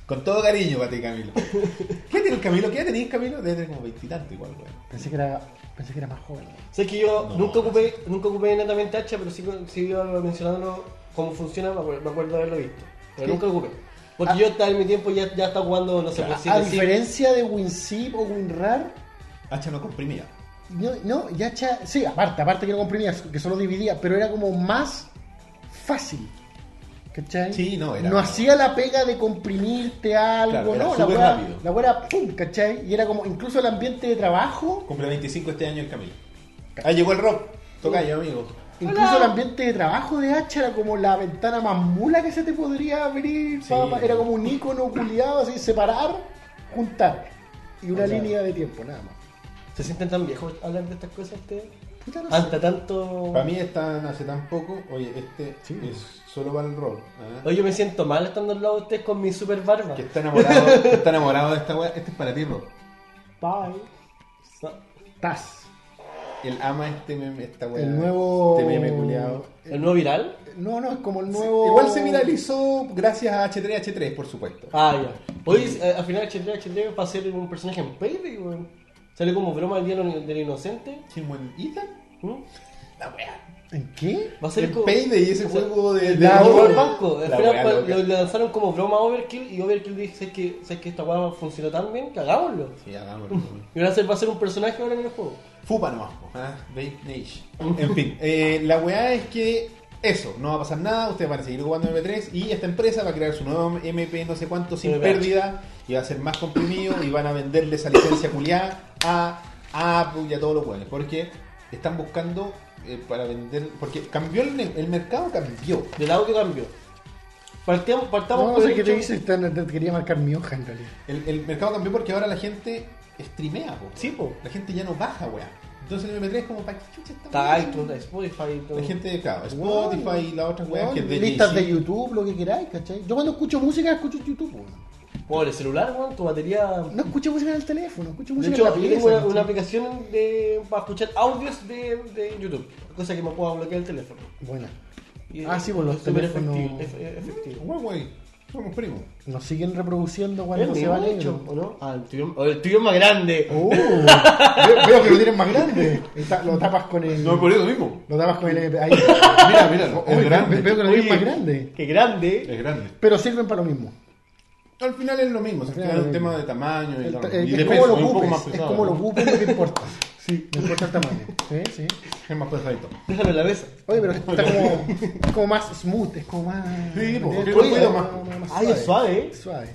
Speaker 1: Con todo cariño para ti, Camilo. ¿Qué tiene el Camilo? ¿Qué edad tenéis, Camilo? Debe tener como veintitantos igual, güey.
Speaker 2: Pensé, que era, pensé que era más joven.
Speaker 3: Sé que yo
Speaker 1: No.
Speaker 3: nunca ocupé nunca ocupé netamente hacha, pero sí, sí iba mencionándolo cómo funciona, me acuerdo, me acuerdo haberlo visto. Pero
Speaker 2: ¿Qué?
Speaker 3: nunca lo ocupé. Porque
Speaker 2: Ah.
Speaker 3: yo estaba en mi tiempo ya, ya estaba jugando, no sé, pues, por
Speaker 2: a,
Speaker 3: si
Speaker 1: Ah,
Speaker 2: a diferencia de WinZip o WinRAR,
Speaker 1: Hacha no comprimía.
Speaker 2: no, no, ya cha- sí, aparte, aparte que no comprimía, que solo dividía, pero era como más fácil. ¿Cachai?
Speaker 1: Sí, no, era
Speaker 2: No
Speaker 1: como-
Speaker 2: hacía la pega de comprimirte algo,
Speaker 1: Claro, era
Speaker 2: no, la
Speaker 1: súper
Speaker 2: weá-
Speaker 1: rápido.
Speaker 2: la weá era pum, ¿cachai? Y era como incluso el ambiente de trabajo,
Speaker 1: Cumple 25 este año el Camilo. Ah, llegó el rock. Toca yo, amigo.
Speaker 2: incluso el ambiente de trabajo de Hacha era como la ventana más mula que se te podría abrir,
Speaker 1: Sí.
Speaker 2: pa- pa- era como un icono culiado, así, separar, juntar. Y una
Speaker 3: Claro.
Speaker 2: línea de tiempo, nada más.
Speaker 3: ¿Se sienten tan viejos hablar de estas cosas ustedes?
Speaker 2: Puta,
Speaker 1: Ah.
Speaker 2: no sé.
Speaker 3: Hasta tanto...
Speaker 1: Para mí están hace tan poco. Oye, este
Speaker 2: Sí.
Speaker 1: es solo para el rock. ¿ah?
Speaker 3: Hoy yo me siento mal estando al lado de ustedes con mi super barba.
Speaker 1: Que está enamorado, que está enamorado de esta weá. Este es para ti, rock.
Speaker 2: Bye.
Speaker 3: No.
Speaker 2: Taz.
Speaker 1: Él ama este meme, esta weá.
Speaker 2: El nuevo-
Speaker 1: Este meme culiado.
Speaker 3: ¿El nuevo viral?
Speaker 2: No, no, es como el nuevo.
Speaker 1: Igual se viralizó gracias a H3H3, por supuesto.
Speaker 3: Ah, ya. Hoy, eh, al final, H3H3 va a ser un personaje en Payday, weón. Sale como broma del día del inocente.
Speaker 1: ¿Quién buen Ethan?
Speaker 3: ¿Mm?
Speaker 1: La wea.
Speaker 2: ¿En qué?
Speaker 3: Va a ser
Speaker 1: El
Speaker 3: como.
Speaker 1: Payday, ese
Speaker 3: o sea,
Speaker 1: juego de. de
Speaker 2: la
Speaker 1: de-
Speaker 3: Como el
Speaker 2: wea.
Speaker 3: banco. Al
Speaker 1: La
Speaker 3: final,
Speaker 1: wea
Speaker 3: pa-
Speaker 1: loca.
Speaker 3: lo lo lanzaron como broma a Overkill y Overkill dice: ¿Sabes que, sabes que esta weá funcionó tan bien? Que hagámoslo.
Speaker 1: Sí, hagámoslo, weón.
Speaker 3: Y ahora se- va a ser un personaje ahora en el juego.
Speaker 1: Fupa nomás, po, ¿ah? Vape Nation. En fin, eh, la weá es que eso, no va a pasar nada, ustedes van a seguir jugando MP3 y esta empresa va a crear su nuevo MP no sé cuánto sin
Speaker 3: MPH.
Speaker 1: pérdida y va a ser más comprimido y van a venderle esa licencia culiada a, a Apple y a todos los weones porque están buscando eh, para vender, porque cambió el, ne- el mercado, cambió.
Speaker 3: De lado que cambió. Partiam- partamos
Speaker 2: No, no
Speaker 3: por
Speaker 2: sé
Speaker 3: el
Speaker 2: qué te
Speaker 3: hecho-
Speaker 2: dice, tan- te quería marcar mi hoja en realidad.
Speaker 1: El, el mercado cambió porque ahora la gente streamea, po.
Speaker 3: Sí, po.
Speaker 1: la gente ya no baja, weá. Entonces el MP3 es como, ¿para qué chucha esta
Speaker 3: Está
Speaker 1: weá?
Speaker 3: iTunes, Spotify. todo.
Speaker 1: La gente, claro, Spotify y las otras weas
Speaker 2: Weón,
Speaker 1: que es de
Speaker 2: listas
Speaker 1: Jay-Z.
Speaker 2: de YouTube, lo que queráis, ¿cachai? Yo cuando escucho música, escucho YouTube, weón.
Speaker 3: Pobre celular, weón, tu batería.
Speaker 2: No escucho música en el teléfono, escucho
Speaker 3: De
Speaker 2: música
Speaker 3: hecho,
Speaker 2: en la
Speaker 3: yo tengo
Speaker 2: pieza.
Speaker 3: una,
Speaker 2: ¿cachai?
Speaker 3: una aplicación de, para escuchar audios de, de YouTube, cosa que me pueda bloquear el teléfono.
Speaker 2: Buena.
Speaker 3: Y
Speaker 2: Ah, sí, por los
Speaker 3: es súper
Speaker 2: teléfonos.
Speaker 3: efectivo. efe- efectivo.
Speaker 1: Guay, guay. Somos primos.
Speaker 2: Nos siguen reproduciendo cuando
Speaker 3: el
Speaker 2: se
Speaker 3: mismo,
Speaker 2: va
Speaker 3: de hecho, ¿o no? Ah, el tuyo, oh, el tuyo es más grande.
Speaker 2: Uh, veo- veo que lo tienen más grande. Está- lo tapas con el.
Speaker 1: eso mismo.
Speaker 2: Lo tapas con el. Ahí.
Speaker 1: Mira, mira,
Speaker 2: Oye, veo- Veo que lo tienen
Speaker 3: Oye,
Speaker 2: más grande.
Speaker 3: Qué grande.
Speaker 1: Es grande.
Speaker 2: Pero sirven para lo mismo.
Speaker 1: Al final es lo mismo, al final es un tema de tamaño y,
Speaker 2: El-
Speaker 1: todo.
Speaker 2: el-
Speaker 1: Y
Speaker 2: es
Speaker 1: de
Speaker 2: como lo
Speaker 1: peso, un poco más
Speaker 2: ocupes. Es
Speaker 1: pesado.
Speaker 2: como lo
Speaker 1: ¿no?
Speaker 2: ocupes lo que importa. Sí. No importa el tamaño. Sí, sí.
Speaker 1: Es más pesadito.
Speaker 3: Déjalo en la mesa.
Speaker 2: Oye, pero está como, es como más smooth, es como más.
Speaker 1: Sí, po,
Speaker 2: ¿entiendes?
Speaker 1: yo lo cuido más.
Speaker 3: Ay, es suave, eh.
Speaker 2: Suave.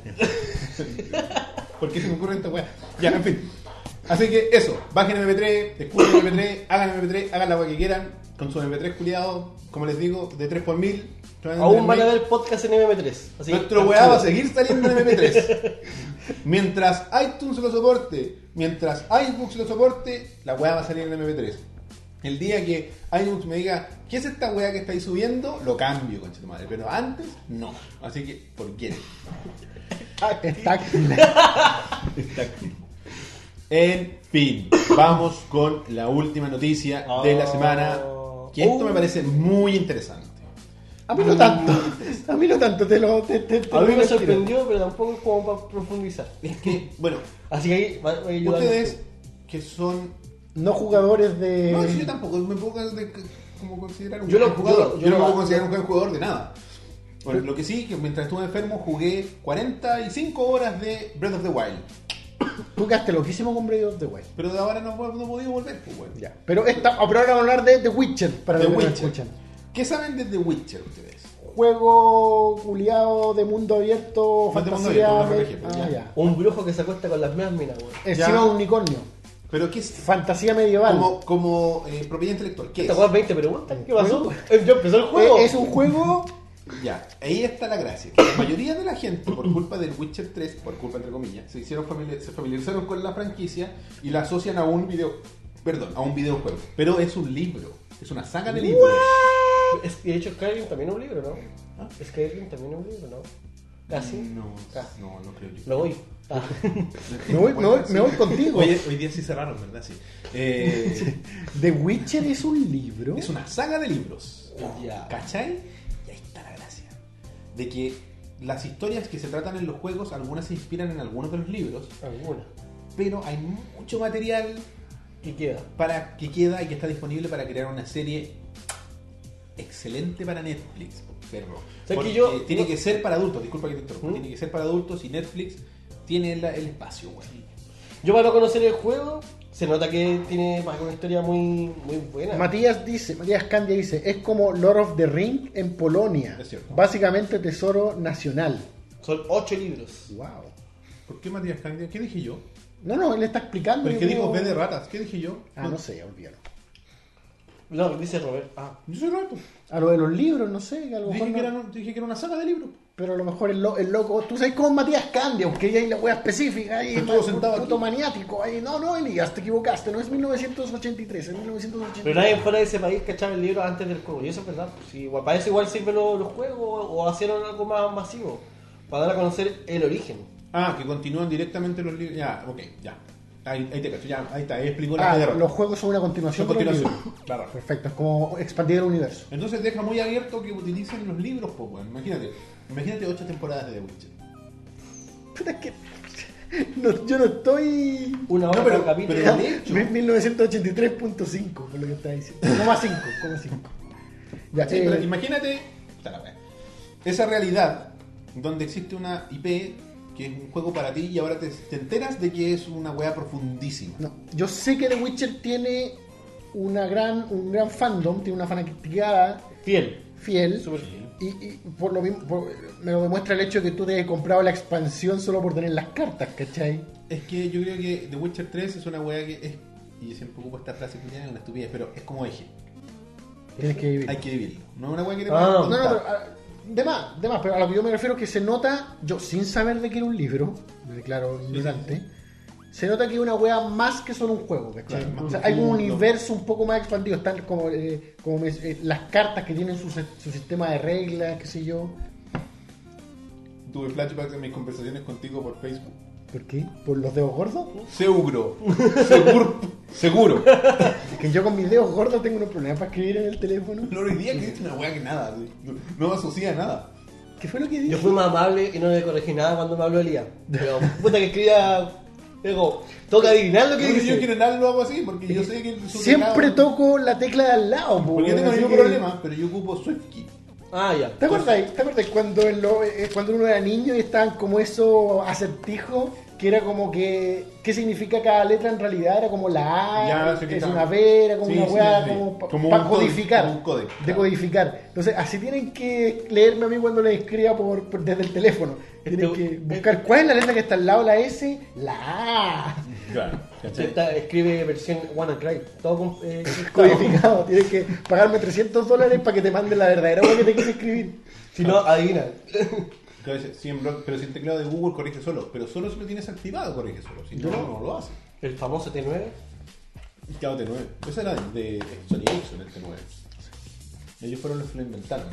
Speaker 1: ¿Por qué se me ocurre esta weá? Ya, en fin. Así que eso, bajen MP3, escuchen MP3, hagan MP3, hagan la weá que quieran, con su MP3 culiado, como les digo, de 3 por 1000.
Speaker 3: Aún van a ver podcast en MM3. Así,
Speaker 1: Nuestro weá va a seguir saliendo en MP3. mientras iTunes lo soporte, mientras iBooks lo soporte, la weá va a salir en MP3. El día que iBooks me diga, ¿qué es esta weá que estáis subiendo? Lo cambio, concha tu madre. Pero antes, no. Así que, ¿por qué?
Speaker 2: Es táctil.
Speaker 1: En fin, vamos con la última noticia de la semana. Que esto me parece muy interesante.
Speaker 2: A mí no tanto. A mí no tanto. Te lo. Te, te- te
Speaker 3: A
Speaker 2: lo
Speaker 3: mí me
Speaker 2: retiro.
Speaker 3: sorprendió, pero tampoco es como para profundizar.
Speaker 1: Es que, bueno,
Speaker 3: Así que ahí va, va a ayudar.
Speaker 1: ustedes que son
Speaker 2: No jugadores de.
Speaker 1: No, sí, yo tampoco me puedo con- de- como considerar un
Speaker 3: Eh, Yo lo-
Speaker 1: gran jugador.
Speaker 3: yo-
Speaker 1: Yo,
Speaker 3: yo
Speaker 1: no
Speaker 3: lo-
Speaker 1: me puedo considerar un gran jugador de nada. Bueno, lo que sí, que mientras estuve enfermo jugué 45 horas de Breath of the Wild.
Speaker 2: Tú quedaste loquísimo con Breath of the Wild.
Speaker 1: Pero de ahora no, no he podido volver. Pues, bueno.
Speaker 2: Ya. Pero, esta, ah, pero ahora vamos a hablar de The Witcher para
Speaker 1: The
Speaker 2: los que no
Speaker 1: Witcher.
Speaker 2: escuchan.
Speaker 1: ¿Qué saben de The Witcher ustedes?
Speaker 2: Juego culiado de mundo abierto,
Speaker 1: No es de mundo
Speaker 2: fantasía.
Speaker 1: abierto,
Speaker 2: me-
Speaker 1: no es RPG, pues, ya.
Speaker 2: ah, ya.
Speaker 3: Un brujo que se acuesta con las mismas minas, weón.
Speaker 2: Encima
Speaker 1: Ya.
Speaker 2: de un unicornio.
Speaker 1: Pero qué es
Speaker 2: Fantasía medieval.
Speaker 1: como, como eh, propiedad intelectual, ¿qué es?
Speaker 3: Esta weá 20 preguntas, ¿qué pasó? Yo empezó el juego.
Speaker 2: Eh, es un juego
Speaker 1: Ya, ahí está la gracia. Que la mayoría de la gente, por culpa del Witcher 3, por culpa entre comillas, se hicieron familia- se familiarizaron con la franquicia y la asocian a un video, perdón, a un videojuego. Pero es un libro, es una saga de libros.
Speaker 3: Es que de hecho Skyrim también es un libro, ¿no?
Speaker 1: ¿Ah?
Speaker 3: Skyrim también es un libro, ¿no? Casi.
Speaker 1: No,
Speaker 3: Casi.
Speaker 1: no, no creo yo.
Speaker 3: Lo voy. Ah.
Speaker 2: Me voy- me voy- me voy contigo.
Speaker 1: Oye, hoy día sí cerraron, ¿verdad? Sí. Eh,
Speaker 2: The Witcher es un libro.
Speaker 1: es una saga de libros.
Speaker 3: Ya.
Speaker 1: ¿Cachai? Y ahí está la gracia. De que las historias que se tratan en los juegos, algunas se inspiran en algunos de los libros,
Speaker 3: Alguna.
Speaker 1: pero hay mucho material
Speaker 3: Y queda.
Speaker 1: para que queda y que está disponible para crear una serie excelente para Netflix, perro.
Speaker 3: O sea, que
Speaker 1: Porque
Speaker 3: yo-
Speaker 1: tiene
Speaker 3: no-
Speaker 1: que ser para adultos, disculpa que te interrumpa,
Speaker 3: ¿Mm?
Speaker 1: tiene que ser para adultos y Netflix tiene la- el espacio, güey.
Speaker 3: Yo para no conocer el juego, se nota que tiene más una historia muy, muy buena.
Speaker 2: Matías dice, Matías Candia dice, es como Lord of the Ring en Polonia.
Speaker 1: Es cierto.
Speaker 2: Básicamente tesoro nacional.
Speaker 3: Son ocho libros.
Speaker 2: Wow.
Speaker 1: ¿Por qué Matías Candia? ¿Qué dije yo?
Speaker 2: No, Ah, no, él está explicando.
Speaker 1: ¿Pero
Speaker 2: yo
Speaker 1: qué dijo
Speaker 2: creo-
Speaker 1: B de ratas? ¿Qué dije yo?
Speaker 2: Ah, no sé, olvídalo.
Speaker 3: No, dice Robert. Ah.
Speaker 1: Yo soy rato.
Speaker 2: A lo de los libros, no sé, que a lo mejor
Speaker 1: Dije que,
Speaker 2: no-
Speaker 1: era, un- dije que era una saga de libros.
Speaker 2: Pero a lo mejor el, lo- el loco, tú sabes cómo es Matías Candia, aunque ya hay la wea específica ahí,
Speaker 1: Estuvo
Speaker 2: más
Speaker 1: sentado
Speaker 2: puto
Speaker 1: aquí.
Speaker 2: maniático ahí. No, no, Elías, te equivocaste, no es 1983, es 1983.
Speaker 3: Pero
Speaker 1: Mm.
Speaker 3: nadie fuera de ese país cachaba el libro antes del juego. Y eso es verdad. pues, sí, igual, para eso igual sirven los, los juegos o hicieron algo más masivo. Para dar a conocer el origen.
Speaker 1: Ah, que continúan directamente los libros. Ya, ok, ya. Ahí, ahí te cacho, ya, ahí está, ahí explico la
Speaker 2: Ah,
Speaker 1: idea.
Speaker 2: los juegos son una continuación.
Speaker 1: Son
Speaker 2: de los
Speaker 1: continuación,
Speaker 2: libros.
Speaker 1: claro.
Speaker 2: Perfecto, es como expandir el universo.
Speaker 1: Entonces deja muy abierto que utilicen los libros, pues, weón. Imagínate, imagínate ocho temporadas de The Witcher.
Speaker 2: Puta, es que. no, yo no estoy.
Speaker 3: Una hora
Speaker 1: No, pero-
Speaker 3: por capítulo.
Speaker 1: pero-
Speaker 3: ¿sí?
Speaker 1: hecho.
Speaker 2: Es 1983.5, por lo que está diciendo. 0,5, 0,5. Ya,
Speaker 1: Sí,
Speaker 2: eh,
Speaker 1: pero imagínate puta la wea. esa realidad donde existe una IP que es un juego para ti y ahora te, te enteras de que es una weá profundísima.
Speaker 2: No, yo sé que The Witcher tiene una gran, un gran fandom, tiene una fanaticada
Speaker 3: Fiel.
Speaker 2: fiel.
Speaker 3: Súper
Speaker 2: Y, y por lo mismo, por- me lo demuestra el hecho de que tú te hayas comprado la expansión solo por tener las cartas, ¿cachai?
Speaker 1: Es que yo creo que The Witcher 3 es una weá que es, y yo siempre ocupo esta frase que tiene una estupidez, pero es como eje,
Speaker 2: Tienes que vivir.
Speaker 1: hay que vivirlo. No es una weá que te
Speaker 3: Ah,
Speaker 1: puedan
Speaker 2: No,
Speaker 1: contar.
Speaker 2: no, no, pero, ah, de más, de más, pero a lo que yo me refiero es que se nota, yo sin saber de que era un libro, me declaro ignorante, se nota que es una wea más que solo un juego, ¿cachai?
Speaker 1: Claro, más
Speaker 2: O sea, hay un
Speaker 1: profundo.
Speaker 2: universo un poco más expandido, están como, eh, como me- eh, las cartas que tienen su, se- su sistema de reglas, qué sé yo.
Speaker 1: Tuve flashbacks de mis conversaciones contigo por Facebook.
Speaker 2: ¿Por qué? ¿Por los dedos gordos?
Speaker 1: Seguro. Seguro. Seguro.
Speaker 2: Es que yo con mis dedos gordos tengo unos problemas para escribir en el teléfono.
Speaker 1: No, hoy día que es una weá que nada. así. No, no asocia a nada.
Speaker 2: ¿Qué fue lo que
Speaker 3: Yo
Speaker 2: dije?
Speaker 3: fui más amable y no le corregí nada cuando me habló Elías. Pero puta que escribía. Digo, toca adivinar lo que
Speaker 1: Yo, yo
Speaker 3: dice.
Speaker 1: quiero general lo hago así porque yo sé que... el resultado-
Speaker 2: Siempre toco la tecla de al lado, po,
Speaker 1: Porque yo
Speaker 2: weón,
Speaker 1: tengo
Speaker 2: así
Speaker 1: ningún
Speaker 2: que-
Speaker 1: problema, pero yo ocupo SwiftKey.
Speaker 3: Ah, ya.
Speaker 2: ¿Te acordáis? ¿Te acordáis cuando, en lo- eh, cuando uno era niño y estaban como esos acertijos que era como que qué significa cada letra en realidad? Era como la A,
Speaker 1: Ya, sí que
Speaker 2: es
Speaker 1: está.
Speaker 2: una B, era como
Speaker 1: Sí,
Speaker 2: una
Speaker 1: sí,
Speaker 2: weá,
Speaker 1: sí, sí.
Speaker 2: como para
Speaker 1: Como un código,
Speaker 2: codificar.
Speaker 1: como un código, claro.
Speaker 2: Decodificar. Entonces, así tienen que leerme a mí cuando les escriba por, por- desde el teléfono. Tienen
Speaker 3: Este-
Speaker 2: que buscar cuál es la letra que está al lado, la S, la A.
Speaker 1: Claro.
Speaker 3: Esta escribe versión Wanna Cry. Todo con. eh,
Speaker 2: Codificado. Tienes que pagarme 300 dólares para que te mande la verdadera weá que te quise escribir.
Speaker 3: Si no, adivina.
Speaker 1: Sí, en blog, pero si el teclado de Google corrige solo. Pero solo si lo tienes activado corrige solo. Si no, no, lo hace.
Speaker 3: El famoso T9.
Speaker 1: Claro, T9. Esa era de Sony Ericsson, el T9. Ellos fueron los que lo inventaron.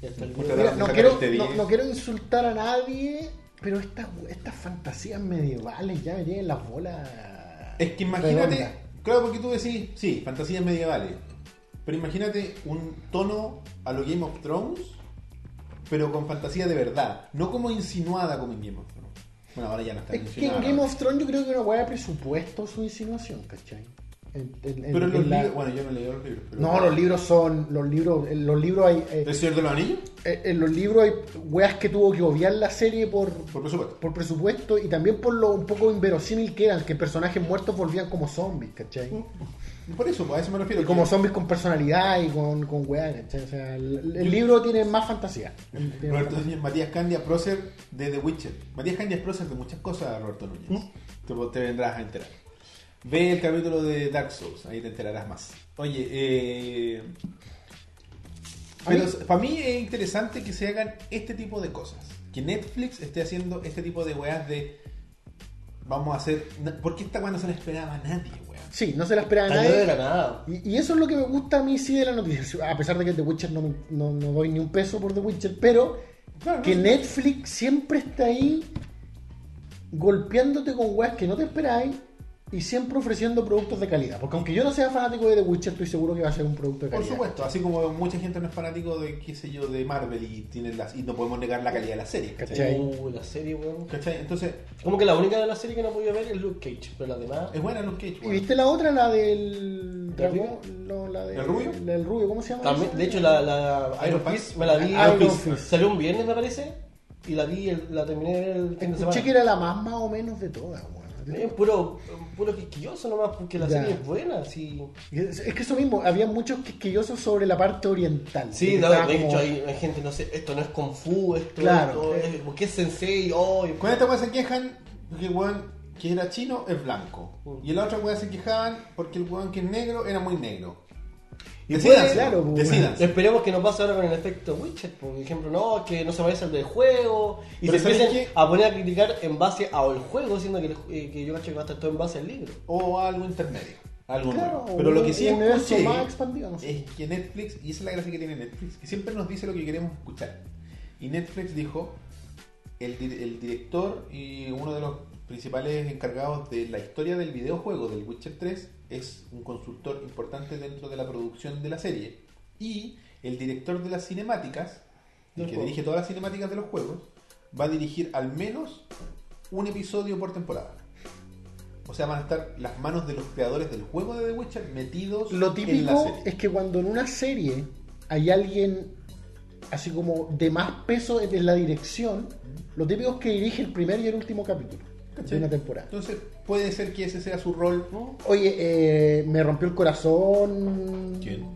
Speaker 3: Ya está el-
Speaker 1: Puta,
Speaker 2: Mira,
Speaker 1: Trataron de
Speaker 2: no,
Speaker 1: sacar
Speaker 2: quiero,
Speaker 1: este
Speaker 2: no-
Speaker 1: 10.
Speaker 2: no quiero insultar a nadie, pero estas estas fantasías medievales ya me tienen las bolas.
Speaker 1: Es que imagínate,
Speaker 2: redondas.
Speaker 1: claro, porque tú decís, sí, fantasías medievales. Pero imagínate un tono a lo Game of Thrones, pero con fantasía de verdad. No como insinuada como en Game of Thrones. Bueno, ahora ya no está
Speaker 2: Es que en
Speaker 1: insinuada.
Speaker 2: Game of Thrones yo creo que una hueá de presupuesto su insinuación, ¿cachai? En- en- en-
Speaker 1: Pero
Speaker 2: en
Speaker 1: los
Speaker 2: la-
Speaker 1: libros, bueno, yo no leí los libros. Pero
Speaker 2: No, los libros son. Los libros, en los libros hay. eh,
Speaker 1: ¿El Señor de los Anillos?
Speaker 2: eh, en los libros hay weas que tuvo que obviar la serie por,
Speaker 1: Por supuesto.
Speaker 2: por presupuesto y también por lo un poco inverosímil que eran, que personajes muertos volvían como zombies, ¿cachai?
Speaker 1: Mm. Por eso, pues, a eso me refiero.
Speaker 2: Y como zombies con personalidad y con, con weá, ¿cachai? O sea, el, el libro tiene más fantasía. Tiene
Speaker 1: Roberto
Speaker 2: más-
Speaker 1: Núñez, Matías Candia, prócer de The Witcher. Matías Candia es prócer de muchas cosas, Roberto Núñez. Te, te vendrás a enterar. Ve el capítulo de Dark Souls, ahí te enterarás más. Oye, eh...
Speaker 2: A
Speaker 1: Pero
Speaker 2: mí-
Speaker 1: para mí es interesante que se hagan este tipo de cosas. Que Netflix esté haciendo este tipo de weas de... Vamos a hacer... Porque esta wea no se la esperaba a nadie, weón.
Speaker 2: Sí, no se la esperaba
Speaker 3: Salió de
Speaker 2: nadie.
Speaker 3: la nada.
Speaker 2: Y, y eso es lo que me gusta a mí sí de la noticia. A pesar de que The Witcher no, me- no, no doy ni un peso por The Witcher, pero
Speaker 1: Claro,
Speaker 2: que
Speaker 1: no.
Speaker 2: Netflix siempre está ahí golpeándote con weas que no te esperáis y siempre ofreciendo productos de calidad. Porque aunque yo no sea fanático de The Witcher, estoy seguro que va a ser un producto de
Speaker 1: Por
Speaker 2: calidad.
Speaker 1: supuesto, así como mucha gente no es fanático de, qué sé yo, de Marvel y, tienen las, y no podemos negar la calidad de las series, ¿cachai?
Speaker 2: ¿Cachai?
Speaker 3: Uh, la serie, weón.
Speaker 1: ¿Cachai? Entonces,
Speaker 3: Como que la única de la serie que no he podido ver es Luke Cage. Pero las demás. eh,
Speaker 1: es buena Luke Cage,
Speaker 2: ¿Y
Speaker 1: weón.
Speaker 2: viste la otra, la del dragón? No, la de,
Speaker 1: ¿El rubio?
Speaker 2: La del rubio, ¿cómo se llama?
Speaker 3: También,
Speaker 2: esa?
Speaker 3: de hecho, la, la Iron
Speaker 1: Iron
Speaker 3: Fist
Speaker 1: Fist.
Speaker 3: me la vi.
Speaker 2: Iron
Speaker 3: Iron
Speaker 2: Fist.
Speaker 3: Fist. Salió un viernes, me parece. Y la vi, el- la terminé de ver el fin de semana.
Speaker 2: Escuché que era la más más o menos de todas, weón.
Speaker 3: Es puro, puro quisquilloso nomás, porque la
Speaker 2: Ya.
Speaker 3: serie es buena. Sí,
Speaker 2: Es es que eso mismo, había muchos quisquillosos sobre la parte oriental.
Speaker 3: sí
Speaker 2: que
Speaker 3: no,
Speaker 2: estaba
Speaker 3: de
Speaker 2: como-
Speaker 3: hecho, hay, hay gente, no sé, esto no es Kung Fu, esto
Speaker 2: Claro.
Speaker 3: esto es. ¿Por qué es Sensei? Oh, y-
Speaker 1: Con esta weá se quejan porque el weón que era chino es blanco. Y la otra weá se quejaban porque el weón que es negro era muy negro.
Speaker 3: Y
Speaker 1: Decídanse,
Speaker 2: puede- claro, pues,
Speaker 1: decídanse.
Speaker 3: Esperemos que no pase ahora con el efecto Witcher, por ejemplo, no, es que no se parece al del juego y
Speaker 1: Pero
Speaker 3: se
Speaker 1: ¿sabes
Speaker 3: empiecen
Speaker 1: qué?
Speaker 3: a poner a criticar en base al juego, siendo que, el- eh, que yo cacho que va a estar todo en base al libro.
Speaker 1: O algo intermedio. Algo
Speaker 2: Claro,
Speaker 1: nuevo. Pero lo que sí
Speaker 2: un universo
Speaker 1: escuché
Speaker 2: más expandido, no sé.
Speaker 1: es que Netflix, y esa es la gracia que tiene Netflix, que siempre nos dice lo que queremos escuchar. Y Netflix dijo, el, di- el director y uno de los principales encargados de la historia del videojuego del Witcher 3, es un consultor importante dentro de la producción de la serie. Y el director de las cinemáticas, el
Speaker 3: Del
Speaker 1: que
Speaker 3: juego.
Speaker 1: dirige todas las cinemáticas de los juegos, va a dirigir al menos un episodio por temporada. O sea, van a estar las manos de los creadores del juego de The Witcher metidos
Speaker 2: Lo
Speaker 1: en la
Speaker 2: típico
Speaker 1: serie.
Speaker 2: es que cuando en una serie hay alguien así como de más peso en la dirección, lo típico es que dirige el primer y el último capítulo de
Speaker 1: ¿Cachai?
Speaker 2: una temporada.
Speaker 1: Entonces, puede ser que ese sea su rol, ¿no?
Speaker 2: Oye, eh, me rompió el corazón.
Speaker 1: ¿Quién?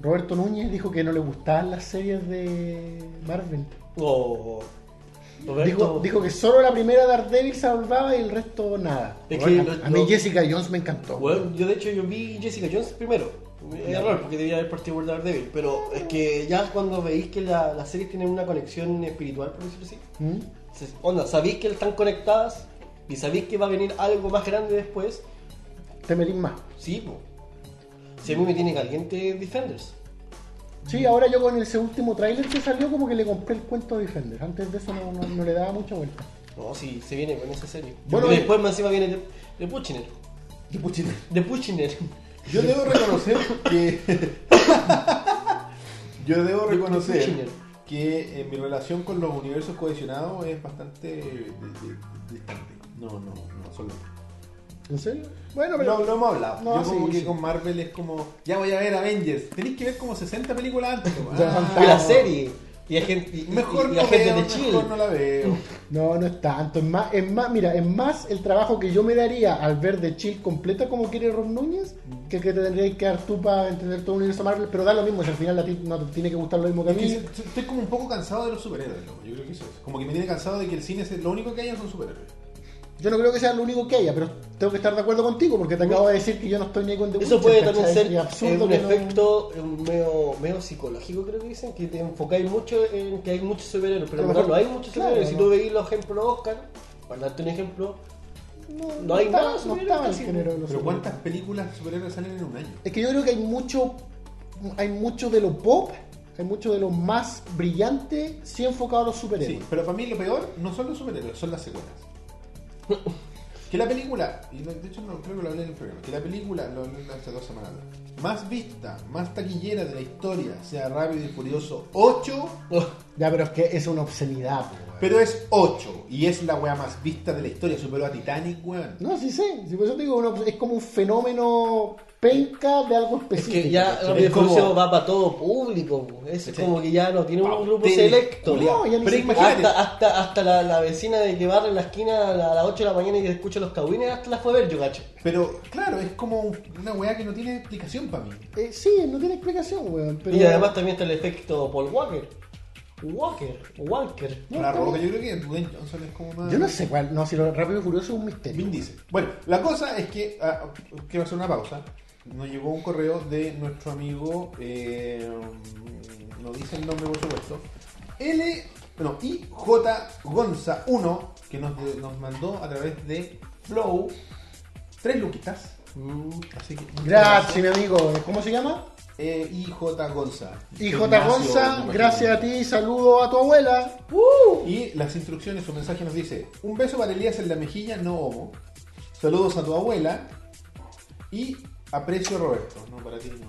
Speaker 2: Roberto Núñez dijo que no le gustaban las series de Marvel.
Speaker 3: Oh, Roberto.
Speaker 2: Dijo, dijo que solo la primera Daredevil salvaba y el resto nada.
Speaker 3: Es
Speaker 2: Bueno,
Speaker 3: que
Speaker 2: a-
Speaker 3: lo-
Speaker 2: a mí
Speaker 3: lo-
Speaker 2: Jessica Jones me encantó.
Speaker 3: Bueno, yo de hecho yo vi Jessica Jones primero. Error, porque debía haber partido por Daredevil. Pero es que ya cuando veis que la- las series tienen una conexión espiritual, por decirlo así.
Speaker 2: ¿Mm?
Speaker 3: se- Onda, sabéis que están conectadas y sabéis que va a venir algo más grande después.
Speaker 2: Te metís más.
Speaker 3: Sí, po. Si a mí me tiene caliente Defenders.
Speaker 2: Sí, ahora yo con ese último tráiler que salió como que le compré el cuento de Defender. Antes de eso no, no- no le daba mucha vuelta.
Speaker 3: No, sí, se viene con esa serie.
Speaker 2: Bueno,
Speaker 3: Bueno, y después más encima viene de, de Puchiner.
Speaker 1: Qué puchita.
Speaker 3: De Puchiner.
Speaker 1: Yo debo reconocer que. Yo debo reconocer que eh, mi relación con los universos cohesionados es bastante de- de- distante. No, no, no, solo.
Speaker 2: ¿En serio? Bueno, pero
Speaker 1: No, no hemos hablado.
Speaker 2: No,
Speaker 1: Yo como
Speaker 2: sí,
Speaker 1: que
Speaker 2: sí.
Speaker 1: con Marvel es como. Ya voy a ver Avengers. Tenéis que ver como 60 películas antes. weón.
Speaker 2: Ya,
Speaker 1: Ah,
Speaker 2: fantástico.
Speaker 3: Y la serie. Y a gente, y,
Speaker 1: Mejor
Speaker 3: y- y a
Speaker 1: no,
Speaker 3: gente
Speaker 1: veo,
Speaker 3: de Chile.
Speaker 1: mejor no la veo.
Speaker 2: no, no es tanto. Es más, es más, mira, es más el trabajo que yo me daría al ver de Chill completa como quiere Ron Núñez que el que te tendrías que dar tú para entender todo el universo Marvel. Pero da lo mismo, si al final a ti no te tiene que gustar lo mismo que a
Speaker 1: Es que
Speaker 2: mí.
Speaker 1: se- Estoy como un poco cansado de los superhéroes, loco. Yo creo que eso es. Como que me tiene cansado de que el cine es lo único que hayan son superhéroes.
Speaker 2: Yo no creo que sea lo único que haya, pero tengo que estar de acuerdo contigo porque te acabo de decir que yo no estoy ni con The
Speaker 3: Eso
Speaker 2: Witcher,
Speaker 3: puede también
Speaker 2: ¿cachai?
Speaker 3: ser
Speaker 2: Sería
Speaker 3: eh, un
Speaker 2: que no-
Speaker 3: efecto eh, un medio, medio psicológico, creo que dicen, que te enfocáis mucho en que hay muchos superhéroes, pero en
Speaker 2: A lo
Speaker 3: verdad
Speaker 2: mejor-
Speaker 3: no hay muchos
Speaker 2: claro,
Speaker 3: superhéroes. Si
Speaker 2: no.
Speaker 3: tú veis los ejemplos Oscar, para darte un ejemplo,
Speaker 2: No,
Speaker 3: No hay
Speaker 2: estaba-
Speaker 3: nada
Speaker 2: No
Speaker 3: superior
Speaker 2: estaba
Speaker 3: al
Speaker 2: el
Speaker 3: cine.
Speaker 2: género de los
Speaker 1: Pero
Speaker 2: superhéroes.
Speaker 1: ¿cuántas películas superhéroes salen en un año?
Speaker 2: Es que yo creo que hay mucho, hay mucho de lo pop, hay mucho de lo más brillante, sí enfocado a los
Speaker 1: Sí,
Speaker 2: superhéroes.
Speaker 1: pero para mí lo peor no son los superhéroes, son las secuelas. que la película, y de de hecho no creo que lo hablé en el programa, que la película, lo hablé hace dos semanas, atrás, más vista, más taquillera de la historia, sea Rápido y Furioso 8,
Speaker 2: Ya, pero es que es una obscenidad. po, weón.
Speaker 1: pero es 8, y es la weá más vista de la historia, superó a Titanic, weón.
Speaker 2: No, sí sé, sí, por eso te digo, una obs- es como un fenómeno penca de algo
Speaker 3: es
Speaker 2: específico.
Speaker 3: que ya
Speaker 2: ¿cachai?
Speaker 3: la
Speaker 1: Es como-
Speaker 3: revolución va para todo público. po. Es
Speaker 1: ¿Cachai?
Speaker 3: como que ya no tiene
Speaker 1: Pa'
Speaker 3: un grupo
Speaker 1: ustedes,
Speaker 3: selecto.
Speaker 1: culiao.
Speaker 2: No, ya ni
Speaker 1: pero
Speaker 2: siquiera-
Speaker 1: imagínate,
Speaker 3: Hasta, hasta, hasta la, la vecina de que barre en la esquina a la- a las 8 de la mañana y que escucha los cabines, hasta la fue a ver yo, cacho.
Speaker 1: pero claro, es como una weá que no tiene explicación para mí.
Speaker 2: Eh, sí, no tiene explicación, weón. Pero...
Speaker 3: Y además también está el efecto Paul Walker. Walker, Walker.
Speaker 2: No,
Speaker 1: la
Speaker 2: está
Speaker 1: roca,
Speaker 2: bien.
Speaker 1: yo creo que Dwayne Johnson es como más...
Speaker 2: Yo no sé cuál, no, si lo rápido y furioso es un
Speaker 1: Vin
Speaker 2: misterio.
Speaker 1: Diesel. Bueno, la cosa es que ah, quiero hacer una pausa. Nos llegó un correo de nuestro amigo, eh, no dice el nombre por supuesto, L, no, IJ Gonza 1, que nos, de- nos mandó a través de Flow tres luquitas. Así que muchas
Speaker 2: Mm, Gracias, mi amigo. ¿Cómo se llama?
Speaker 1: Eh, IJ Gonza.
Speaker 2: IJ
Speaker 1: Ignacio, me
Speaker 2: Gonza,
Speaker 1: imagino.
Speaker 2: gracias a ti, saludo a tu abuela.
Speaker 1: Y las instrucciones, su mensaje nos dice: Un beso para Elías en la mejilla, no homo. Saludos a tu abuela. Y aprecio a Roberto. No, para ti no.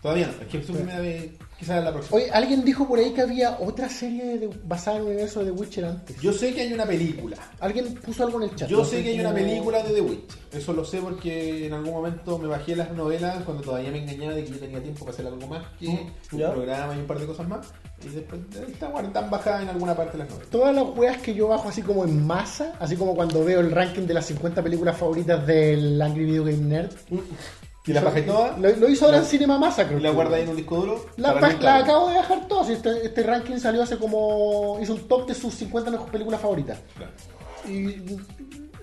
Speaker 1: Todavía no, es que es tu primera vez. Quizás la próxima.
Speaker 2: Oye, alguien dijo por ahí que había otra serie de- basada en el universo de The Witcher antes.
Speaker 1: Yo sé que hay una película.
Speaker 2: Alguien puso algo en el chat.
Speaker 1: Yo
Speaker 2: no
Speaker 1: sé que hay
Speaker 2: cómo-
Speaker 1: una película de The Witch. Eso lo sé porque en algún momento me bajé las novelas cuando todavía me engañaba de que yo tenía tiempo para hacer algo más que un
Speaker 3: ¿Ya?
Speaker 1: programa y un par de cosas más. Y después ahí está, bueno, están bajadas en alguna parte las novelas.
Speaker 2: Todas las weas que yo bajo así como en masa, así como cuando veo el ranking de las 50 películas favoritas del Angry Video Game Nerd.
Speaker 1: ¿Y las bajé todas?
Speaker 2: Lo, lo hizo ahora en
Speaker 1: La-
Speaker 2: Cinema Massacre.
Speaker 1: ¿Y las guardé ahí en un disco duro?
Speaker 2: La,
Speaker 1: Para
Speaker 2: la-
Speaker 1: nunca
Speaker 2: la
Speaker 1: ver.
Speaker 2: acabo de bajar todas. Este, este ranking salió hace como. hizo un top de sus 50 mejores películas favoritas.
Speaker 1: Claro.
Speaker 2: Y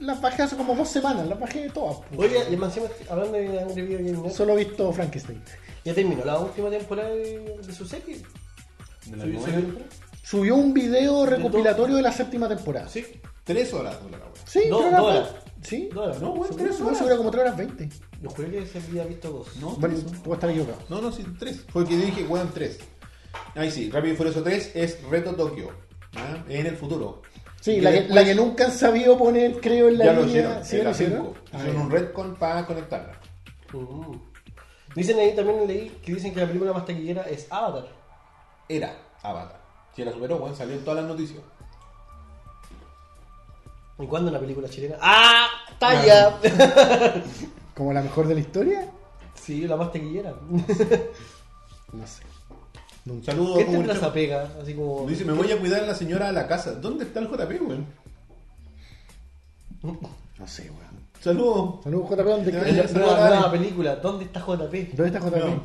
Speaker 2: las bajé hace como dos semanas, las bajé todas. po.
Speaker 3: Oye, y más encima, hablando de Angry Video Game Nerd,
Speaker 2: Solo he visto Frankenstein.
Speaker 3: ya terminó la última temporada de, de su serie.
Speaker 1: De las
Speaker 3: ¿Subió-
Speaker 1: novelas.
Speaker 3: subió temporada?
Speaker 2: Subió un video recopilatorio de la séptima temporada.
Speaker 3: Sí,
Speaker 1: Tres horas dura la wea.
Speaker 2: Sí,
Speaker 3: Do-
Speaker 2: tres horas
Speaker 3: dos
Speaker 2: veinte.
Speaker 3: horas.
Speaker 2: Sí.
Speaker 3: dos horas.
Speaker 1: No,
Speaker 3: No,
Speaker 1: güey, tres
Speaker 2: No,
Speaker 1: horas.
Speaker 2: se dura como 3 horas 20.
Speaker 3: yo juré que se había visto dos.
Speaker 1: No,
Speaker 2: Bueno,
Speaker 1: tres horas.
Speaker 2: puedo estar equivocado.
Speaker 1: no, no, sí, tres. Porque yo dije, weón, tres. Ahí sí, Rápido y Furioso 3 es Reto Tokio. ¿ah? En el futuro.
Speaker 2: Sí,
Speaker 1: Y
Speaker 2: la que,
Speaker 1: después-
Speaker 2: la que nunca han sabido poner, creo, en la
Speaker 1: ya lo
Speaker 2: línea.
Speaker 1: hicieron.
Speaker 2: ¿Sí
Speaker 1: en
Speaker 2: lo
Speaker 1: la
Speaker 2: hicieron?
Speaker 1: 5.
Speaker 2: Ah,
Speaker 1: Hicieron
Speaker 2: ya.
Speaker 1: un retcon para conectarla.
Speaker 3: Mm. Dicen ahí, también leí, que dicen que la película más taquillera es Avatar.
Speaker 1: Era Avatar. Si la superó, bueno, salió en todas las noticias.
Speaker 3: ¿Y cuándo una película chilena? ¡Ah! ¡Talla!
Speaker 2: ¿Como la mejor de la historia?
Speaker 3: sí, la más taquillera.
Speaker 2: No sé.
Speaker 1: Un saludo.
Speaker 3: ¿Qué
Speaker 1: como
Speaker 3: tendrá
Speaker 1: un
Speaker 3: esa
Speaker 1: chavo.
Speaker 3: pega? Así como...
Speaker 1: Dice, me voy a cuidar la señora a la casa. ¿Dónde está el JP, weón?
Speaker 2: No sé, weón.
Speaker 1: Saludos.
Speaker 2: Saludos, JP. ¿Dónde,
Speaker 1: Ya,
Speaker 3: Nueva,
Speaker 1: ya.
Speaker 3: nueva- nueva película. ¿Dónde está JP?
Speaker 2: ¿dónde está JP?
Speaker 1: No.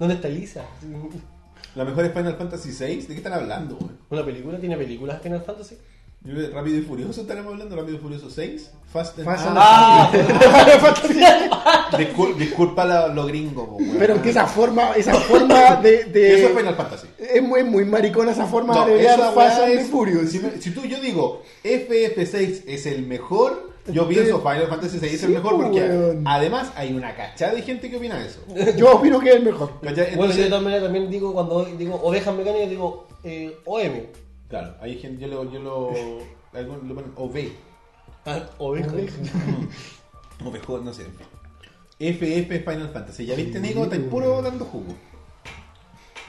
Speaker 3: ¿Dónde está Lisa?
Speaker 1: La mejor es Final Fantasy VI. ¿De qué están hablando, weón?
Speaker 3: ¿Una película? ¿Tiene películas Final Fantasy?
Speaker 1: Yo creo que Rápido y Furioso estaremos hablando. Rápido y Furioso 6. Fast and
Speaker 2: Fast and-
Speaker 1: Ah,
Speaker 3: ¡Ah!
Speaker 1: discul- disculpa lo, lo gringo, po, weón.
Speaker 2: Pero que eh, esa forma, esa forma de. de-
Speaker 1: Eso es Final Fantasy.
Speaker 2: es muy, muy maricona esa forma
Speaker 1: No,
Speaker 2: de agregar
Speaker 1: esa
Speaker 2: Fast
Speaker 1: weá
Speaker 2: and
Speaker 1: es-
Speaker 2: Furious.
Speaker 1: Si, me- si tú yo digo FF6 es el mejor, yo pienso Final Fantasy 6 es el
Speaker 2: Sí,
Speaker 1: mejor porque
Speaker 2: weón.
Speaker 1: además hay una cachada de gente que opina eso.
Speaker 2: Yo opino que es el mejor.
Speaker 1: ¿Cachai?
Speaker 3: Bueno, yo de
Speaker 1: Entonces,
Speaker 3: todas maneras también digo, cuando digo ovejas mecánicas, digo eh, OM.
Speaker 1: claro, hay gente, yo lo, yo lo, algunos lo ponen OV,
Speaker 3: Ah, ovejas.
Speaker 1: ovejón, no sé. FF Final Fantasy. ¿Ya viste, Nico? Estáis puro dando jugo.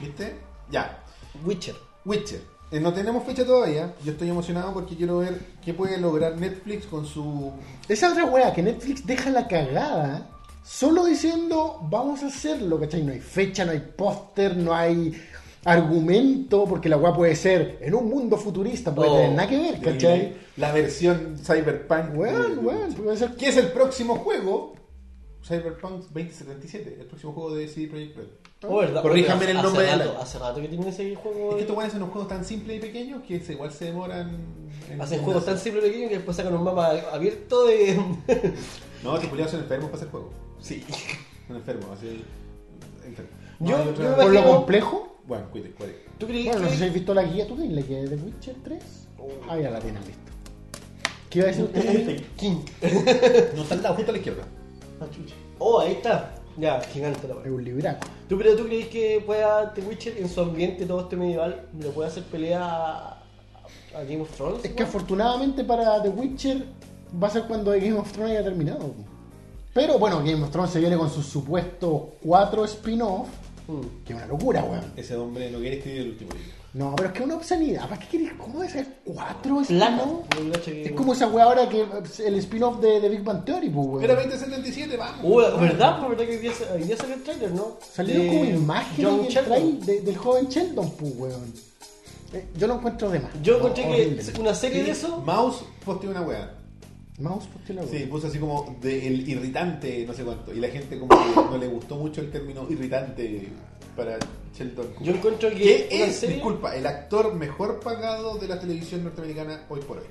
Speaker 1: ¿Viste? Ya.
Speaker 3: Witcher.
Speaker 1: Witcher. Eh, no tenemos fecha todavía. Yo estoy emocionado porque quiero ver qué puede lograr Netflix con su
Speaker 2: Esa otra weá que Netflix deja la cagada solo diciendo vamos a hacerlo, ¿cachai? No hay fecha, no hay póster, no hay argumento, porque la weá puede ser en un mundo futurista, puede
Speaker 3: Oh,
Speaker 2: tener nada que ver, ¿cachai?
Speaker 1: eh, La versión Cyberpunk.
Speaker 2: Weón,
Speaker 1: de-
Speaker 2: weón, puede ser
Speaker 1: ¿Qué es el próximo juego? Cyberpunk 2077, el próximo juego de CD Projekt Red.
Speaker 2: Ah.
Speaker 3: Oh, ¿verdad?
Speaker 1: Corríjame
Speaker 3: Oye,
Speaker 1: el
Speaker 3: hace
Speaker 1: nombre de la-
Speaker 3: rato, Hace rato que tienen ese juego. eh.
Speaker 1: Es que estos weones son unos juegos tan simples y pequeños que se- igual se demoran. en-
Speaker 3: Hacen
Speaker 1: en
Speaker 3: juegos tan
Speaker 1: hacer.
Speaker 3: simples y pequeños que después sacan un mapa abierto de.
Speaker 1: No, los culiados son enfermos para hacer juegos. Sí. Son enfermos, así. Enfermos. No,
Speaker 3: Yo-
Speaker 1: hay
Speaker 3: yo
Speaker 1: otra-
Speaker 3: me
Speaker 2: por
Speaker 3: imagino-
Speaker 2: lo complejo.
Speaker 1: Bueno, cuide, cuide.
Speaker 3: ¿Tú crees
Speaker 2: Bueno, no sé si
Speaker 3: que.?
Speaker 2: has visto la guía, ¿tú crees la guía de The Witcher 3? Ah, ya la tienes listo. ¿Qué iba a decir usted?
Speaker 3: King.
Speaker 1: No está al lado, justo a la izquierda.
Speaker 3: Ah, chucha. Oh, ahí está. Ya, gigante la
Speaker 2: Es
Speaker 3: wea.
Speaker 2: un libraco.
Speaker 3: ¿Tú, pero tú crees que pueda The Witcher en su ambiente todo este medieval le puede hacer pelea a, a Game of Thrones?
Speaker 2: Es que
Speaker 3: wea?
Speaker 2: afortunadamente para The Witcher va a ser cuando Game of Thrones haya terminado. Pero bueno, Game of Thrones se viene con sus supuestos cuatro spin-off,
Speaker 3: Mm.
Speaker 2: que es una locura, weón.
Speaker 1: Ese hombre no quiere escribir el último libro.
Speaker 2: No, pero es que es una obscenidad. ¿Para qué quieres? ¿Cómo es ser cuatro
Speaker 3: Plata.
Speaker 2: spin-off?
Speaker 3: Yo cacho que-
Speaker 2: Es como esa weá ahora que el spin-off de, de Big Bang Theory, pues,
Speaker 1: Era
Speaker 2: weón.
Speaker 1: 2077, vamos.
Speaker 3: Uh, ¿verdad? Pues, ¿Verdad que hoy día, sa- hoy día salió el trailer, no?
Speaker 2: Salieron
Speaker 3: De
Speaker 2: como imágenes
Speaker 3: John
Speaker 2: en el
Speaker 3: Sheldon.
Speaker 2: trail de- del joven Sheldon, pues, weón. Eh, Yo lo encuentro de más.
Speaker 3: Yo
Speaker 2: No,
Speaker 3: encontré
Speaker 2: horrible.
Speaker 3: que una serie de eso.
Speaker 1: Mouse posteó una weá.
Speaker 2: Mouse, ¿por qué la
Speaker 1: Sí,
Speaker 2: weón?
Speaker 1: puso así como de el irritante, no sé cuánto. Y la gente como que no le gustó mucho el término irritante para Sheldon Cooper.
Speaker 3: Yo encuentro que.
Speaker 1: ¿Qué
Speaker 3: una
Speaker 1: es,
Speaker 3: serie-
Speaker 1: disculpa, el actor mejor pagado de la televisión norteamericana hoy por hoy?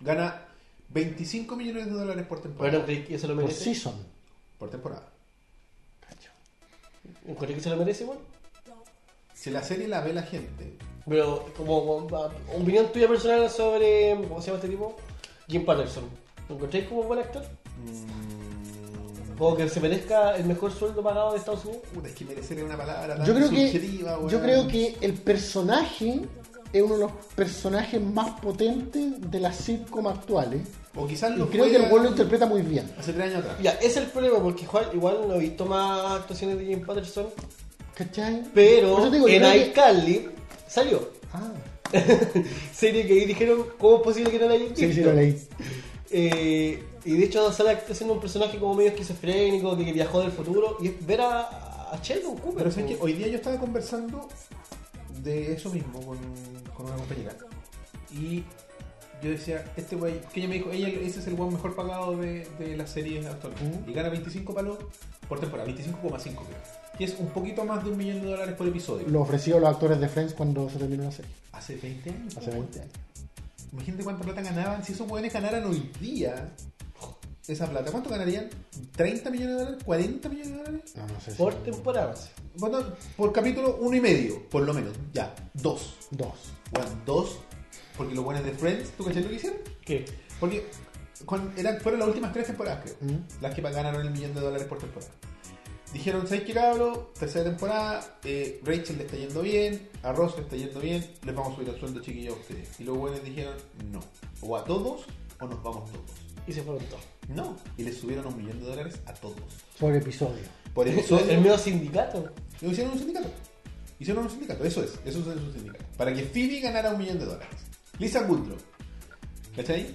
Speaker 1: Gana 25 millones de dólares por temporada.
Speaker 3: Bueno, ¿crees que eso lo
Speaker 2: Por
Speaker 3: merece?
Speaker 2: season.
Speaker 1: Por temporada.
Speaker 2: Cacho.
Speaker 3: ¿Crees que se lo merece, bueno?
Speaker 1: Si la serie la ve la gente,
Speaker 3: Pero, como, como, a- opinión tuya personal sobre. ¿Cómo se llama este tipo? Jim Patterson. ¿Lo encontráis como buen actor?
Speaker 2: Mm.
Speaker 3: Como que se merezca el mejor sueldo pagado de Estados Unidos.
Speaker 1: puta, es que merecer es una palabra tan
Speaker 2: yo creo que
Speaker 1: subjetiva, weón.
Speaker 2: yo creo que el personaje es uno de los personajes más potentes de las sitcom actuales
Speaker 1: O quizás
Speaker 2: y
Speaker 1: lo
Speaker 2: creo
Speaker 1: fue
Speaker 2: que el pueblo lo interpreta muy bien
Speaker 1: hace tres años atrás.
Speaker 3: Ya, ese es el problema, porque igual, igual no he visto más actuaciones de Jim Patterson.
Speaker 2: ¿cachai? Por
Speaker 3: Pero
Speaker 2: eso te digo, yo
Speaker 3: en
Speaker 2: creo que-
Speaker 3: iCarly salió.
Speaker 2: ah,
Speaker 3: serie que ahí dijeron, ¿cómo es posible que no la hayan visto?
Speaker 2: sí, sí, lo leí
Speaker 3: Eh, y de hecho sale haciendo un personaje como medio esquizofrénico, que viajó del futuro, y es ver a, a Sheldon Cooper.
Speaker 1: Pero sé
Speaker 2: pues,
Speaker 1: que hoy día yo estaba conversando de eso mismo con, con una compañera. Y yo decía, este güey, que ella me dijo, ella, ese es el güey mejor pagado de, de las series actuales.
Speaker 2: Ujú.
Speaker 1: Y gana 25 palos por temporada, 25,5 creo. Que es un poquito más de un millón de dólares por episodio.
Speaker 2: lo ofrecieron los actores de Friends cuando se terminó la serie
Speaker 1: Hace 20 años.
Speaker 2: hace
Speaker 1: po,
Speaker 2: 20 años
Speaker 1: güey. Imagínate cuánta plata ganaban. Si esos güeyes ganaran hoy día esa plata, ¿cuánto ganarían? ¿30 millones de dólares? ¿40 millones de dólares?
Speaker 2: no, no sé si-
Speaker 3: Por temporada. sí.
Speaker 1: Bueno, por capítulo uno y medio, por lo menos. Ya, dos.
Speaker 2: dos
Speaker 1: Weón, dos. Porque los buenos de Friends, ¿tú cachai lo que hicieron?
Speaker 3: ¿Qué?
Speaker 1: Porque cuan- eran, fueron las últimas tres temporadas, creo.
Speaker 2: Mm.
Speaker 1: Las que pagaron el millón de dólares por temporada. Dijeron, ¿sabes qué cabro? Tercera temporada, eh, Rachel le está yendo bien, a Ross le está yendo bien, les vamos a subir el sueldo chiquillo a ustedes. Y los buenos dijeron, no, o a todos o nos vamos todos.
Speaker 3: Y se fueron todos.
Speaker 1: No, y les subieron un millón de dólares a todos.
Speaker 2: Por episodio.
Speaker 1: Por eso
Speaker 3: El medio sindicato.
Speaker 1: lo hicieron un sindicato. Hicieron un sindicato, eso es, eso es un sindicato. Para que Phoebe ganara un millón de dólares. Lisa Kudrow. ¿Cachai?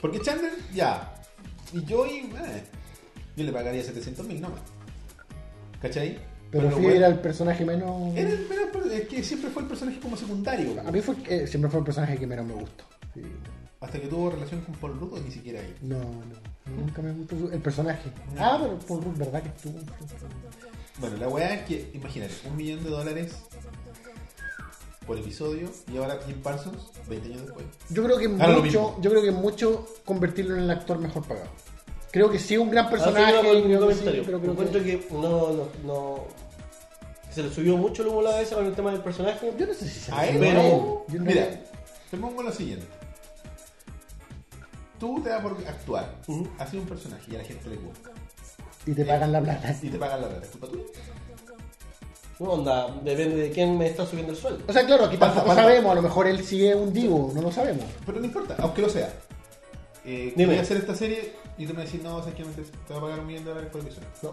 Speaker 1: Porque Chandler, ya. Y Joey, eh, yo le pagaría 700 mil nomás. ¿Cachai?
Speaker 2: Pero, Phoebe
Speaker 1: bueno,
Speaker 2: era el personaje menos.
Speaker 1: era el- era- es que siempre fue el personaje como secundario.
Speaker 2: A mí fue, eh, siempre fue el personaje que menos me gustó. Sí.
Speaker 1: Hasta que tuvo relación con Paul Rudd ni siquiera ahí.
Speaker 2: No, no. Nunca me gustó su- el personaje.
Speaker 1: No.
Speaker 2: Ah, pero por Ruth, ¿verdad que estuvo?
Speaker 1: Bueno, la weá es que, imagínate, un millón de dólares por episodio y ahora Jim Parsons, 20 años después.
Speaker 2: Yo creo que
Speaker 1: Ahora lo
Speaker 2: mucho,
Speaker 1: mismo.
Speaker 2: yo creo que mucho convertirlo en el actor mejor pagado. Creo que sí es un gran personaje.
Speaker 3: Ahora sí,
Speaker 2: creo
Speaker 3: mi
Speaker 2: que sí,
Speaker 3: comentario.
Speaker 2: pero creo
Speaker 3: Encuentro
Speaker 2: que-
Speaker 3: que no, no, no. Se le subió mucho el humo a la cabeza con el tema del personaje.
Speaker 2: Yo no sé si se
Speaker 1: A
Speaker 2: le
Speaker 1: él,
Speaker 2: subió
Speaker 3: pero-
Speaker 2: Yo no-
Speaker 1: Mira, te pongo lo siguiente. Tú te das por actuar,
Speaker 3: Ujú.
Speaker 1: haces un personaje y a la gente le gusta.
Speaker 2: Y te pagan la plata.
Speaker 1: Y te pagan la plata, ¿es culpa tuya?
Speaker 3: No, onda, depende de quién me está subiendo el sueldo.
Speaker 2: O sea, claro, aquí
Speaker 1: Pasa,
Speaker 2: tampoco
Speaker 1: pasa.
Speaker 2: sabemos. A lo mejor él sí es un divo, no lo sabemos.
Speaker 1: Pero no importa, aunque lo sea. Eh,
Speaker 3: Dime.
Speaker 1: voy a hacer esta serie y tú me decís, no, ¿sabes qué? Me Te te voy a pagar un millón de dólares por episodio.
Speaker 3: No.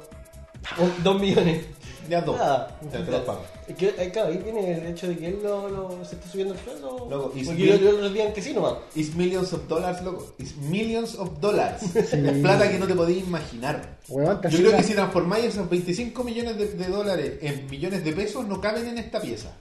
Speaker 3: Un- Dos millones.
Speaker 1: Ya dos.
Speaker 3: Nada.
Speaker 1: Ya, te los pago.
Speaker 3: Es que, eh, claro, ahí viene el hecho de que él lo, lo- se está subiendo el sueldo.
Speaker 1: Loco, y
Speaker 3: Porque
Speaker 1: si-
Speaker 3: yo, yo otros días que sí nomás.
Speaker 1: It's millions of dollars, loco. It's millions of dollars.
Speaker 2: Sí.
Speaker 1: Es plata que no te podías imaginar.
Speaker 2: Huevón,
Speaker 1: Yo
Speaker 2: tercera-
Speaker 1: creo que si transformáis esos 25 millones de, de dólares en millones de pesos, no caben en esta pieza.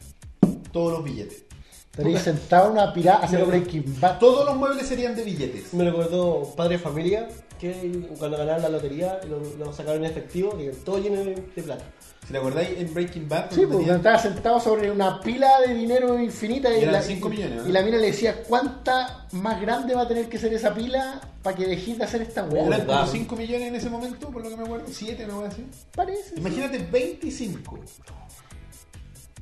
Speaker 1: Todos los billetes.
Speaker 2: Estaría sentado en una pirata haciendo Breaking Bad.
Speaker 1: Todos los muebles serían de billetes.
Speaker 3: Me recordó Padre de Familia, que cuando ganaron la lotería lo, lo sacaron en efectivo, que todo lleno de, de plata.
Speaker 1: Si te acordáis, en Breaking Bad,
Speaker 2: Sí, pues,
Speaker 1: cuando
Speaker 2: porque
Speaker 1: tenían-
Speaker 2: estaba sentado sobre una pila de dinero infinita
Speaker 1: Y
Speaker 2: y,
Speaker 1: eran
Speaker 2: la,
Speaker 1: cinco millones, ¿no?
Speaker 2: y la mina le decía, ¿cuánta más grande va a tener que ser esa pila para que dejes de hacer esta
Speaker 1: eran
Speaker 2: hueá?
Speaker 3: Era-
Speaker 1: como
Speaker 3: ¿verdad?
Speaker 1: 5 millones en ese momento, por lo que me acuerdo, 7, una cosa así.
Speaker 2: Parece. sí.
Speaker 1: Imagínate 25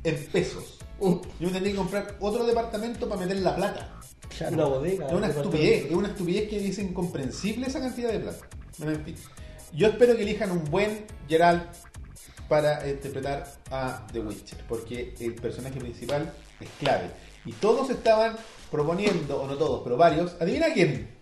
Speaker 1: en pesos.
Speaker 3: Uh,
Speaker 1: Yo me tendría que comprar otro departamento para meter la plata.
Speaker 2: Claro.
Speaker 3: Una bodega.
Speaker 1: Es una
Speaker 3: un
Speaker 1: estupidez, es una estupidez que es incomprensible esa cantidad de plata. Bueno, en fin. Yo espero que elijan un buen Geralt para interpretar a The Witcher, porque el personaje principal es clave. Y todos estaban proponiendo, o no todos, pero varios, adivina quién.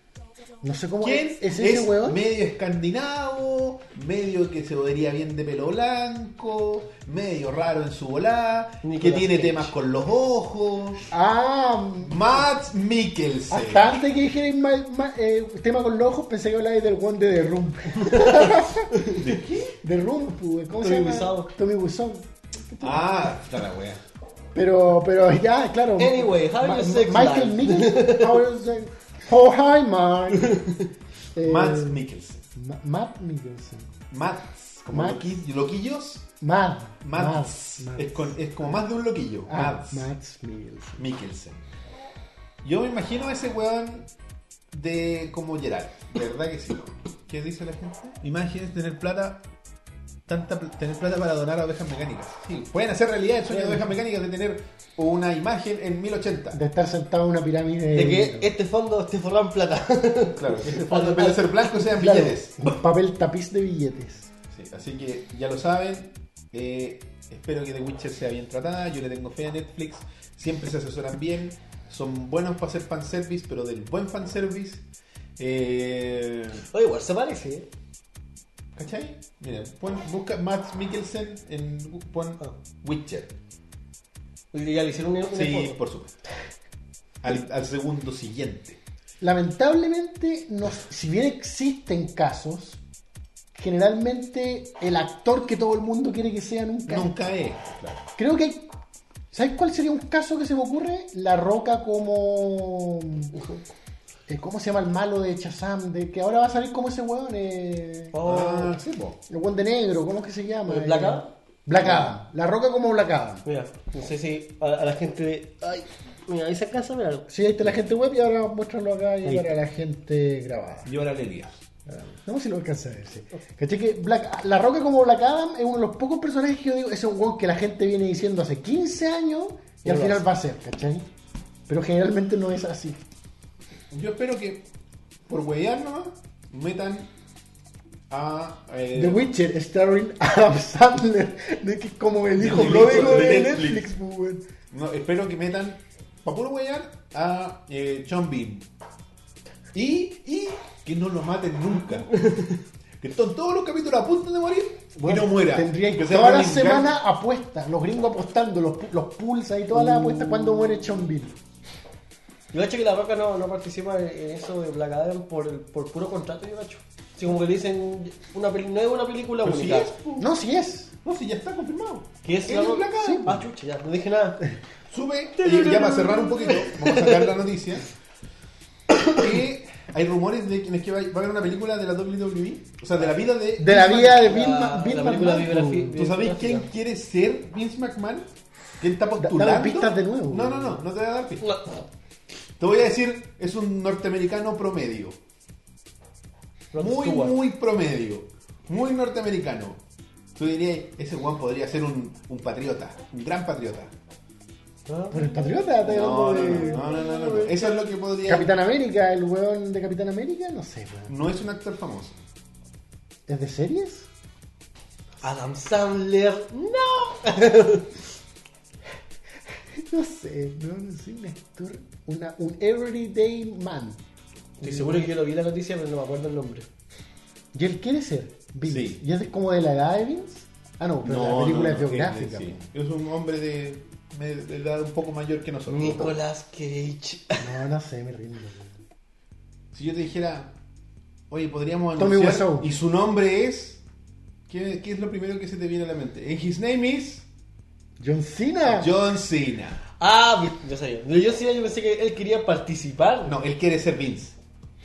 Speaker 2: No sé cómo
Speaker 1: ¿Quién
Speaker 2: es, ¿es ese hueón.
Speaker 1: medio escandinavo, medio que se podría bien de pelo blanco, medio raro en su volá, que
Speaker 3: Nicolas
Speaker 1: tiene
Speaker 3: Cage.
Speaker 1: temas con los ojos?
Speaker 2: Ah,
Speaker 1: Matt Mikkelsen.
Speaker 2: hasta antes que dijerais ma- ma- eh, tema con los ojos, pensé que hablabais del one de The Room.
Speaker 1: ¿De qué?
Speaker 2: The Room, pues, ¿cómo se
Speaker 3: Tommy
Speaker 2: llama?
Speaker 3: Wiseau.
Speaker 2: Tommy Wiseau.
Speaker 1: Ah, está la wea.
Speaker 2: Pero, pero ya, claro.
Speaker 3: Anyway, how
Speaker 2: Ma-
Speaker 3: your sex
Speaker 2: Ma- Michael
Speaker 3: life?
Speaker 2: Mikkelsen. how your sex- Oh, hi, Mark. Eh,
Speaker 1: Matt Mikkelsen.
Speaker 2: Ma- Matt Mikkelsen.
Speaker 1: Matt, como
Speaker 2: Matt.
Speaker 1: loqui- loquillos,
Speaker 2: Matt.
Speaker 1: Matt.
Speaker 2: Matt.
Speaker 1: Es, con- es como más de un loquillo.
Speaker 2: Ah,
Speaker 1: Matt
Speaker 2: Matt Mikkelsen.
Speaker 1: Mikkelsen. Yo me imagino a ese weón de como Gerard, de verdad que sí. ¿Qué dice la gente? Imágenes, tener plata, tanta pl- tener plata para donar a ovejas mecánicas. Sí, pueden hacer realidad el sueño de ovejas mecánicas de tener una imagen en 1080.
Speaker 2: De estar sentado en una pirámide.
Speaker 3: De que este fondo esté forrado en plata.
Speaker 1: Claro, que ese fondo en vez de ser blanco sean
Speaker 2: Claro,
Speaker 1: billetes.
Speaker 2: un papel tapiz de billetes.
Speaker 1: Sí, así que ya lo saben. eh, espero que The Witcher sea bien tratada. Yo le tengo fe a Netflix. Siempre se asesoran bien. Son buenos para hacer fanservice, pero del buen fanservice. Eh,
Speaker 3: Oye, igual se parece. ¿eh?
Speaker 1: ¿Cachai? Mira, pon- busca Matt Mikkelsen en pon
Speaker 3: Ah.
Speaker 1: Witcher.
Speaker 3: Y ya le hicieron un, un
Speaker 1: Sí,
Speaker 3: esfuerzo.
Speaker 1: por supuesto. Al, al segundo siguiente.
Speaker 2: Lamentablemente, no- si bien existen casos, generalmente el actor que todo el mundo quiere que sea nunca es.
Speaker 1: Nunca es. Claro.
Speaker 2: Creo que hay- ¿Sabes cuál sería un caso que se me ocurre? La Roca como. eh, ¿Cómo se llama el malo de Chazam? De que ahora va a salir como ese weón. eh,
Speaker 3: Oh.
Speaker 1: Ah, sí, po.
Speaker 2: El weón de negro, ¿cómo es que se llama?
Speaker 3: ¿Eh, Black Adam?
Speaker 2: Black Adam. La Roca como Black Adam.
Speaker 3: Mira, no sé si a, a la gente de. Ay, mira, ahí se alcanza a ver algo.
Speaker 2: Sí, ahí está la gente web y ahora muéstralo acá y
Speaker 3: Ahí.
Speaker 2: para la gente grabada.
Speaker 1: Yo la alegría.
Speaker 2: No sé si lo alcanza a ver, sí. ¿Cachai que Black- La Roca como Black Adam es uno de los pocos personajes que yo digo, ese es un weón que la gente viene diciendo hace 15 años y
Speaker 3: Y
Speaker 2: al
Speaker 3: lo
Speaker 2: final
Speaker 3: hace.
Speaker 2: va a ser, ¿cachai? Pero generalmente no es así.
Speaker 1: Yo espero que, por huevear nomás, metan a. eh,
Speaker 2: The Witcher, starring Adam Sandler, de que es como el hijo
Speaker 1: De
Speaker 2: pródigo de
Speaker 1: Netflix.
Speaker 2: Netflix, pues, weón.
Speaker 1: no, espero que metan, para puro huear, a eh, John Bean. Y, y que no lo maten nunca. que to- todos los capítulos apuntan de morir y no muera.
Speaker 2: Tendría que
Speaker 1: sea
Speaker 2: toda la
Speaker 1: Ronin Gar-
Speaker 2: semana apuestas, los gringos apostando, los, pu- los pools ahí, todas
Speaker 1: Uh.
Speaker 2: las apuestas cuando muere Sean Bean.
Speaker 3: Yo cacho que la vaca no, no participa en en eso de Black Adam por, por puro contrato, yo cacho. Así como que le dicen, una peli- no es una película
Speaker 1: Pero si
Speaker 3: única.
Speaker 1: es, po.
Speaker 2: No, si es.
Speaker 1: No, si ya está confirmado.
Speaker 3: ¿Qué es
Speaker 1: Él
Speaker 3: la
Speaker 1: es
Speaker 3: Roca?
Speaker 1: Black Adam.
Speaker 3: Sí, ah, chucha, ya, no dije nada.
Speaker 1: Sube, eh, ya para cerrar un poquito, vamos a sacar la noticia. Que hay rumores de que, de que va va a haber una película de la WWE, o sea, de la vida de.
Speaker 2: De la
Speaker 1: Vince
Speaker 2: vida de
Speaker 1: McMahon.
Speaker 2: Bill
Speaker 3: La-
Speaker 2: Ma- Bill
Speaker 3: la película
Speaker 2: McMahon.
Speaker 3: biografía.
Speaker 1: ¿Tú sabes quién
Speaker 3: Biográfica.
Speaker 1: quiere ser Vince McMahon? ¿Quién está
Speaker 2: dame
Speaker 1: postulando?
Speaker 2: pistas de nuevo.
Speaker 1: No, no, no, no te voy a dar pistas.
Speaker 3: No.
Speaker 1: Te voy a decir, es un norteamericano promedio.
Speaker 3: Rod
Speaker 1: muy,
Speaker 3: Stewart.
Speaker 1: muy promedio. Muy norteamericano. Tú dirías, ese Juan podría ser un, un patriota, un gran patriota.
Speaker 3: Ah,
Speaker 2: Pero el patriota, te
Speaker 1: No, no,
Speaker 2: hablando
Speaker 1: no,
Speaker 2: de...
Speaker 1: no, no, no, no. Eso es lo que podría.
Speaker 2: Capitán América, el weón de Capitán América, no sé, weón.
Speaker 1: No es un actor famoso.
Speaker 2: ¿Es de series?
Speaker 3: Adam Sandler, no.
Speaker 2: No sé, no, no soy un actor, una, un everyday man.
Speaker 3: Estoy seguro que yo lo vi la noticia, pero no me acuerdo el nombre.
Speaker 2: ¿Y él quiere ser? Vince.
Speaker 1: Sí.
Speaker 2: ¿Y es como de la edad de Vince? Ah, no, pero la película es biográfica. pues.
Speaker 1: sí, sí. Es un hombre de, de- de edad un poco mayor que nosotros.
Speaker 3: Nicolas Cage.
Speaker 2: weón. pues. No, no sé, me rindo. weón.
Speaker 1: Si yo te dijera, oye, podríamos
Speaker 2: Tommy
Speaker 1: anunciar
Speaker 2: Wiseau.
Speaker 1: y su nombre es. ¿Qué, qué es lo primero que se te viene a la mente? En his name is
Speaker 2: John Cena.
Speaker 1: John Cena.
Speaker 3: Ah, vi- ya sabía. Pero yo sí, yo pensé que él quería participar.
Speaker 1: No, él quiere ser Vince.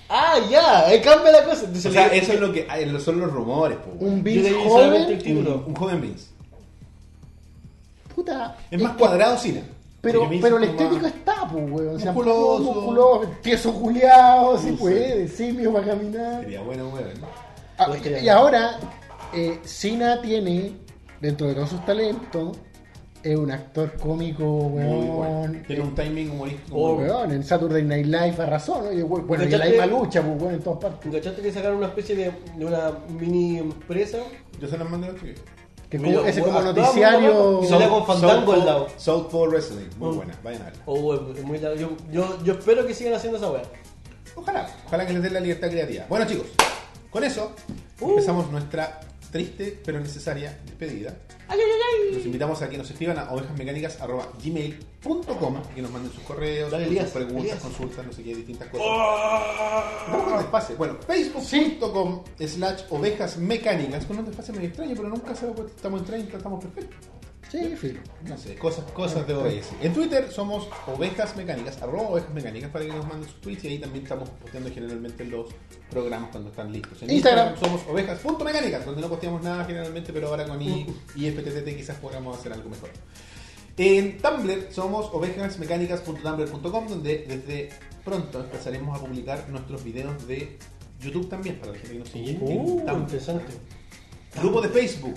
Speaker 3: Ah, ya, él cambia la cosa. Entonces
Speaker 1: O
Speaker 3: le-
Speaker 1: sea, eso es lo que ah, lo- son los rumores, po,
Speaker 2: Un
Speaker 1: weón.
Speaker 3: yo
Speaker 2: Vince
Speaker 3: leí solamente
Speaker 2: joven.
Speaker 3: el título.
Speaker 1: un joven Vince.
Speaker 2: Puta.
Speaker 1: Es más cuadrado Cena.
Speaker 2: Pero,
Speaker 1: Porque Vince
Speaker 2: pero el
Speaker 1: es como
Speaker 2: estético
Speaker 1: más-
Speaker 2: está, pues, weón. O sea,
Speaker 1: Musculoso.
Speaker 2: musculoso, tieso juliado, si
Speaker 1: No sé.
Speaker 2: puede, simio para caminar.
Speaker 1: Sería bueno, weón.
Speaker 2: Ah,
Speaker 3: Pues que-
Speaker 2: y ahora, eh, Sina tiene, dentro de todos sus talentos, es un actor cómico,
Speaker 1: Muy
Speaker 2: weón. eh,
Speaker 1: bueno. Tiene un timing humorístico.
Speaker 3: Oh,
Speaker 1: muy bueno.
Speaker 2: Weón, en Saturday Night Live arrasó, ¿no? Y, we- bueno, y en la
Speaker 3: ¿Cachaste?
Speaker 2: misma lucha, pues, weón, en todas partes.
Speaker 3: ¿Cachaste que sacaron una especie de, de una mini empresa?
Speaker 1: Yo se los mando a los chicos.
Speaker 2: Que
Speaker 3: Mira,
Speaker 2: como- ese
Speaker 3: weón,
Speaker 2: como
Speaker 3: actuaba
Speaker 2: noticiario...
Speaker 3: muy
Speaker 1: pues,
Speaker 3: Y bien. salía con Fandango al lado.
Speaker 1: Southpaw Wrestling, muy
Speaker 3: Mm.
Speaker 1: buena, vayan a verla.
Speaker 3: O eh, es muy largo. Yo, yo, yo espero que sigan haciendo esa weá.
Speaker 1: Ojalá, ojalá que les den la libertad creativa. Bueno chicos, con eso
Speaker 3: Uh.
Speaker 1: empezamos nuestra triste pero necesaria despedida.
Speaker 3: Ay, ay,
Speaker 1: Los invitamos a que nos escriban a ovejasmecánicas.gmail.com y que nos manden sus correos,
Speaker 3: Dale,
Speaker 1: sus
Speaker 3: Elías,
Speaker 1: preguntas,
Speaker 3: Elías. ¡Oh!
Speaker 1: consultas, no sé qué, distintas cosas. Vamos con desfase. Bueno, facebook.com slash ovejasmecánicas con un desfase medio extraño, pero nunca se puesto estamos en 30, estamos perfectos.
Speaker 2: Sí, filo.
Speaker 1: No sé, cosas, cosas de OBS. En Twitter somos ovejas mecánicas, arroba ovejas mecánicas para que nos manden sus tweets y ahí también estamos posteando generalmente los programas cuando están listos. En
Speaker 2: Instagram.
Speaker 1: Instagram, somos ovejas.mecánicas, donde no posteamos nada generalmente, pero ahora con I- IFTTT quizás podamos hacer algo mejor. En Tumblr somos ovejasmecánicas.tumblr.com, donde desde pronto empezaremos a publicar nuestros videos de YouTube también, para la gente que nos sigue. en
Speaker 3: Uh,
Speaker 1: Tumblr.
Speaker 3: interesante.
Speaker 1: Grupo de Facebook.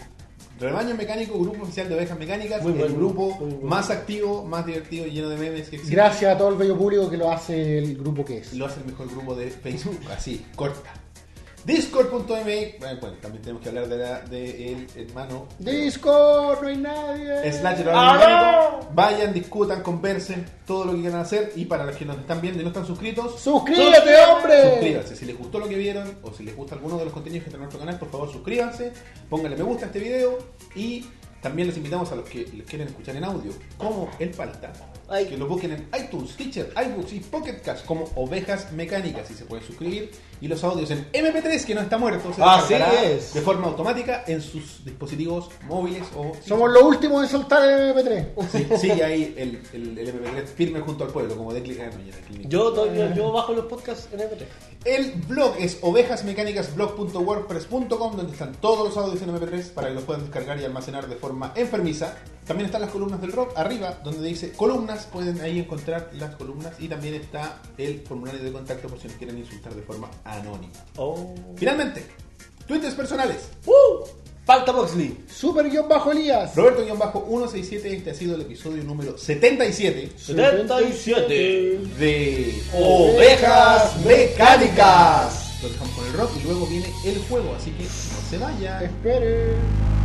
Speaker 1: Rebaño Mecánico, grupo oficial de ovejas mecánicas,
Speaker 3: Muy
Speaker 1: el
Speaker 3: bueno,
Speaker 1: grupo
Speaker 3: muy bueno.
Speaker 1: más activo, más divertido y lleno de memes que existe.
Speaker 2: Gracias a todo el bello público que lo hace el grupo que es.
Speaker 1: Lo hace el mejor grupo de Facebook, así, corta. Discord.me, bueno, bueno, también tenemos que hablar de la de el hermano
Speaker 2: Discord, no hay nadie.
Speaker 1: Slash
Speaker 3: ¡Ah,
Speaker 1: Mecánico. Vayan, discutan, conversen, todo lo que quieran hacer. Y para los que nos están viendo y no están suscritos,
Speaker 2: ¡Suscríbete, hombre!
Speaker 1: Suscríbanse, si les gustó lo que vieron o si les gusta alguno de los contenidos que está en nuestro canal, por favor suscríbanse, pónganle me gusta a este video y también les invitamos a los que les quieren escuchar en audio, como El Palta,
Speaker 3: Ay.
Speaker 1: que lo busquen en iTunes, Teacher, iBooks y Pocket Cast como Ovejas Mecánicas y se pueden suscribir y los audios en MP3 que no está muerto se
Speaker 3: Así
Speaker 1: descargará
Speaker 3: es.
Speaker 1: de forma automática en sus dispositivos móviles o
Speaker 2: Somos los últimos en soltar el MP3.
Speaker 1: Sí, sigue ahí el, el- el MP3 firme junto al pueblo como de clic- ah, no, ya era clic.
Speaker 3: Yo, doy- yo, yo bajo los podcasts en MP3.
Speaker 1: El blog es ovejasmecánicasblog.wordpress.com donde están todos los audios en MP3 para que los puedan descargar y almacenar de forma enfermiza. También están las columnas del rock arriba donde dice columnas, pueden ahí encontrar las columnas y también está el formulario de contacto por si nos quieren insultar de forma anónima.
Speaker 3: Oh.
Speaker 1: Finalmente, tweets personales.
Speaker 3: ¡Uh! Falta Boxley.
Speaker 2: Super guión bajo Elías.
Speaker 1: Roberto-167, este ha sido el episodio número 77
Speaker 3: 77.
Speaker 1: de
Speaker 3: Ovejas Mecánicas.
Speaker 1: Lo dejamos con el rock y luego luego viene el juego, así que no se vaya.
Speaker 2: Espere.